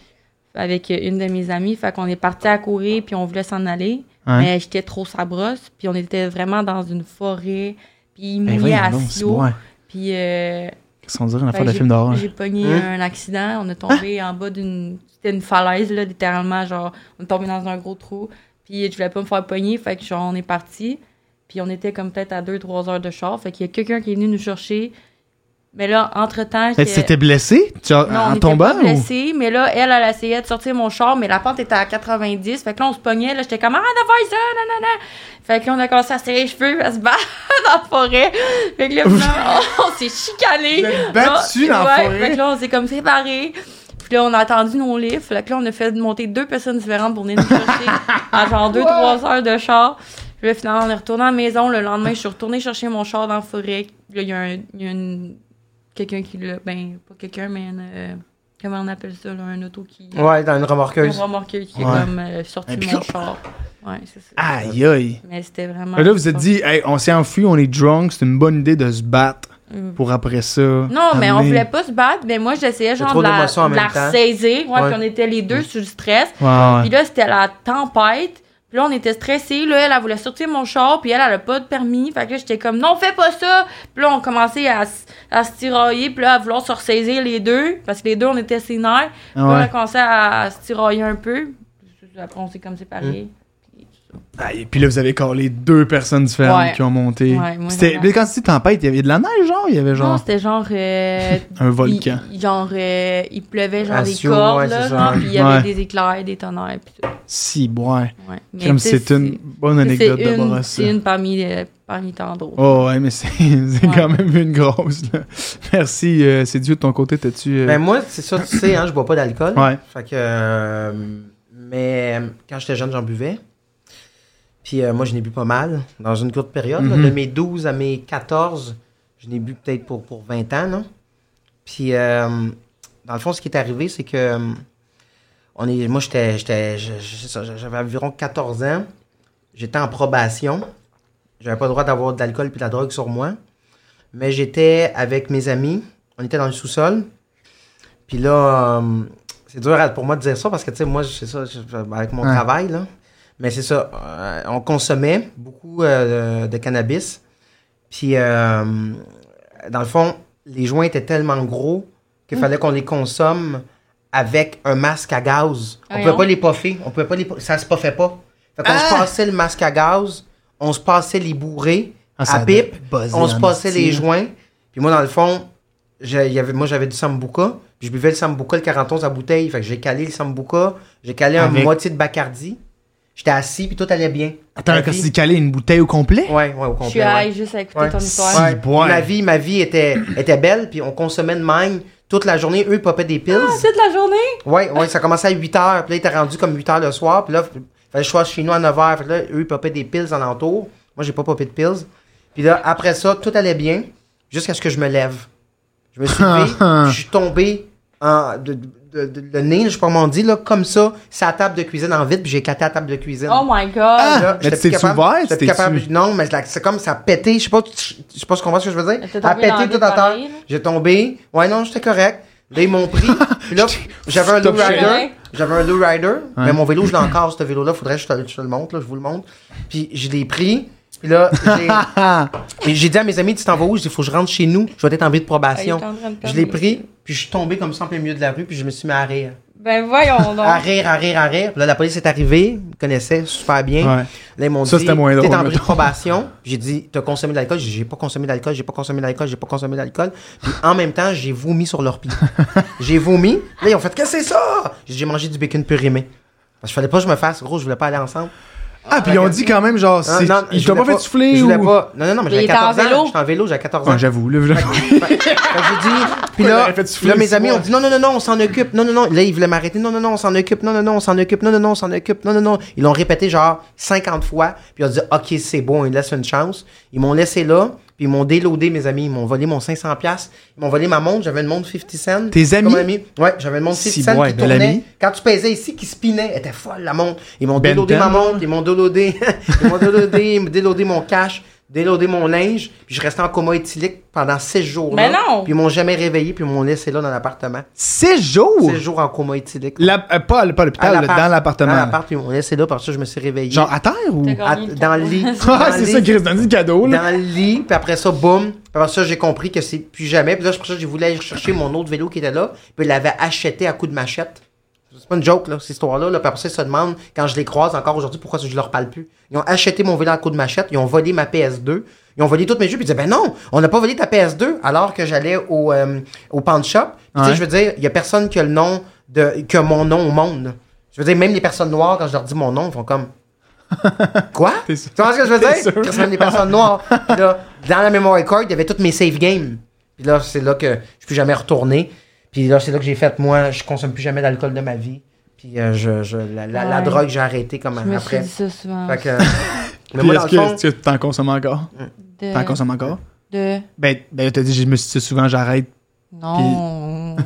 Speaker 3: avec euh, une de mes amies. Fait qu'on est parti à courir, puis on voulait s'en aller.
Speaker 1: Ouais.
Speaker 3: Mais j'étais trop sa brosse, puis on était vraiment dans une forêt, puis il
Speaker 1: Ben voyons
Speaker 3: mouillait à
Speaker 1: donc, c'est
Speaker 3: si haut.
Speaker 1: ouais.
Speaker 3: Puis euh,
Speaker 1: Qu'est-ce qu'on dirait, une
Speaker 3: ben,
Speaker 1: affaire de
Speaker 3: j'ai-
Speaker 1: film d'horreur?
Speaker 3: j'ai pogné
Speaker 2: Hein?
Speaker 3: un accident. On est tombé en bas d'une. C'était une falaise, là, littéralement. Genre, on est tombé dans un gros trou. Puis je voulais pas me faire pogner. Fait que, genre, on est parti. Puis on était comme peut-être à 2-3 heures de char. Fait qu'il y a quelqu'un qui est venu nous chercher. Mais là, entre-temps.
Speaker 1: Mais
Speaker 3: j'étais-
Speaker 1: Eh, Tu t'étais blessé? Tu as-
Speaker 3: non, on
Speaker 1: en
Speaker 3: était
Speaker 1: tombant?
Speaker 3: pas blessés, mais là, elle, elle essayait de sortir mon char, mais la pente était à 90. Fait que là, on se pognait. Là, j'étais comme, ah, d'avoir ça, nanana. Fait que là, on a commencé à serrer les cheveux, à se battre dans la forêt. Fait que là, finalement, on, on s'est chicanés.
Speaker 1: êtes battus
Speaker 3: Là,
Speaker 1: dans la
Speaker 3: ouais,
Speaker 1: forêt?
Speaker 3: Fait que là, on s'est comme séparés. Puis là, on a attendu nos livres. Fait que là, on a fait monter deux personnes différentes pour venir nous chercher à genre 2-3 heures de char. Puis là, finalement, on est retourné à la maison. Le lendemain, je suis retournée chercher mon char dans la forêt. Là, il y a, un, il y a une- quelqu'un qui l'a. Ben, pas quelqu'un, mais une, euh, comment on appelle ça, là, un auto qui. euh,
Speaker 2: Ouais, dans une
Speaker 3: Un
Speaker 2: remorqueuse.
Speaker 3: remorqueur qui
Speaker 1: Ouais.
Speaker 3: est comme euh, sorti
Speaker 1: Un
Speaker 3: de mon
Speaker 1: pick-up.
Speaker 3: char. Ouais, c'est ça.
Speaker 1: Aïe, aïe.
Speaker 3: Mais c'était vraiment.
Speaker 1: Là, vous êtes dit, hey, on s'est enfui, on est drunk, c'est une bonne idée de se battre
Speaker 3: Mm.
Speaker 1: pour après ça.
Speaker 3: Non, mais on
Speaker 1: amener-
Speaker 3: voulait pas se battre, mais moi j'essayais genre
Speaker 2: trop
Speaker 3: de la,
Speaker 2: d'émotions en
Speaker 3: de la
Speaker 2: même temps.
Speaker 3: ressaisir. Ouais,
Speaker 2: Ouais. Mm.
Speaker 3: puis on était les deux sur le stress.
Speaker 1: Ouais, ouais.
Speaker 3: Puis là, c'était la tempête. Puis là, on était stressés. Là, elle, elle voulait sortir mon char. Puis elle, elle a pas de permis. Fait que là, j'étais comme, non, fais pas ça. Puis là, on commençait à, s- à se tirailler. Puis là, à vouloir se ressaisir les deux. Parce que les deux, on était sénères. Puis là, on
Speaker 1: Ah, Ouais.
Speaker 3: a commencé à se tirailler un peu. Puis Après, on s'est comme séparés.
Speaker 1: Hum. Aïe, puis là, vous avez les deux personnes différentes
Speaker 3: Ouais.
Speaker 1: qui ont monté.
Speaker 3: Ouais, moi,
Speaker 1: C'était-
Speaker 3: j'en ai-
Speaker 1: mais quand c'était tempête, il y avait de la neige, genre? Il y avait
Speaker 3: Non,
Speaker 1: genre
Speaker 3: c'était genre. euh,
Speaker 1: un volcan.
Speaker 3: il- genre, euh, il pleuvait genre
Speaker 2: Ah,
Speaker 3: des
Speaker 2: si, ouais,
Speaker 3: cordes,
Speaker 2: ouais,
Speaker 3: là,
Speaker 2: c'est ça.
Speaker 3: genre, puis il y avait
Speaker 1: Ouais.
Speaker 3: des éclairs, des tonnerres, puis tout.
Speaker 1: Si, ouais.
Speaker 3: Ouais. Mais
Speaker 1: Comme
Speaker 3: tu sais,
Speaker 1: c'est une bonne
Speaker 3: c'est- c'est
Speaker 1: anecdote de
Speaker 3: une-
Speaker 1: Boris. ça.
Speaker 3: C'est une parmi, euh, parmi tant d'autres.
Speaker 1: Oh, ouais, mais c'est c'est
Speaker 3: Ouais.
Speaker 1: quand même une grosse, là. Merci, euh, c'est Dieu de ton côté, t'as-tu. euh,
Speaker 2: Ben moi, c'est ça, tu sais, hein, je bois pas d'alcool.
Speaker 1: Ouais.
Speaker 2: Fait que. euh, mais euh, quand j'étais jeune, j'en buvais. Puis euh, moi, je n'ai bu pas mal dans une courte période. là,
Speaker 1: Mhm.
Speaker 2: de mes 12 à mes 14, je n'ai bu peut-être pour, pour 20 ans, non? Puis euh, dans le fond, ce qui est arrivé, c'est que. euh, On est, moi, j'étais. j'étais- je- je- c'est ça, J'avais environ 14 ans. J'étais en probation. J'avais pas le droit d'avoir de l'alcool et de la drogue sur moi. Mais j'étais avec mes amis. On était dans le sous-sol. Puis là, euh, c'est dur à- pour moi de dire ça parce que, tu sais, moi, c'est ça, je- je- avec mon
Speaker 1: Ouais.
Speaker 2: travail, là. Mais c'est ça, euh, on consommait beaucoup euh, de cannabis. Puis, euh, dans le fond, les joints étaient tellement gros qu'il fallait qu'on les consomme avec un masque à gaz. On
Speaker 3: Voyons.
Speaker 2: pouvait pas les puffer. On pouvait pas les... pu- Ça se puffait pas. Fait qu'on se
Speaker 1: Ah!
Speaker 2: passait le masque à gaz, on se passait les bourrés
Speaker 1: Ah, ça
Speaker 2: à
Speaker 1: a
Speaker 2: pipe,
Speaker 1: buzzé
Speaker 2: on se
Speaker 1: en
Speaker 2: passait
Speaker 1: esti,
Speaker 2: les
Speaker 1: là.
Speaker 2: joints. Puis moi, dans le fond, j'ai- il y avait, moi, j'avais du sambuca. puis Je buvais le sambuca, le 41 à bouteille. Fait que j'ai calé le sambuca. J'ai calé un
Speaker 1: Avec-
Speaker 2: moitié de bacardi. J'étais assis, puis tout allait bien.
Speaker 1: Attends,
Speaker 2: Ma
Speaker 1: quand
Speaker 2: vie-
Speaker 1: c'est calé une bouteille au complet?
Speaker 2: Ouais, ouais, au
Speaker 3: Je
Speaker 2: complet.
Speaker 3: suis
Speaker 2: ouais.
Speaker 3: à juste à écouter
Speaker 2: Ouais.
Speaker 3: ton histoire.
Speaker 2: Ouais.
Speaker 1: Boy.
Speaker 2: Ma vie, ma vie était, était belle, puis on consommait de même toute la journée. Eux, ils popaient des pills.
Speaker 3: Ah, c'est de la journée?
Speaker 2: Ouais, ouais, ça commençait à 8 h, puis là, il était rendu comme 8 h le soir, puis là, f- fallait que je sois chez nous à 9 h, fait que là, eux, ils popaient des pills alentour. Moi, j'ai pas popé de pills. Puis là, après ça, tout allait bien, jusqu'à ce que je me lève. Je me suis levé, je suis tombé en, de, de- de- le nez, je sais pas comment on dit, là, comme ça, c'est la table de cuisine en vide, puis j'ai éclaté la table de cuisine.
Speaker 3: Oh my god!
Speaker 1: Ah!
Speaker 2: Là,
Speaker 1: Mais
Speaker 2: j'étais
Speaker 1: tu
Speaker 2: plus
Speaker 1: t'es-tu
Speaker 2: capable-
Speaker 1: ouvert,
Speaker 2: j'étais
Speaker 1: tu
Speaker 2: plus capable-
Speaker 1: t'es-tu-
Speaker 2: Non, mais c'est la- c'est comme ça a pété. Je sais pas, tu- je sais pas si tu comprends ce que je veux dire.
Speaker 3: Elle t'a
Speaker 2: Ça a
Speaker 3: tombé dans
Speaker 2: pété
Speaker 3: la
Speaker 2: tout à terre.
Speaker 3: vie pareil, là.
Speaker 2: J'ai tombé. Ouais, non, j'étais correct. Là, ils m'ont pris. Puis là, j'avais un low
Speaker 1: Stop
Speaker 3: shaking.
Speaker 2: rider. J'avais un low rider. Mais mon vélo, je l'ai encore, ce vélo-là. Faudrait que je te, je te le montre, là. Je vous le montre. Puis je l'ai pris. Puis là, j'ai- et j'ai dit à mes amis, tu t'en vas où? J'ai dit, faut que je rentre chez nous. Je vais être en vie de probation.
Speaker 3: Ah, il est en train de
Speaker 2: je
Speaker 3: perdre
Speaker 2: l'ai
Speaker 3: les-
Speaker 2: pris. Puis je suis tombé comme ça en plein milieu de la rue. Puis je me suis mis à rire.
Speaker 3: Ben voyons donc.
Speaker 2: À rire, à rire, à rire. Puis là, la police est arrivée. Ils me connaissaient super bien.
Speaker 1: Ouais.
Speaker 2: Là, ils m'ont
Speaker 1: Ça,
Speaker 2: dit, t'es
Speaker 1: c'était moins drôle,
Speaker 2: en bris de
Speaker 1: mettons.
Speaker 2: probation. J'ai dit, t'as consommé de l'alcool. J'ai dit, j'ai pas consommé d'alcool, j'ai pas consommé d'alcool, j'ai pas consommé d'alcool. Puis en même temps, j'ai vomi sur leur pied. j'ai vomi. Là, ils ont fait, qu'est-ce que c'est ça? J'ai dit, J'ai mangé du bacon périmé. Parce que fallait pas que je me fasse, gros, je voulais pas aller ensemble.
Speaker 1: Ah, puis ils ont dit quand même, genre,
Speaker 2: Non,
Speaker 1: c'est-
Speaker 2: non,
Speaker 1: ils
Speaker 2: je
Speaker 1: t'ont pas
Speaker 2: voulais
Speaker 1: fait souffler
Speaker 2: Je
Speaker 1: ou. Ah,
Speaker 2: voulais pas. Non, non, non, mais
Speaker 3: Mais il
Speaker 2: j'avais
Speaker 3: était
Speaker 2: 14
Speaker 3: en vélo.
Speaker 2: ans. J'étais en vélo, j'avais 14 ans.
Speaker 1: Ouais, j'avoue, là, j'avoue.
Speaker 2: Fait que j'ai dit, puis
Speaker 1: Ouais, il
Speaker 2: là,
Speaker 1: aurait fait
Speaker 2: puis
Speaker 1: souffler
Speaker 2: là, mes
Speaker 1: six
Speaker 2: amis
Speaker 1: mois.
Speaker 2: ont dit non, non, non, non, on s'en occupe, non, non, non. Là, ils voulaient m'arrêter, non, non, non, on s'en occupe, non, non, non, on s'en occupe, non, non, non, on s'en occupe, non, non, non. Ils l'ont répété genre 50 fois, puis ils ont dit, ok, c'est bon, on lui laisse une chance. Ils m'ont laissé là, puis ils m'ont déloadé, mes amis. Ils m'ont volé mon 500$, piastres. ils m'ont volé ma montre, j'avais une montre 50 cents.
Speaker 1: Tes amis?
Speaker 2: Comme un ami. Ouais, j'avais une montre 50
Speaker 1: Si,
Speaker 2: cents
Speaker 1: ouais,
Speaker 2: qui
Speaker 1: de l'ami.
Speaker 2: tournait. Quand tu pesais ici, qui spinait, elle était folle, la montre. Ils m'ont
Speaker 1: Ben
Speaker 2: déloadé ma
Speaker 1: Ten.
Speaker 2: montre, ils m'ont déloadé, ils m'ont déloadé, ils m'ont déloadé mon cash. Déloadé mon linge, puis je restais en coma éthylique pendant 6 jours.
Speaker 3: Mais
Speaker 2: là.
Speaker 3: non!
Speaker 2: Puis ils m'ont jamais réveillé, puis ils m'ont laissé là dans l'appartement.
Speaker 1: Six jours!
Speaker 2: 16 jours en coma éthylique.
Speaker 1: La- euh, pas, à- pas à l'hôpital,
Speaker 2: À
Speaker 1: là,
Speaker 2: l'appart-
Speaker 1: dans l'appartement.
Speaker 2: Dans l'appart, ils m'ont laissé là, parce que je me suis réveillé.
Speaker 1: Genre à terre ou.
Speaker 3: T'as
Speaker 2: À-
Speaker 3: gagné le
Speaker 2: dans le
Speaker 3: tournoi.
Speaker 2: lit.
Speaker 1: Ah,
Speaker 2: Dans
Speaker 1: c'est
Speaker 2: le
Speaker 1: ça,
Speaker 2: lit.
Speaker 1: Chris, dans le cadeau, là.
Speaker 2: Dans le lit, puis après ça, boum. Puis après ça, j'ai compris que c'est plus jamais. Puis là, c'est pour ça que j'ai voulu aller chercher mon autre vélo qui était là. Puis il l'avait acheté à coup de machette. C'est pas une joke, là, cette histoire-là. Là. Puis après ça, ils se demandent, quand je les croise encore aujourd'hui, pourquoi je leur parle plus. Ils ont acheté mon vélo à coup de machette, ils ont volé ma PS2, ils ont volé toutes mes jeux, puis ils disaient, ben non, on n'a pas volé ta PS2, alors que j'allais au, euh, au pawn shop. Puis, tu
Speaker 1: Ouais.
Speaker 2: sais, je veux dire, il y a personne qui a le nom de, que mon nom au monde. Je veux dire, même les personnes noires, quand je leur dis mon nom, ils font comme, Quoi?
Speaker 1: T'es
Speaker 2: Tu
Speaker 1: sûr?
Speaker 2: vois ce que je veux
Speaker 1: T'es
Speaker 2: dire?
Speaker 1: sûr?
Speaker 2: Parce que même les personnes noires. Puis là, dans la memory card, il y avait toutes mes save games. Puis là, c'est là que je peux jamais retourner. Puis là, c'est là que j'ai fait, moi, je consomme plus jamais d'alcool de ma vie. Puis euh, je, je- la, la- la
Speaker 3: Ouais.
Speaker 2: drogue, j'ai arrêté comme
Speaker 3: Je me suis
Speaker 2: après.
Speaker 3: dit ça souvent.
Speaker 2: Fait que, mais
Speaker 1: Puis
Speaker 2: moi, dans
Speaker 1: est-ce
Speaker 2: le
Speaker 1: que,
Speaker 2: fond,
Speaker 1: est-ce que t'en consommes encore?
Speaker 3: De...
Speaker 1: T'en consommes encore?
Speaker 3: de...
Speaker 1: Ben, ben t'as dit, je me suis dit souvent, j'arrête.
Speaker 3: Non.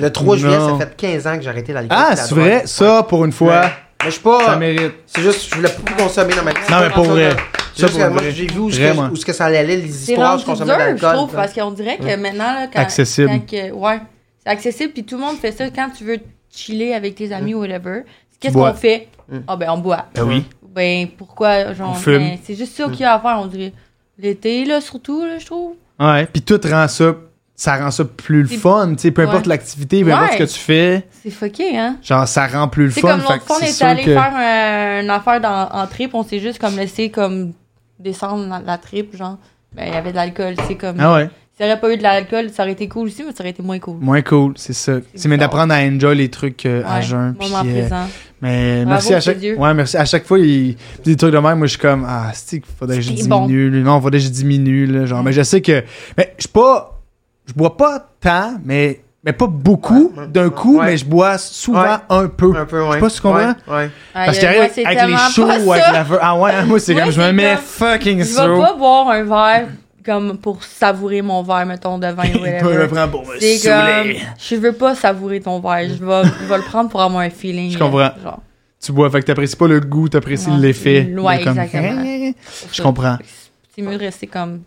Speaker 2: le 3 juillet, ça
Speaker 1: Non.
Speaker 2: fait 15 ans que j'ai arrêté l'alcool.
Speaker 1: Ah,
Speaker 2: et la
Speaker 1: c'est vrai?
Speaker 2: drogue.
Speaker 1: Ça, pour une
Speaker 2: Mais,
Speaker 1: fois,
Speaker 2: mais je suis pas.
Speaker 1: ça mérite.
Speaker 2: C'est juste, je voulais plus consommer dans ma vie.
Speaker 1: Non, mais pour vrai.
Speaker 2: C'est
Speaker 1: Ça,
Speaker 2: juste
Speaker 1: pour
Speaker 2: que moi,
Speaker 1: vrai.
Speaker 2: j'ai vu où, ce
Speaker 1: Vraiment.
Speaker 2: que- où ce que ça allait, les
Speaker 3: C'est
Speaker 2: histoires,
Speaker 3: rendu
Speaker 2: je
Speaker 3: dur,
Speaker 2: consommais d'alcool.
Speaker 3: je trouve,
Speaker 2: puis-
Speaker 3: parce qu'on dirait que maintenant, là, quand,
Speaker 1: Accessible.
Speaker 3: quand que- ouais, c'est accessible, puis tout le monde fait ça quand tu veux chiller avec tes amis ou whatever. Qu'est-ce
Speaker 1: bois.
Speaker 3: qu'on fait? Ah
Speaker 2: Mm.
Speaker 3: ben, on boit.
Speaker 1: Ben oui.
Speaker 3: Ben, pourquoi, genre,
Speaker 1: On fume.
Speaker 3: ben, c'est juste ça qu'il y a à faire, on dirait. L'été, là, surtout, là, je trouve.
Speaker 1: Ouais, puis tout rend ça, ça rend ça plus le
Speaker 3: C'est-
Speaker 1: fun, tu sais, peu importe
Speaker 3: Ouais.
Speaker 1: l'activité, peu importe ce
Speaker 3: Ouais.
Speaker 1: que tu fais,
Speaker 3: C'est fucké, hein?
Speaker 1: genre ça rend plus le
Speaker 3: C'est
Speaker 1: fun.
Speaker 3: comme
Speaker 1: fait
Speaker 3: l'autre
Speaker 1: que
Speaker 3: fois, on
Speaker 1: c'est
Speaker 3: est
Speaker 1: sûr
Speaker 3: allé
Speaker 1: que-
Speaker 3: faire un- une affaire dans, en trip, on s'est juste comme laissé comme descendre dans la trip, genre. Ben, il y avait de l'alcool, c'est comme.
Speaker 1: Ah ouais,
Speaker 3: S'il n'y aurait pas eu de l'alcool, ça aurait été cool aussi, mais ça aurait été moins cool.
Speaker 1: moins cool, c'est ça. C'est mais
Speaker 3: bizarre.
Speaker 1: d'apprendre à enjoy les trucs euh, à
Speaker 3: Ouais,
Speaker 1: jeun. puis,
Speaker 3: moment
Speaker 1: euh,
Speaker 3: présent.
Speaker 1: mais
Speaker 3: Bravo,
Speaker 1: merci à chaque,
Speaker 3: c'est Dieu.
Speaker 1: ouais, merci à chaque fois, il- des trucs de même, moi je suis comme ah, c'est qu'il faudrait que je
Speaker 3: C'est bon.
Speaker 1: diminue, là. non, faudrait que je diminue, là, genre, mais je sais que, mais je suis pas, je bois pas tant, mais mais pas beaucoup
Speaker 2: Ouais.
Speaker 1: d'un coup,
Speaker 2: Ouais.
Speaker 1: mais je bois souvent
Speaker 2: Ouais.
Speaker 1: un peu.
Speaker 2: Un peu, ouais.
Speaker 1: Je sais pas si tu comprends.
Speaker 2: Ouais, ouais.
Speaker 1: Parce
Speaker 3: Aïe,
Speaker 1: qu'il
Speaker 3: aïe,
Speaker 1: arrive
Speaker 3: ouais, c'est
Speaker 1: avec les
Speaker 3: tellement
Speaker 1: shows,
Speaker 3: pas
Speaker 1: avec
Speaker 3: ça.
Speaker 1: la veu- Ah ouais, moi c'est
Speaker 3: Moi,
Speaker 1: comme je me
Speaker 3: c'est
Speaker 1: mets
Speaker 3: comme-
Speaker 1: fucking
Speaker 3: Je vais
Speaker 1: slow.
Speaker 3: pas boire un verre comme pour savourer mon verre, mettons, de vin ou
Speaker 1: Je me
Speaker 3: whatever.
Speaker 1: prends pour me
Speaker 3: C'est comme,
Speaker 1: saouler.
Speaker 3: je veux pas savourer ton verre, je vais, je vais le prendre pour avoir un feeling.
Speaker 1: Je comprends.
Speaker 3: là, genre.
Speaker 1: Tu bois, fait que t'apprécies pas le goût, t'apprécies
Speaker 3: Ouais.
Speaker 1: l'effet. de
Speaker 3: Ouais,
Speaker 1: comme- hein,
Speaker 3: exactement.
Speaker 1: Je comprends.
Speaker 3: C'est mieux de rester comme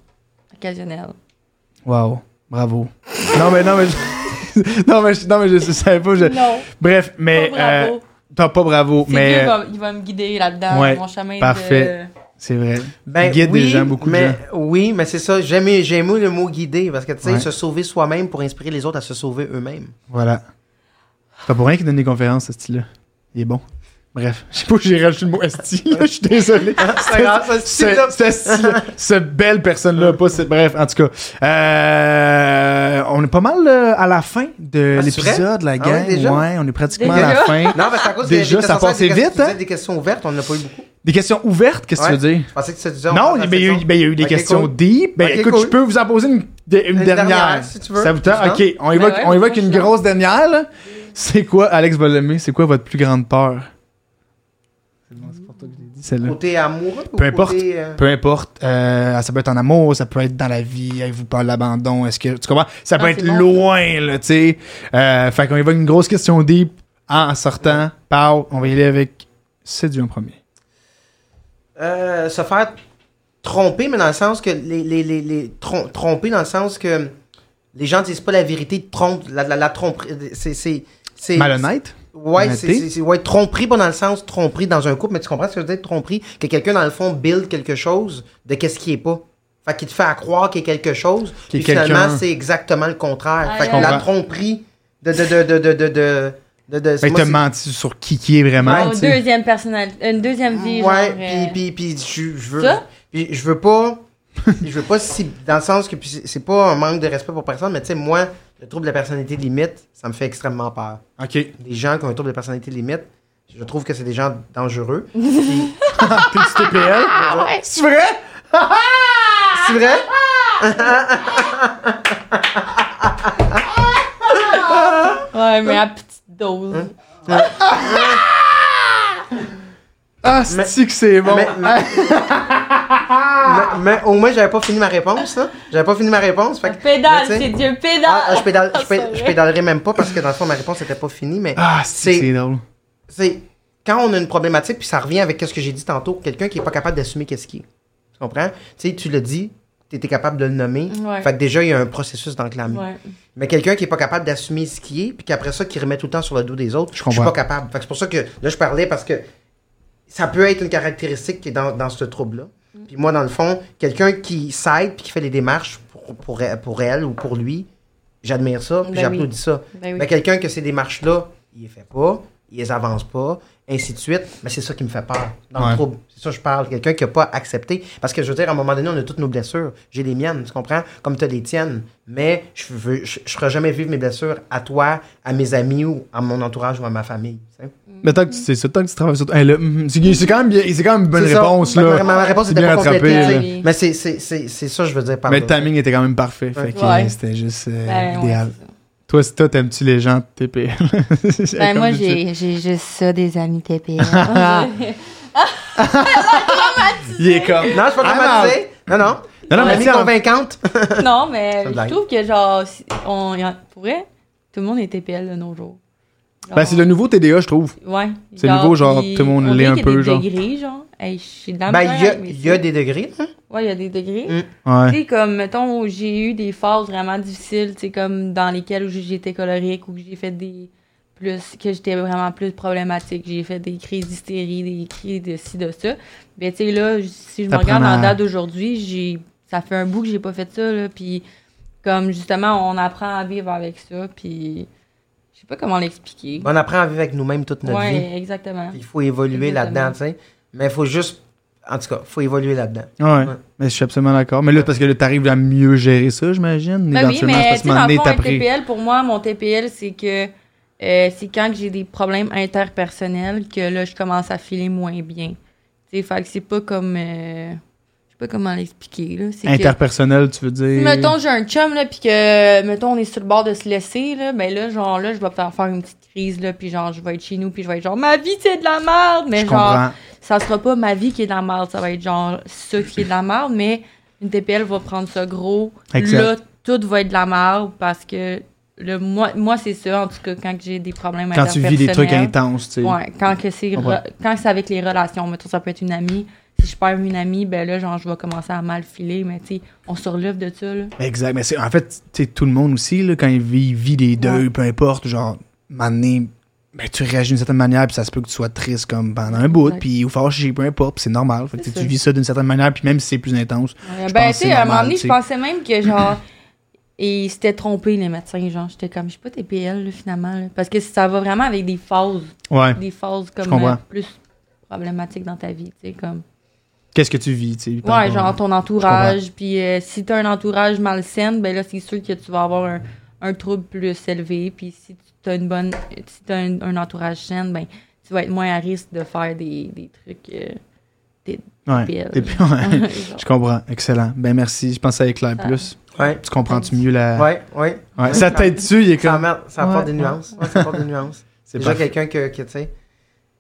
Speaker 3: occasionnel.
Speaker 1: Wow, bravo. non mais non mais je... non mais je, non mais je, je savais pas. je-
Speaker 3: Non,
Speaker 1: Bref,
Speaker 3: pas
Speaker 1: mais
Speaker 3: bravo.
Speaker 1: euh, t'as pas bravo,
Speaker 3: C'est Dieu
Speaker 1: mais
Speaker 3: qui
Speaker 1: euh,
Speaker 3: va- il va me guider là-dedans,
Speaker 1: ouais,
Speaker 3: mon chemin Oh,
Speaker 1: parfait. c'est vrai.
Speaker 2: Ben,
Speaker 1: Guide
Speaker 2: oui,
Speaker 1: des gens, beaucoup de
Speaker 2: mais,
Speaker 1: gens.
Speaker 2: Oui, mais c'est ça. J'aime j'aime le mot guider parce que tu sais,
Speaker 1: Ouais.
Speaker 2: se sauver soi-même pour inspirer les autres à se sauver eux-mêmes.
Speaker 1: Voilà. C'est pas pour rien qu'il donne des conférences ce style-là. Il est bon. Bref, je sais pas où j'ai rajouté le mot esti, là, je suis désolé.
Speaker 2: c'est grave, ça, Ah,
Speaker 1: ce, ce,
Speaker 2: c'est
Speaker 1: style-là, ce belle personne-là, pas cette... Bref, en tout cas, euh, on est pas mal euh, à la fin de
Speaker 2: Ah, c'est vrai?
Speaker 1: l'épisode, la
Speaker 2: Ah
Speaker 1: gang.
Speaker 2: ouais, déjà?
Speaker 1: on est pratiquement
Speaker 3: Déjà?
Speaker 1: à la fin.
Speaker 2: Non, parce qu'à cause
Speaker 1: Déjà,
Speaker 2: des- des
Speaker 1: ça
Speaker 2: questions-
Speaker 1: passait
Speaker 2: des questions-
Speaker 1: vite,
Speaker 2: tu disais
Speaker 1: hein?
Speaker 2: Des questions ouvertes, on n'en a pas eu beaucoup.
Speaker 1: Des questions ouvertes, qu'est-ce que
Speaker 2: Ouais.
Speaker 1: tu veux dire?
Speaker 2: Je pensais que tu disais. on
Speaker 1: Non,
Speaker 2: passe à
Speaker 1: mais il y, a eu-
Speaker 2: question.
Speaker 1: ben, il y a eu des
Speaker 2: Ok,
Speaker 1: questions
Speaker 2: cool.
Speaker 1: deep. Ben,
Speaker 2: Ok,
Speaker 1: écoute,
Speaker 2: cool.
Speaker 1: je peux vous en poser une, de- une
Speaker 2: Une
Speaker 1: dernière.
Speaker 2: dernière, si tu veux.
Speaker 1: Ça vous tente?
Speaker 2: Tu
Speaker 1: Ok, on évoque,
Speaker 3: ouais,
Speaker 1: on évoque
Speaker 3: moi, je
Speaker 1: une
Speaker 3: suis
Speaker 1: grosse dernière. là. C'est quoi, Alex Bollemé, c'est quoi votre plus grande peur? C'est pour toi que je l'ai dit, celle-là.
Speaker 2: Côté amoureux ou
Speaker 1: Peu importe.
Speaker 2: côté, euh,
Speaker 1: Peu importe, euh, ça peut être en amour, ça peut être dans la vie, avez-vous peur de l'abandon, est-ce que tu comprends? Ça peut
Speaker 3: Ah,
Speaker 1: être
Speaker 3: c'est bon.
Speaker 1: loin, là, tu sais. Euh, fait qu'on évoque une grosse question deep en sortant. Pow, on va y aller avec c'est du en premier.
Speaker 2: euh, se faire tromper, mais dans le sens que les, les, les, les trom- tromper dans le sens que les gens disent pas la vérité, trompent, la, la, la tromperie, c'est- c'est... c'est-
Speaker 1: Malhonnête?
Speaker 2: Ouais, c'est-
Speaker 1: Honnêteté?
Speaker 2: c'est c'est- ouais, tromperie, pas dans le sens tromperie dans un couple, mais tu comprends ce que je veux dire, tromperie, que quelqu'un dans le fond build quelque chose de qu'est-ce qui est pas. Fait qu'il te fait à croire qu'il y a quelque chose,
Speaker 1: Qu'il y
Speaker 2: puis
Speaker 1: a quelqu'un-
Speaker 2: finalement c'est exactement le contraire.
Speaker 3: Ah,
Speaker 2: fait que
Speaker 3: ouais.
Speaker 2: la
Speaker 1: Comprends.
Speaker 2: tromperie de de de de de de de de, de-
Speaker 1: Ben,
Speaker 2: moi,
Speaker 1: t'as
Speaker 2: c'est-
Speaker 1: menti sur qui qui est vraiment.
Speaker 3: Une
Speaker 1: tu sais.
Speaker 3: deuxième personnalité, une deuxième vie.
Speaker 2: Ouais,
Speaker 3: genre, euh,
Speaker 2: puis puis puis je je veux
Speaker 3: Ça?
Speaker 2: puis je veux pas je veux pas si dans le sens que puis c'est- c'est pas un manque de respect pour personne, mais tu sais moi le trouble de la personnalité limite, ça me fait extrêmement peur.
Speaker 1: Ok.
Speaker 2: des gens qui ont un trouble de personnalité limite, je trouve que c'est des gens dangereux.
Speaker 1: Plus TPL. C'est vrai?
Speaker 2: C'est vrai?
Speaker 3: Ouais,
Speaker 2: Euh,
Speaker 3: mais à petite dose.
Speaker 2: hein?
Speaker 1: Ah, cest que c'est bon?
Speaker 2: Mais, mais- mais au moins, j'avais pas fini ma réponse. Hein? J'avais pas fini ma réponse. Fait que-
Speaker 3: Pédale,
Speaker 2: mais tu sais-
Speaker 3: c'est Dieu, pédale!
Speaker 2: Ah, ah, je, pédale, je,
Speaker 3: C'est
Speaker 2: pédale-
Speaker 3: vrai.
Speaker 2: je pédalerai même pas parce que dans le fond, ma réponse était pas finie. Mais
Speaker 1: Ah, c'est que
Speaker 2: c'est-
Speaker 1: c'est drôle.
Speaker 2: c'est quand on a une problématique, puis ça revient avec ce que j'ai dit tantôt, quelqu'un qui est pas capable d'assumer qu'est-ce qu'il est. Tu comprends? Tu sais, tu le dis, tu étais capable de le nommer.
Speaker 3: Ouais.
Speaker 2: Fait que déjà, il y a un processus d'enclamement.
Speaker 3: Ouais.
Speaker 2: Mais quelqu'un qui est pas capable d'assumer ce qui est, puis qu'après ça, qui remet tout le temps sur le dos des autres, je, suis
Speaker 1: comprends.
Speaker 2: pas capable. Fait que c'est pour ça que là, je parlais parce que ça peut être une caractéristique qui est dans, dans ce trouble-là. Puis moi, dans le fond, quelqu'un qui s'aide puis qui fait les démarches pour, pour, elle- pour elle ou pour lui, j'admire ça, puis
Speaker 3: Ben
Speaker 2: j'applaudis ça.
Speaker 3: Ben oui.
Speaker 2: Mais quelqu'un que ces démarches-là, il les fait pas, il les avance pas, ainsi de suite, mais c'est ça qui me fait peur dans
Speaker 1: Ouais.
Speaker 2: le trouble. C'est ça que je parle. Quelqu'un qui a pas accepté. Parce que je veux dire, à un moment donné, on a toutes nos blessures. J'ai les miennes, tu comprends? Comme tu as les tiennes. Mais je veux, je, je ferai jamais vivre mes blessures à toi, à mes amis ou à mon entourage ou à ma famille. tu sais.
Speaker 1: Mais tant que tu sais ça, tant que tu travailles sur toi. Hey, là, mm, c'est c'est quand même bien, c'est quand même une bonne
Speaker 2: C'est ça.
Speaker 1: réponse,
Speaker 2: Ma-
Speaker 1: là.
Speaker 2: Ma, ma réponse
Speaker 1: C'est
Speaker 2: était
Speaker 1: bien
Speaker 2: pas
Speaker 1: rattrapé,
Speaker 2: complétée.
Speaker 3: là.
Speaker 2: tu sais. Mais c'est- c'est c'est- c'est ça que je veux dire par
Speaker 1: Mais
Speaker 2: là.
Speaker 1: le timing était quand même parfait. Fait que
Speaker 3: Ouais.
Speaker 1: euh, c'était juste. euh,
Speaker 3: Ben, ouais,
Speaker 1: idéal.
Speaker 3: c'est ça.
Speaker 1: Toi, c'est- toi, t'aimes-tu les gens de TPL?
Speaker 3: Ben,
Speaker 1: Comme
Speaker 3: moi,
Speaker 1: tu-
Speaker 3: j'ai j'ai juste ça, des amis TPL.
Speaker 1: Il est comme.
Speaker 2: Non, je suis pas
Speaker 1: Ah,
Speaker 2: traumatisé. Non, non.
Speaker 1: Non, non, mais
Speaker 2: Amie
Speaker 1: tiens,
Speaker 2: convaincante.
Speaker 3: non,
Speaker 2: C'est
Speaker 3: mais
Speaker 2: une
Speaker 3: je
Speaker 2: blague.
Speaker 3: trouve que, genre, si- on, y en- pour vrai, tout le monde est TPL de nos jours. Genre,
Speaker 1: Ben, c'est le nouveau TDA, je trouve.
Speaker 3: Ouais.
Speaker 1: c'est le nouveau, genre,
Speaker 3: puis
Speaker 1: tout le monde
Speaker 3: on
Speaker 1: l'est
Speaker 3: dirait
Speaker 1: un
Speaker 3: qu'il
Speaker 1: peu,
Speaker 3: y a
Speaker 1: genre.
Speaker 3: des degrés, genre. Hey, je suis dans
Speaker 2: Ben, il y a- il y a des degrés. hein.
Speaker 3: Ouais, il y a des degrés.
Speaker 2: Mm.
Speaker 1: Ouais.
Speaker 3: Tu sais, comme, mettons, j'ai eu des phases vraiment difficiles, tu sais, comme dans lesquelles où j'étais colorique ou que j'ai fait des plus, que j'étais vraiment plus problématique. J'ai fait des crises d'hystérie, des crises de ci, de ça. Ben, tu sais, là, j- si je me
Speaker 1: T'apprends
Speaker 3: regarde en
Speaker 1: à-
Speaker 3: date d'aujourd'hui, j'ai, ça fait un bout que j'ai pas fait ça, là, puis comme, justement, on apprend à vivre avec ça, puis je sais pas comment l'expliquer.
Speaker 2: On apprend à vivre avec nous-mêmes toute notre vie.
Speaker 3: ouais, exactement.
Speaker 2: Puis Il faut évoluer
Speaker 3: Exactement.
Speaker 2: là-dedans, tu sais. Mais il faut juste. En tout cas, il faut évoluer là-dedans.
Speaker 1: Ouais.
Speaker 2: Ouais.
Speaker 1: Mais je suis absolument d'accord. Mais là, parce que là, t'arrives à mieux gérer ça, j'imagine.
Speaker 3: Ben oui,
Speaker 1: Éventuellement,
Speaker 3: mais
Speaker 1: parce
Speaker 3: tu sais,
Speaker 1: que moment
Speaker 3: dans le
Speaker 1: donné,
Speaker 3: fond,
Speaker 1: t'as
Speaker 3: un
Speaker 1: pris.
Speaker 3: TPL, pour moi, mon TPL, c'est que euh, c'est quand que j'ai des problèmes interpersonnels que là, je commence à filer moins bien. Tu sais, fait que c'est pas comme... euh, je sais pas comment l'expliquer, là. C'est que,
Speaker 1: Interpersonnel, tu veux dire.
Speaker 3: mettons, j'ai un chum, là, puis que, mettons, on est sur le bord de se laisser, là, ben là, genre, là, je vais faire faire une petite crise, là, puis genre, je vais être chez nous, puis je vais être genre, ma vie, c'est de la merde! Mais
Speaker 1: Je
Speaker 3: genre,
Speaker 1: comprends.
Speaker 3: ça sera pas ma vie qui est dans la merde, ça va être genre ça qui est de la merde, mais une TPL va prendre ça gros.
Speaker 1: Exact.
Speaker 3: Là, tout va être de la merde parce que le moi, moi c'est ça, en tout cas, quand j'ai des problèmes
Speaker 1: Quand tu vis des trucs
Speaker 3: interpersonnels.
Speaker 1: intenses, tu sais.
Speaker 3: Ouais, quand que c'est
Speaker 1: Comprends.
Speaker 3: re- quand c'est avec les relations, mettons, ça peut être une amie. Si je perds une amie, ben là, genre, je vais commencer à mal filer, mais tu sais, on se relève de ça, là.
Speaker 1: Exact. Mais c'est, en fait, tu sais, tout le monde aussi, là, quand il vit, il vit des deuils, peu importe, genre, mané, ben, tu réagis d'une certaine manière, puis ça se peut que tu sois triste comme pendant un bout,
Speaker 3: Exact.
Speaker 1: puis ou fâché, peu importe, puis c'est normal. Fait que, tu
Speaker 3: C'est
Speaker 1: sais, tu
Speaker 3: ça.
Speaker 1: vis ça d'une certaine manière, puis même si c'est plus intense.
Speaker 3: Ouais,
Speaker 1: Je
Speaker 3: ben,
Speaker 1: pense
Speaker 3: tu
Speaker 1: que
Speaker 3: sais,
Speaker 1: c'est
Speaker 3: à un moment
Speaker 1: normal,
Speaker 3: donné,
Speaker 1: tu
Speaker 3: je
Speaker 1: sais.
Speaker 3: pensais même que, genre, et ils s'étaient trompés, les médecins, genre, j'étais comme, je suis pas TPL, là, finalement, là. Parce que ça va vraiment avec des phases.
Speaker 1: Ouais.
Speaker 3: des phases
Speaker 1: Je
Speaker 3: comme
Speaker 1: comprends.
Speaker 3: euh, plus problématiques dans ta vie, tu sais, comme...
Speaker 1: Qu'est-ce que tu vis, tu sais. par
Speaker 3: Ouais,
Speaker 1: rapport-
Speaker 3: genre ton entourage, puis euh, si t'as un entourage malsain, ben là, c'est sûr que tu vas avoir un, un trouble plus élevé, puis si tu t'as une bonne... Si t'as un, un entourage sain, ben tu vas être moins à risque de faire des, des trucs... euh,
Speaker 1: Ouais.
Speaker 3: TPL.
Speaker 1: Et puis, ouais.
Speaker 3: genre.
Speaker 1: Je comprends. Excellent. Ben, merci. Je pense que ça éclaire plus.
Speaker 2: Ouais.
Speaker 1: Tu comprends-tu mieux la.
Speaker 2: Ouais, ouais.
Speaker 1: Ouais. Ça t'aide dessus, il est
Speaker 2: Ça,
Speaker 1: comme.
Speaker 2: amène- ça apporte
Speaker 1: Ouais.
Speaker 2: des nuances. Ouais, ça apporte des nuances.
Speaker 1: C'est
Speaker 2: Déjà
Speaker 1: parfait.
Speaker 2: quelqu'un que, que, tu sais,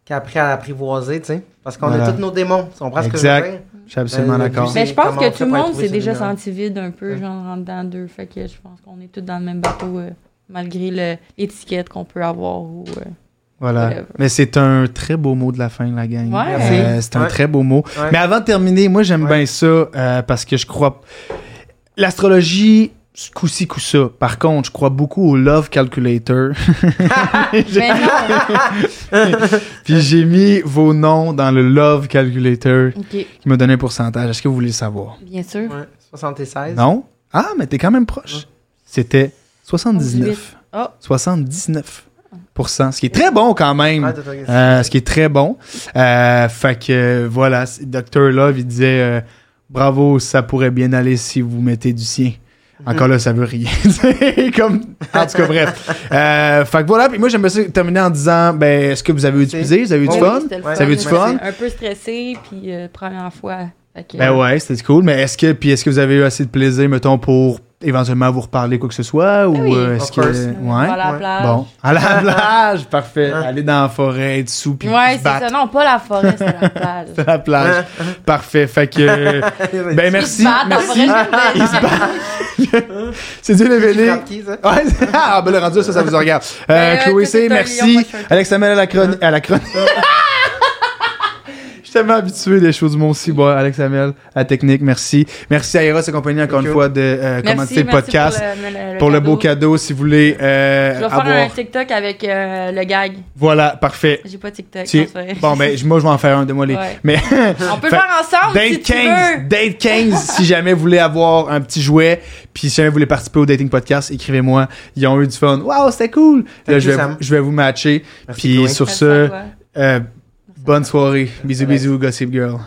Speaker 2: qui a appris à apprivoiser, tu sais. Parce qu'on
Speaker 1: Voilà.
Speaker 2: a tous nos démons. Tu comprends ce que je
Speaker 1: Exact.
Speaker 2: veux dire?
Speaker 1: Je suis absolument
Speaker 2: Ben, le
Speaker 1: d'accord.
Speaker 2: but,
Speaker 3: Mais
Speaker 2: C'est
Speaker 3: je pense
Speaker 2: comment on
Speaker 3: que
Speaker 2: fait
Speaker 3: tout le
Speaker 2: pour
Speaker 3: monde
Speaker 2: éprouver
Speaker 3: s'est
Speaker 2: ces
Speaker 3: déjà
Speaker 2: douleurs.
Speaker 3: senti vide un peu,
Speaker 2: Ouais.
Speaker 3: genre, en dedans d'eux. Fait que je pense qu'on est tous dans le même bateau, euh, malgré le- l'étiquette qu'on peut avoir. ou, euh,
Speaker 1: Voilà.
Speaker 3: Whatever.
Speaker 1: Mais c'est un très beau mot de la fin, la gang.
Speaker 3: Ouais.
Speaker 1: Euh,
Speaker 2: Merci.
Speaker 1: c'est un
Speaker 2: Ouais.
Speaker 1: très beau mot.
Speaker 2: Ouais.
Speaker 1: Mais avant de terminer, moi, j'aime
Speaker 2: Ouais.
Speaker 1: bien ça euh, parce que je crois. L'astrologie, coup-ci, coup-ça. Par contre, je crois beaucoup au Love Calculator.
Speaker 3: Mais Ben non!
Speaker 1: Puis j'ai mis vos noms dans le Love Calculator
Speaker 3: OK,
Speaker 1: qui me donnait un pourcentage. Est-ce que vous voulez le savoir?
Speaker 3: bien sûr.
Speaker 2: Ouais, 76.
Speaker 1: Non? Ah, mais t'es quand même proche. C'était 79.
Speaker 3: Oh,
Speaker 1: 79 ce qui est très bon quand même.
Speaker 2: Ouais, t'as- t'as-
Speaker 1: Euh, ce qui est très bon. Euh, fait que euh, voilà, c'est- Dr. Love, il disait euh, Bravo, ça pourrait bien aller si vous mettez du sien. Encore là, ça veut rien. C'est Comme... En tout cas, bref. Euh, fait que voilà, puis moi j'aimerais ça terminer en disant ben, Est-ce que vous avez eu du
Speaker 2: C'est-
Speaker 1: plaisir Vous avez eu du
Speaker 2: Oui,
Speaker 1: fun
Speaker 3: c'était le
Speaker 2: Ouais.
Speaker 1: Ça avait du
Speaker 3: J'étais
Speaker 1: fun?
Speaker 3: Un peu stressée, puis euh, première fois. Fait que-
Speaker 1: Ben ouais, c'était cool. Mais est-ce que, puis est-ce que vous avez eu assez de plaisir, mettons, pour éventuellement vous reparler quoi que ce soit Ou
Speaker 3: Ben oui,
Speaker 1: euh, est-ce
Speaker 2: of
Speaker 1: que.
Speaker 2: course.
Speaker 1: Ouais.
Speaker 3: On va à la
Speaker 2: Ouais.
Speaker 3: plage.
Speaker 1: Bon, à la plage, parfait.
Speaker 2: Hein?
Speaker 1: Aller dans la forêt, être sous, puis
Speaker 3: ouais,
Speaker 1: se
Speaker 3: c'est
Speaker 1: battre
Speaker 3: ça. Non, pas la forêt, c'est la plage.
Speaker 1: à la plage. Parfait. Fait que. euh, ben merci.
Speaker 3: battent, en
Speaker 1: merci.
Speaker 3: vrai,
Speaker 1: Ils se battent. c'est Dieu les
Speaker 2: C'est
Speaker 1: véné.
Speaker 2: Frankie, ça.
Speaker 1: Ouais, ah, ben le rendu, ça, ça vous regarde. Euh,
Speaker 3: Euh,
Speaker 1: Chloé
Speaker 3: toi,
Speaker 1: C,
Speaker 3: t'es un lion, moi,
Speaker 1: merci.
Speaker 3: je suis un-
Speaker 1: Alex Amel à la
Speaker 2: Hein?
Speaker 1: chronique. À la chronique. Je suis tellement habitué des choses du monde aussi. Bon, Alex Amel, à la technique, merci. Merci à Eros et compagnie, encore
Speaker 2: Thank
Speaker 1: une
Speaker 2: you.
Speaker 1: fois, de euh,
Speaker 3: Merci,
Speaker 1: commenter le
Speaker 3: merci
Speaker 1: podcast. Pour
Speaker 3: Pour le,
Speaker 1: le, beau cadeau, si vous voulez euh,
Speaker 3: Je vais faire
Speaker 1: avoir.
Speaker 3: un TikTok avec euh, le gag.
Speaker 1: Voilà, parfait.
Speaker 3: J'ai pas TikTok.
Speaker 1: Si-
Speaker 3: ça fait-
Speaker 1: Bon, ben, moi, je vais en faire un de moi les.
Speaker 3: Ouais.
Speaker 1: Mais.
Speaker 3: On peut
Speaker 1: Fait-
Speaker 3: le faire ensemble Oh, si
Speaker 1: Date
Speaker 3: tu
Speaker 1: 15,
Speaker 3: veux.
Speaker 1: date 15, si jamais vous voulez avoir un petit jouet, puis si jamais vous voulez participer au dating podcast, écrivez-moi. Ils ont eu du fun. Waouh, c'était cool. Là,
Speaker 2: Thank
Speaker 1: je,
Speaker 2: you,
Speaker 1: vais,
Speaker 2: Sam.
Speaker 1: je vais vous matcher.
Speaker 2: Merci,
Speaker 1: Puis
Speaker 2: Chloé.
Speaker 1: sur
Speaker 3: Merci à
Speaker 1: ce,
Speaker 3: toi.
Speaker 1: euh, bonne soirée. Bisous,
Speaker 2: Bye.
Speaker 1: bisous, Gossip Girl.